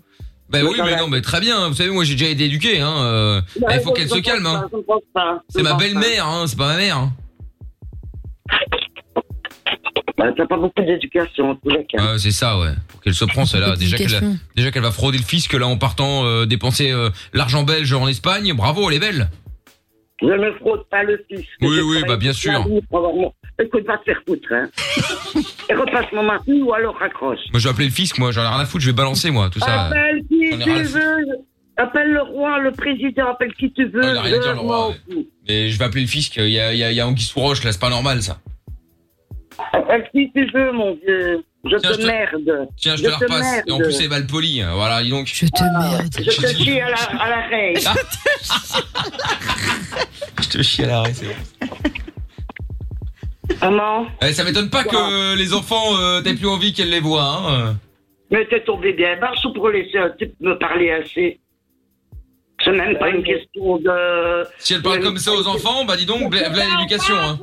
B: Bah oui, mais non, mais très bien. Vous savez, moi, j'ai déjà été éduqué. Hein, euh,
L: Bah,
B: eh, faut qu'elle se calme. hein. C'est ma belle-mère, hein, c'est pas ma mère. hein.
M: Bah,
B: hein.
M: T'as pas beaucoup d'éducation, en tous les cas.
B: Ouais, Ah, c'est ça, ouais. Pour qu'elle se prend, celle-là. Déjà qu'elle a-
M: d'éducation.
B: déjà qu'elle va frauder le fisc, là, en partant euh, dépenser euh, l'argent belge en Espagne. Bravo, elle est belle.
M: Ne me fraude pas le fils.
B: Oui, oui, bah bien sûr.
M: Écoute, va te faire foutre. Hein. Et repasse mon mari ou alors raccroche.
B: Moi, je vais appeler le fisc, moi, j'en ai rien à foutre, je vais balancer, moi, tout ça.
M: Appelle qui
B: on est
M: tu
B: ras-
M: veux. Appelle le roi, le président, appelle qui tu veux.
B: Ah, il a rien à dire, le
M: Euh,
B: roi, ouais. Mais je vais appeler le fisc, il y a, il y a, il y a Anguille sous roche, là, c'est pas normal, ça.
M: Euh, Si tu veux, mon vieux, je
B: Tiens, je
M: te
B: te-
M: merde.
B: Tiens, je te la repasse. Et en plus, c'est mal poli. hein. Voilà, dis donc. Je
E: te merde.
M: Je te chie à la, à la reine.
B: Ah. Je te chie à l'arrêt, c'est bon.
M: Maman,
B: Eh, ça m'étonne pas que les enfants euh, t'aient plus envie qu'elle les voient. Hein.
M: mais t'es tombé bien barre sous pour laisser un type me parler assez. C'est même pas une question de.
B: Si elle parle comme ça aux enfants, bah dis donc, v'là v'là l'éducation. Hein.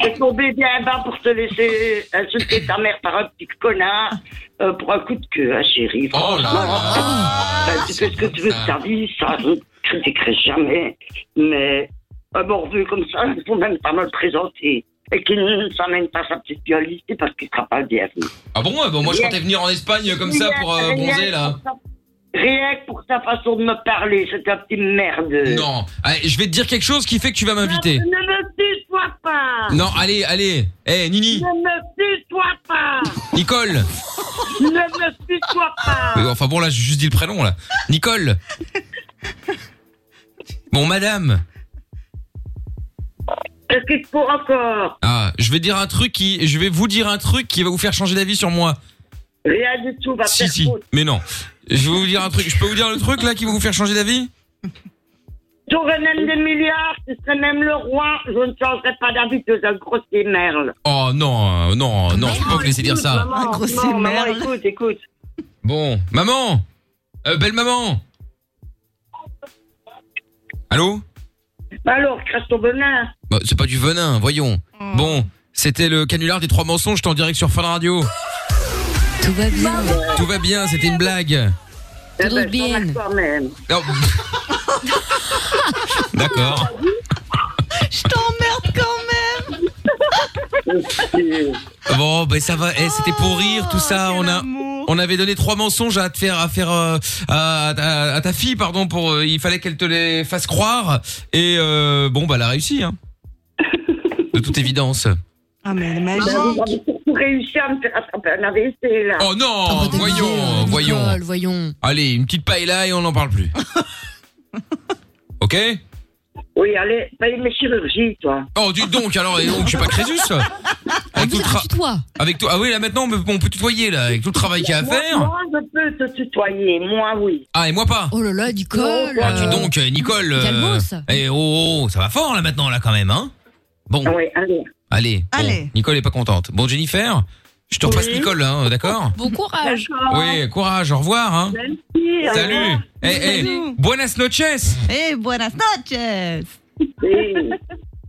M: T'es tombé bien bas pour te laisser insulter ta mère par un petit connard euh, pour un coup de queue, hein, chérie. Oh là là Tu fais ce que tu veux de ta vie, ça, je ne critiquerai jamais. Mais un morveux comme ça, il faut même pas me le présenter. Et qu'il ne s'amène pas sa petite violiste parce qu'il ne sera pas le bienvenu.
B: Ah bon eh, bon, Moi, je
M: Rien-
B: comptais venir en Espagne comme ça
M: rien-
B: pour euh,
M: rien
B: bronzer là.
M: pour sa- Rien que pour sa façon de me parler, c'est un petit merde.
B: Non, Allez, je vais te dire quelque chose qui fait que tu vas m'inviter.
M: Ne me tutoie pas
B: Non, allez, allez. Eh, Nini,
M: Ne me tutoie pas
B: Nicole.
M: Ne me tutoie pas
B: Oui, Enfin bon, là, j'ai juste dit le prénom là. Nicole. Bon, madame.
M: Est-ce qu'il te faut encore
B: Ah, je vais dire un truc qui, je vais vous dire un truc qui va vous faire changer d'avis sur moi.
M: Rien du tout va
B: Si,
M: faire
B: si.
M: faute.
B: Mais non. Je vais vous dire un truc. Je peux vous dire le truc là qui va vous faire changer d'avis
M: J'aurais même des milliards, tu serais même le roi, je ne changerais pas d'avis, tu es un gros merle.
B: Oh non, euh, non, non, je peux pas vous laisser dire ça.
M: Maman, non, maman, écoute, écoute.
B: Bon, maman. Euh, belle maman. Allô
M: Bah alors, crache ton venin.
B: Bah, c'est pas du venin, voyons. Bon, c'était le canular des trois mensonges, t'es en direct sur Fun Radio.
E: Tout va bien.
B: Tout va bien, c'était une blague.
M: Eh ben, je t'en quand même.
B: Non. D'accord.
M: Je t'emmerde quand même.
B: Bon, ben ça va. Eh, c'était pour rire tout ça. On a, on avait donné trois mensonges à te faire, à faire, euh, à, à- à ta fille, pardon. Pour, euh, il fallait qu'elle te les fasse croire. Et euh, bon, bah elle a réussi, hein. De toute évidence.
M: Ah, mais elle est magique. Maman, j'ai surtout réussi à me faire attraper un AVC, là.
B: Oh
M: Ah,
B: non,
M: bah,
B: voyons, voyons.
M: Euh,
E: Nicole, voyons.
B: Allez, une petite paella et on n'en parle plus. ok.
M: Oui, allez, paye mes chirurgies, toi.
B: Oh, dis donc, alors, et donc, je suis pas Crésus Avec tout le tra- Avec tout... Ah oui, là maintenant, on peut, on peut tutoyer, là, avec tout le travail qu'il y a à
M: Moi-
B: faire.
M: Moi, je peux te tutoyer, moi, oui.
B: Ah, et moi pas
E: Oh là là, Nicole.
B: Ah, dis donc, euh, Nicole. euh,
E: Calmos.
B: eh, oh, oh, ça va fort, là, maintenant, là, quand même, hein Bon.
M: allez.
B: Allez. bon,
E: Allez.
B: Nicole est pas contente. Bon, Jennifer, je te repasse Nicole, là, hein, d'accord
E: Bon courage.
B: Oui, courage, au revoir, hein.
H: au
B: Salut.
H: revoir.
B: Eh, eh,
H: Bisous.
B: buenas noches.
H: Eh, buenas noches.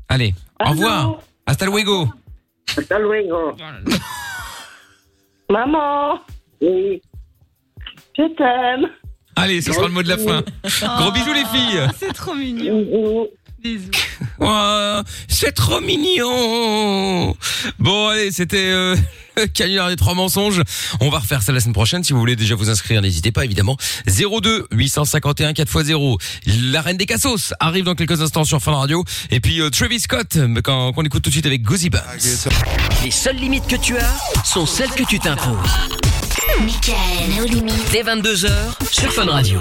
B: Allez, au
H: Allô.
B: revoir. Hasta luego.
M: Hasta luego. Maman. Oui. Je t'aime.
B: Allez, ce sera le mot de la fin. Gros bisous, les filles.
H: C'est trop mignon. Bisous.
B: Oh, c'est trop mignon. Bon, allez, c'était euh, le canular des trois mensonges. On va refaire ça la semaine prochaine. Si vous voulez déjà vous inscrire, n'hésitez pas, évidemment. 02 851 4x0. La reine des cassos arrive dans quelques instants sur Fun Radio. Et puis euh, Travis Scott, mais quand- qu'on écoute tout de suite avec Gozy Banks.
A: Les seules limites que tu as sont celles que tu t'imposes.
G: Michael, nos limites.
A: Dès 22h sur Fun Radio.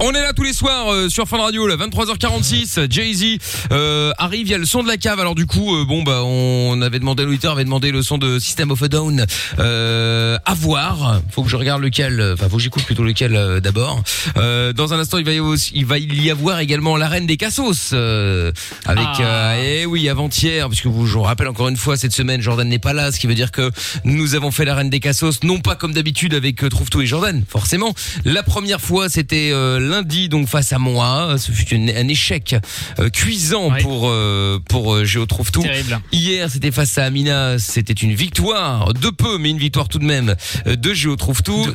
B: On est là tous les soirs euh, sur Fun Radio, là, 23h46. Jay-Z euh, arrive, il y a le son de la cave. Alors du coup, euh, bon bah on avait demandé, l'auditeur avait demandé le son de System of a Down euh, à voir. Faut que je regarde lequel, euh, enfin faut que j'écoute plutôt lequel euh, d'abord.
H: Ah,
B: Euh, dans un instant, il va, y aussi- il va y avoir également la reine des cassos euh, avec euh, eh oui avant-hier, puisque vous, je vous rappelle encore une fois cette semaine, Jordan n'est pas là, ce qui veut dire que nous avons fait la reine des cassos, non pas comme d'habitude avec euh, Trouve tout et Jordan, forcément. La première fois, c'était euh, lundi, donc face à moi, ce fut une- un échec euh, cuisant pour euh, pour euh, Géo Trouve tout. Hier, c'était face à Amina, c'était une victoire de peu, mais une victoire tout de même euh, de Géo Trouve tout.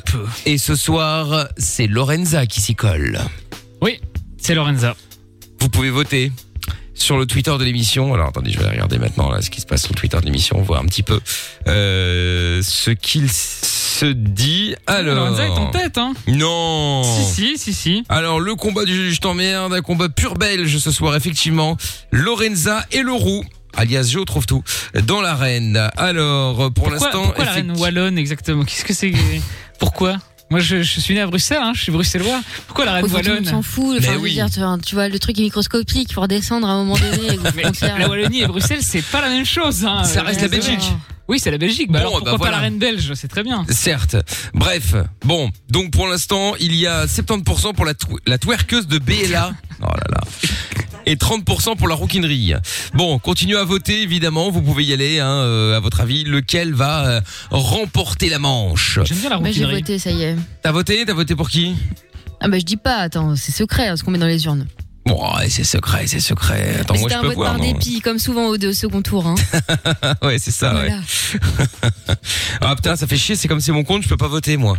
B: Et ce soir, c'est Lorenza qui s'y colle.
D: Oui, c'est Lorenza.
B: Vous pouvez voter sur le Twitter de l'émission. Alors attendez, je vais regarder maintenant là, ce qui se passe sur le Twitter de l'émission, voir un petit peu euh, ce qu'il se dit. Alors,
D: Lorenza est en tête, hein.
B: Non.
D: Si, si, si, si.
B: Alors le combat du je t'emmerde, un combat pur belge ce soir effectivement. Lorenza et Leroux, alias Jo trouve tout, dans l'arène. Alors pour
D: Pourquoi,
B: l'instant,
D: pourquoi la reine wallonne exactement Qu'est-ce que c'est Pourquoi Moi, je, je suis né à Bruxelles, hein, je suis bruxellois. Pourquoi la reine
E: Enfin, tout le monde
D: wallonne
E: s'en fout. Enfin, je veux dire, tu vois, tu vois, le truc est microscopique pour descendre à un moment donné. aux
D: Mais
E: frontières.
D: la Wallonie et Bruxelles, c'est pas la même chose. hein.
B: Ça reste la
D: Ouais,
B: Belgique.
D: c'est vrai. Oui, c'est la Belgique. Bah
B: Bon,
D: alors,
B: bah
D: pourquoi
B: voilà.
D: pas la reine belge C'est très bien.
B: Certes. Bref, bon, donc pour l'instant, il y a 70% pour la, tw- la twerkeuse de BLA. Oh là là. Et 30% pour la rouquinerie. Bon, continuez à voter, évidemment. Vous pouvez y aller, hein, euh, à votre avis. Lequel va euh, remporter la manche
D: J'aime bien la
E: Bah, j'ai voté, ça y est.
B: T'as voté T'as voté pour qui
E: Ah bah je dis pas, attends, c'est secret hein, ce qu'on met dans les urnes.
B: Bon, ouais, c'est secret, c'est secret. Attends,
E: Mais
B: moi
E: C'était
B: je
E: un
B: peux
E: vote
B: voir.
E: par
B: non
E: dépit, comme souvent au, au second tour. Hein.
B: ouais, c'est ça, ouais.
E: Voilà.
B: ah putain, ça fait chier, c'est comme c'est mon compte, je peux pas voter, moi.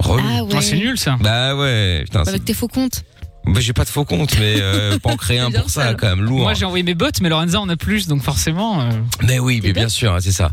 B: Relou.
E: Ah ouais. Ah, c'est nul,
D: ça.
B: Bah ouais, putain. c'est-
E: Avec tes faux comptes.
B: Bah, j'ai pas de faux compte, mais euh, pas en créer un pour ça, quand même, lourd.
D: Moi, j'ai envoyé mes bottes, mais Lorenza en a plus, donc forcément. euh,
B: Mais oui, mais bien sûr, hein, c'est ça.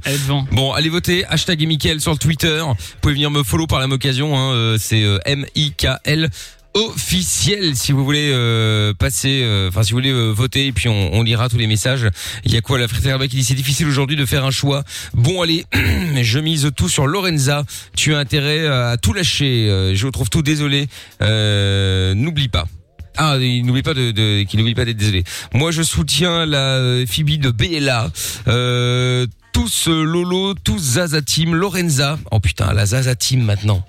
B: Bon, allez voter. Hashtag et Mickaël sur le Twitter. Vous pouvez venir me follow par la même occasion. hein, euh, c'est euh, M-I-K-L officiel si vous voulez euh, passer euh, enfin si vous voulez euh, voter et puis on, on lira tous les messages il y a quoi la frère qui dit c'est difficile aujourd'hui de faire un choix bon allez je mise tout sur Lorenza tu as intérêt à tout lâcher Euh, je retrouve tout désolé Euh, n'oublie pas ah, il n'oublie pas de, de qu'il n'oublie pas d'être désolé. Moi, je soutiens la euh, Phoebe de Bella. Euh, tous euh, Lolo, tous Zaza Team, Lorenza. Oh putain, la Zaza Team maintenant.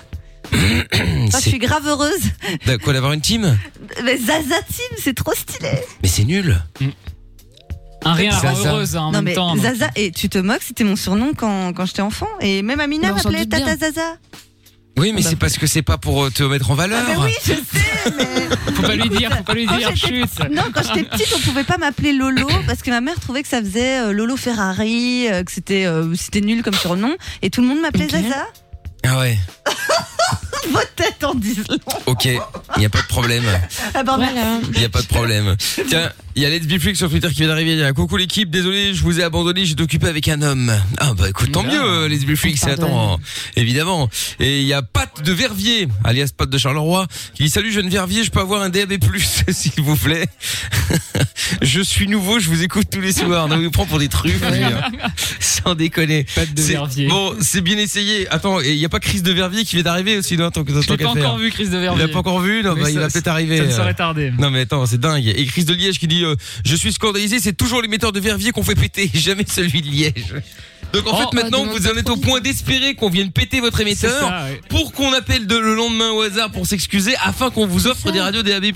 H: Enfin, je
B: Hmm, C'est-
H: suis grave heureuse.
B: De quoi d'avoir une team
H: Mais Zaza Team, c'est trop stylé.
B: Mais c'est nul.
H: Mm.
D: Un rien à la rend
B: Zaza.
D: heureuse hein, en
H: non,
D: même
H: mais
D: temps. donc.
H: Zaza, et tu te moques, c'était mon surnom quand, quand j'étais enfant. Et même Amina
E: Mais on s'en
H: m'appelait
E: doute bien.
H: Tata Zaza.
B: Oui, mais c'est parce que c'est pas pour euh, te mettre en valeur.
H: bah. Ah, mais oui, je sais.
D: Faut pas lui dire, faut pas lui
H: Quand
D: dire,
H: j'étais-
D: chut.
H: Non, quand j'étais petite, on pouvait pas m'appeler Lolo parce que ma mère trouvait que ça faisait euh, Lolo Ferrari, euh, que c'était euh, c'était nul comme surnom. Et tout le monde m'appelait Zaza.
B: Ah ouais.
H: Vos têtes en disent long.
B: Ok, il n'y a pas de problème.
H: Ah, bah,
B: Il n'y a pas de problème. Tiens, il y a Let's Be Freak sur Twitter qui vient d'arriver. Il y a Coucou l'équipe, désolé, je vous ai abandonné, j'étais occupé avec un homme. Ah bah écoute, tant mieux, euh, Let's Be Freak, c'est attends, évidemment. Et il y a Pat de Verviers, alias Pat de Charleroi, qui dit Salut jeune Verviers, je peux avoir un DAB, s'il vous plaît. je suis nouveau, je vous écoute tous les soirs. Non, il vous prend pour des trucs. lui, hein. Sans déconner. Pat
D: de Verviers.
B: Bon, c'est bien essayé. Attends, et il n'y a pas Chris de Verviers qui vient d'arriver aussi, non, tant que
D: Je l'ai pas encore vu, Chris de Verviers.
B: Il l'a pas encore vu, non,
D: Mais
B: bah, il
D: ça-
B: va peut-être arriver.
D: Ça ne saurait
B: euh.
D: tarder.
B: Non mais attends, c'est dingue. Et Chris de Liège qui dit euh, je suis scandalisé, c'est toujours l'émetteur de Verviers qu'on fait péter, jamais celui de Liège. Donc en
D: Oh,
B: fait maintenant
D: ah, donc,
B: vous en êtes au point d'espérer qu'on vienne péter votre émetteur
D: C'est ça, ouais.
B: pour qu'on appelle de, le lendemain au hasard pour s'excuser afin qu'on vous offre des radios DAB+.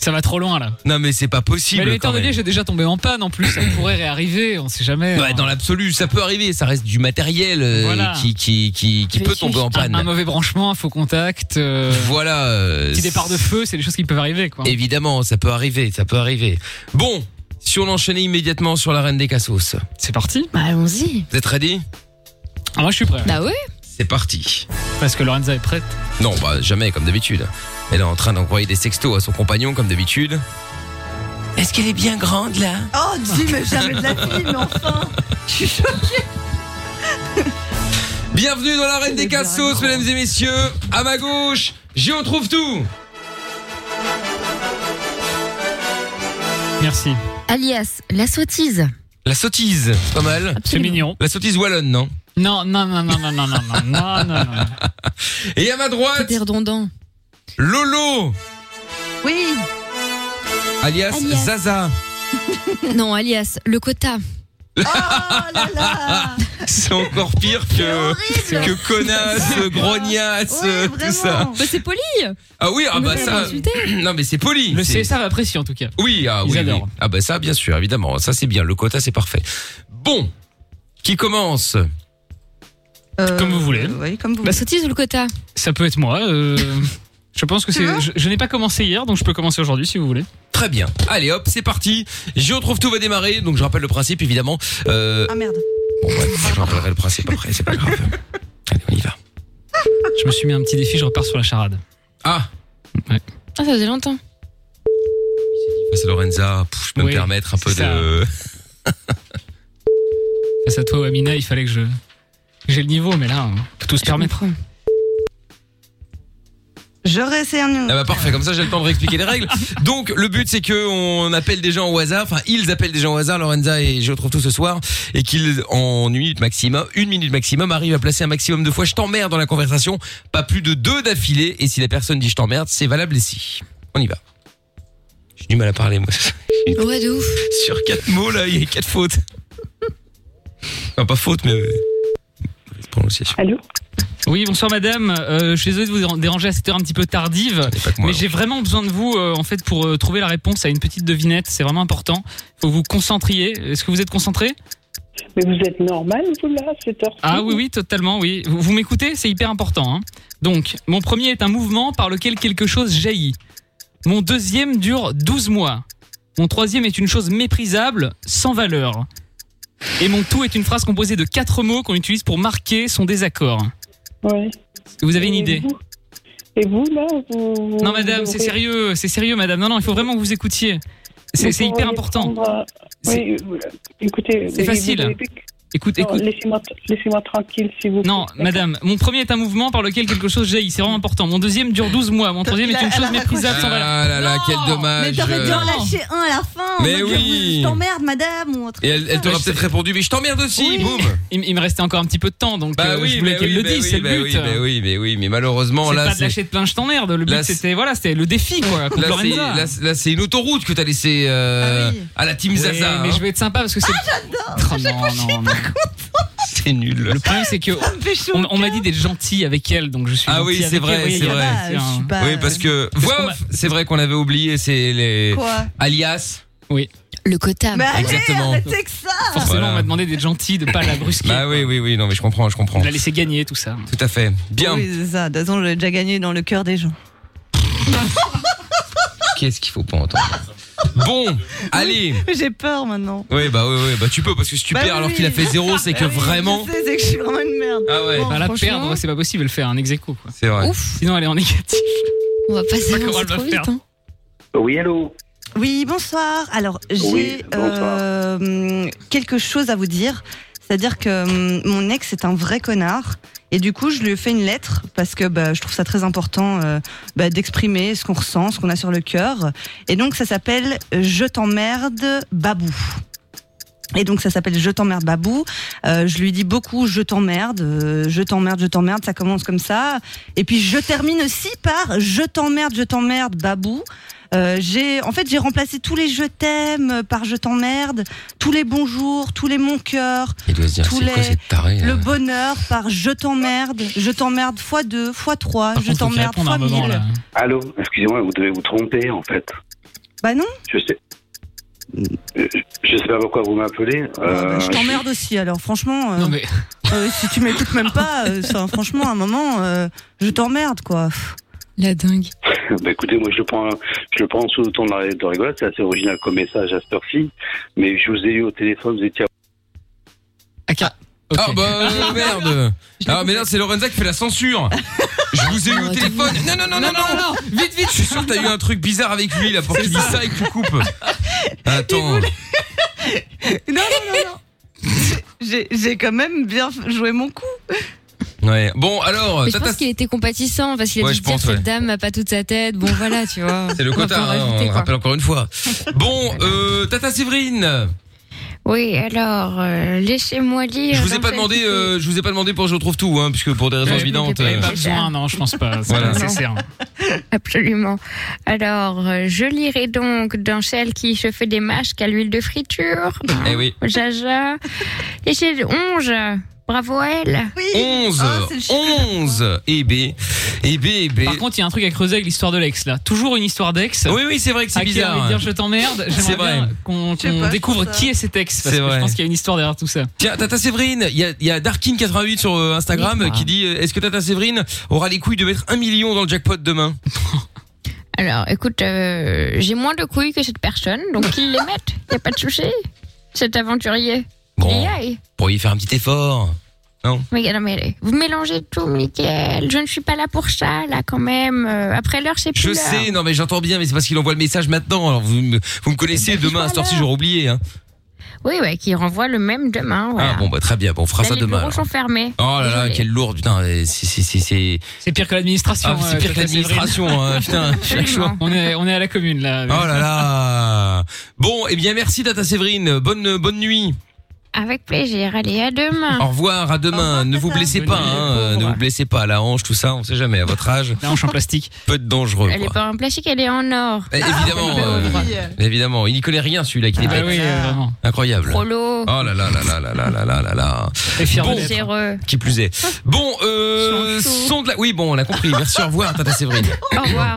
D: Ça va trop loin là.
B: Non mais c'est pas possible.
D: Mais le
B: quand
D: de
B: même. Bah,
D: Liège est déjà tombé en panne en plus, ça pourrait réarriver, on sait jamais. hein.
B: Ouais, dans l'absolu, ça peut arriver, ça reste du matériel euh,
D: Voilà.
B: qui, qui, qui, qui peut tomber en panne.
D: Un, un mauvais branchement, un faux contact. euh,
B: Voilà. euh,
D: Petit départ de feu, c'est des choses qui peuvent arriver quoi.
B: Évidemment, ça peut arriver, ça peut arriver. Bon, si on enchaînait immédiatement sur la reine des cassos.
D: C'est parti.
E: Bah allons-y.
B: Vous êtes ready
D: Ah, moi je suis prêt.
E: Bah oui.
B: C'est parti.
D: Parce que Lorenza est prête.
B: Non, bah jamais, comme d'habitude. Elle est en train d'envoyer des sextos à son compagnon, comme d'habitude. Est-ce qu'elle est bien grande là
H: Oh Dieu, mais jamais de la vie, mais enfin. Je suis choquée.
B: Bienvenue dans la reine des cassos, mesdames et messieurs. À ma gauche, j'y retrouve tout.
D: Merci.
E: Alias, la sottise.
B: La sottise, c'est pas mal.
E: C'est mignon.
B: La sottise wallonne, non
D: Non, non, non, non, non, non, non, non, non, non, non.
B: Et à ma droite,
E: C'était redondant.
B: Lolo,
E: Oui.
B: alias,
E: Alias.
B: Zaza.
E: non, alias, le quota. Oh
B: C'est encore pire que, que connasse, grognasse, tout ça.
E: Bah, c'est poli.
B: Ah oui, ah
E: Mais
B: bah
E: elle
B: ça.
E: m'a insulté.
B: Non mais c'est poli.
D: Le
B: c'est-
D: CSA apprécie en tout cas.
B: Oui, ah
D: Ils
B: oui,
D: adorent.
B: oui. Ah bah ça, bien sûr, évidemment. Ça, c'est bien. Le quota, c'est parfait. Bon. Qui commence
D: Comme vous voulez. Bah,
H: comme vous
E: La sottise ou le quota
D: Ça peut être moi. euh, je pense que c'est. Je, je n'ai pas commencé hier, donc je peux commencer aujourd'hui si vous voulez.
B: Très bien. Allez, hop, c'est parti. J'y retrouve tout va démarrer. Donc, je rappelle le principe, évidemment. Euh,
H: Ah merde.
B: Bon, bref, je rappellerai le principe après. C'est pas grave.
D: Je me suis mis un petit défi, je repars sur la charade.
B: Ah
E: Ah, ça faisait longtemps.
B: Face à Lorenza, pff, je peux
D: Oui,
B: me permettre un peu
D: c'est ça.
B: de.
D: Face à toi, Amina, il fallait que je. hein, que J'ai le niveau, mais là, on peut tout se permettre.
H: J'aurais essayé un nouveau.
B: Ah bah parfait, comme ça j'ai le temps de réexpliquer les rèles. Donc le but c'est que on appelle des gens au hasard, enfin ils appellent des gens au hasard, Lorenza et je retrouve tout ce soir, et qu'ils en une minute maximum, une minute maximum, arrivent à placer un maximum de fois je t'emmerde dans la conversation, pas plus de deux d'affilée, et si la personne dit je t'emmerde, c'est valable ici. On y va. J'ai du mal à parler moi.
E: Ouais, de ouf.
B: Sur quatre mots là, il y a quatre fautes. Enfin pas faute mais euh, mauvaise prononciation.
D: Oui, bonsoir madame. Euh, je suis désolé de vous dé- déranger à cette heure un petit peu tardive, mais j'ai vraiment besoin de vous euh, en fait pour euh, trouver la réponse à une petite devinette. C'est vraiment important. Il faut que vous vous concentriez. Est-ce que vous êtes concentré
K: Mais vous êtes normal, vous, là, à cette heure
D: Ah oui, oui, totalement, oui. Vous, vous m'écoutez C'est hyper important. hein. Donc, mon premier est un mouvement par lequel quelque chose jaillit. Mon deuxième dure 12 mois. Mon troisième est une chose méprisable, sans valeur. Et mon tout est une phrase composée de quatre mots qu'on utilise pour marquer son désaccord.
K: Ouais.
D: Est-ce que vous avez une idée
K: Et vous, là vous,
D: Non, madame, c'est sérieux, c'est sérieux, madame. Non, non, il faut vraiment que vous écoutiez. C'est c'est hyper important.
K: euh, Oui, euh, écoutez.
D: C'est facile. Écoute,
K: écoute. Laissez-moi laissez tranquille, s'il vous plaît.
D: Non, madame, mon premier est un mouvement par lequel quelque chose jaillit, c'est vraiment important. Mon deuxième dure 12 mois, mon troisième
H: Il
D: est
H: a-
D: une
H: elle
D: chose
H: a
D: méprisable sans
H: raccroché.
D: valeur.
B: Ah là là, quel dommage.
H: Mais t'aurais dû en
B: euh,
H: lâcher un à la fin.
B: Mais
H: en mode,
B: oui.
H: Je t'emmerde, madame. Ou un truc
B: Et elle, elle
H: comme
B: t'aura
H: ça.
B: peut-être répondu, mais je t'emmerde aussi, boum
D: Il, il me restait encore un petit peu de temps, donc euh, je voulais
B: bah
D: qu'elle
B: oui,
D: le
B: bah
D: dise,
B: oui,
D: c'est
B: bah
D: le
B: Oui,
D: but.
B: bah oui, mais oui, mais malheureusement,
D: c'est
B: là,
D: pas de lâcher de plein, je t'emmerde.
B: Là,
D: Le but,
B: c'est-
D: c'était voilà, c'était le défi, quoi. contre
B: Là, c'est-
D: Lorenza.
B: là, c'est- là, c'est une autoroute que t'as laissée euh, à la team
D: Ouais,
B: Zaza.
D: Ah mais
B: hein.
D: je vais être sympa parce que c'est.
H: Ah,
D: Oh, non, non, non.
B: C'est nul. Le
D: problème, c'est que on, on m'a dit d'être gentil avec elle, donc je suis.
B: Ah
D: gentil
B: oui,
D: avec
B: c'est
D: elle.
B: vrai,
D: Oui,
B: c'est
D: y a
B: vrai.
D: pas, euh,
B: oui, parce que
D: Parce qu'on
B: Voix off, c'est vrai qu'on avait oublié, c'est les
D: Quoi
B: alias.
D: Oui.
E: Le
B: Bah
E: quota.
D: Mais allez, Exactement. arrêtez
H: que ça
D: Forcément, on m'a demandé d'être gentil, de pas la brusquer.
B: Bah oui, oui, oui, non, mais je comprends, je comprends.
D: de la laisser gagner, tout ça.
B: Tout à fait. Bien.
H: Oui, c'est ça. De toute façon, j'ai déjà gagné dans le cœur des gens.
B: Qu'est-ce qu'il faut pas entendre Bon, allez.
D: Hmm.
H: J'ai peur maintenant.
B: Oui, bah oui, oui, bah tu peux parce que si tu
H: Bah
B: perds alors
H: oui.
B: qu'il a fait zéro, c'est que
H: Bah oui, je
B: vraiment.
H: sais, C'est que je suis vraiment une merde.
B: Ah ouais.
D: Bah, la
H: franchement-
D: perdre, c'est pas possible, elle fait un ex aequo, quoi.
B: C'est vrai.
D: Sinon, elle est en négatif.
E: On va
D: Je sais
E: passer
D: pas comment
E: avancer
D: elle va
E: trop
D: faire.
E: vite. hein.
K: Oui, allô
H: Oui, bonsoir. Alors, j'ai
K: Oui, bonsoir.
H: euh, hum, quelque chose à vous dire. C'est-à-dire que hum, mon ex est un vrai connard. Et du coup, je lui ai fait une lettre parce que bah, je trouve ça très important euh, bah, d'exprimer ce qu'on ressent, ce qu'on a sur le cœur. Et donc, ça s'appelle Je t'emmerde, Babou. Et donc ça s'appelle Je t'emmerde Babou. Euh, je lui dis beaucoup Je t'emmerde, euh, je t'emmerde, je t'emmerde. Ça commence comme ça. Et puis je termine aussi par Je t'emmerde, je t'emmerde Babou. Euh, j'ai en fait j'ai remplacé tous les je t'aime par je t'emmerde, tous les bonjours, tous les mon cœur,
B: Il doit se dire,
H: tous
B: c'est
H: les
B: quoi cette tarée, euh là
H: le bonheur par je t'emmerde, je t'emmerde fois deux, fois trois, je t'emmerde fois mille.
N: Allô, excusez-moi, vous devez vous tromper en fait.
H: Bah non,
N: Je sais. Euh, Je sais pas pourquoi vous m'appelez. Euh,
H: Ah, bah, je t'emmerde aussi alors franchement. euh, euh, si tu m'écoutes même pas, euh, ça, franchement à un moment euh, je t'emmerde quoi.
E: La dingue.
N: bah, écoutez, moi je le prends, je le prends sous le ton de la de la rigolade. C'est assez original comme message à cette heure-ci. Mais je vous ai eu au téléphone, vous étiez.
B: Ah bah euh, merde Ah mais là c'est Lorenza qui fait la censure Je vous ai eu au téléphone Non non non non non
D: Vite vite
B: Je suis sûr que t'as eu un truc bizarre avec lui là pour qu'il dise ça et que tu coupes Attends
H: Non, non, non, non. J'ai- J'ai quand même bien joué mon coup.
B: Ouais bon alors
E: Mais je
B: t'as-
E: pense
B: t'as-
E: qu'il était compatissant parce qu'il a
B: Ouais,
E: dû
B: je
E: se dire
B: pense,
E: cette
B: ouais.
E: dame a pas toute sa tête. Bon voilà, tu vois.
B: c'est le
E: On va
B: quota
E: pas en
B: hein,
E: rajouter,
B: on le
E: quoi.
B: rappelle encore une fois Bon euh, Tata Séverine
O: Oui, alors, euh, laissez-moi dire.
B: Je vous ai
O: en
B: pas
O: fait,
B: demandé euh, je vous ai pas demandé pour je retrouve tout hein puisque pour des raisons
O: Ouais,
B: évidentes
O: mais
B: euh,
O: pas besoin,
D: non je pense pas
O: c'est pas nécessaire. Absolument. Alors, euh, je lirai donc dans celle qui se fait des masques à l'huile de friture.
B: Eh oui
O: Jaja. Et c'est 11. Bravo à elle.
B: 11 11 Et B Et B et B
D: Par contre, il y a un truc à creuser avec l'histoire de l'ex là. Toujours une histoire d'ex.
B: Oui, oui, c'est vrai que c'est
D: À qui
B: bizarre,
D: envie de dire
B: hein.
D: je t'emmerde.
B: C'est
D: J'aimerais
B: vrai.
D: bien qu'on
B: Je sais
D: qu'on
B: pas, je
D: découvre
B: trouve ça.
D: qui est cet ex parce
B: C'est
D: que
B: vrai.
D: je pense qu'il y a une histoire derrière tout ça.
B: Tiens, Tata Séverine, il y a, il y a Darkin88 sur euh, Instagram
D: Oui.
B: qui dit euh, Est-ce que Tata Séverine aura les couilles de mettre un million dans le jackpot demain
O: Alors, écoute, euh, j'ai moins de couilles que cette personne, donc qu'il les mette. Y a pas de souci. Cet aventurier.
B: Bon,
O: Aïe, aïe.
B: pourriez faire un petit effort. Non
O: Mais, non, mais vous mélangez tout, Mickaël. Je ne suis pas là pour ça, là, quand même. Euh, Après l'heure, c'est plus
B: Je
O: l'heure. Eh ben,
B: sais, non mais j'entends bien, mais c'est parce qu'il envoie le message maintenant. Alors vous, me- vous me connaissez, demain à cette heure-ci j'aurais oublié. Hein.
E: Oui, ouais, qui renvoie le même demain.
B: Ah bon, bah très bien, bon, on fera
E: Là,
B: ça
E: les
B: demain.
E: bureaux
B: alors.
E: sont fermés.
B: Oh là là,
E: Désolée.
B: quelle lourde, putain, euh, c'est- c'est- c'est- c'est.
D: C'est pire que l'administration.
B: Ah, c'est
D: euh,
B: pire
D: Tata
B: que l'administration,
D: Séverine.
B: hein, putain, je suis la chouette.
D: on est, on est à la commune là.
B: Oh là là. Bon, eh bien, merci, Tata Séverine. Bonne, bonne nuit.
E: Avec plaisir. Allez, à demain.
B: Au revoir, à demain. ne vous blessez pas, hein, euh, ne vous blessez pas. La hanche, tout ça, on sait jamais. À votre âge.
D: La hanche en plastique.
B: Peut être dangereux,
E: Elle
B: quoi.
E: est pas en plastique, elle est en or. Ah,
B: Eh, évidemment, euh, évidemment. Il y connaît rien, celui-là, qui est
D: Ah
B: bête.
D: oui, euh, vraiment.
B: Incroyable.
E: Prolo.
B: Oh là là là là là là là là là là. Bon.
E: Généreux.
B: Qui plus est. Bon, euh, son de la... Oui, bon, on a compris. Merci, au revoir, Tata Séverine.
E: Au revoir.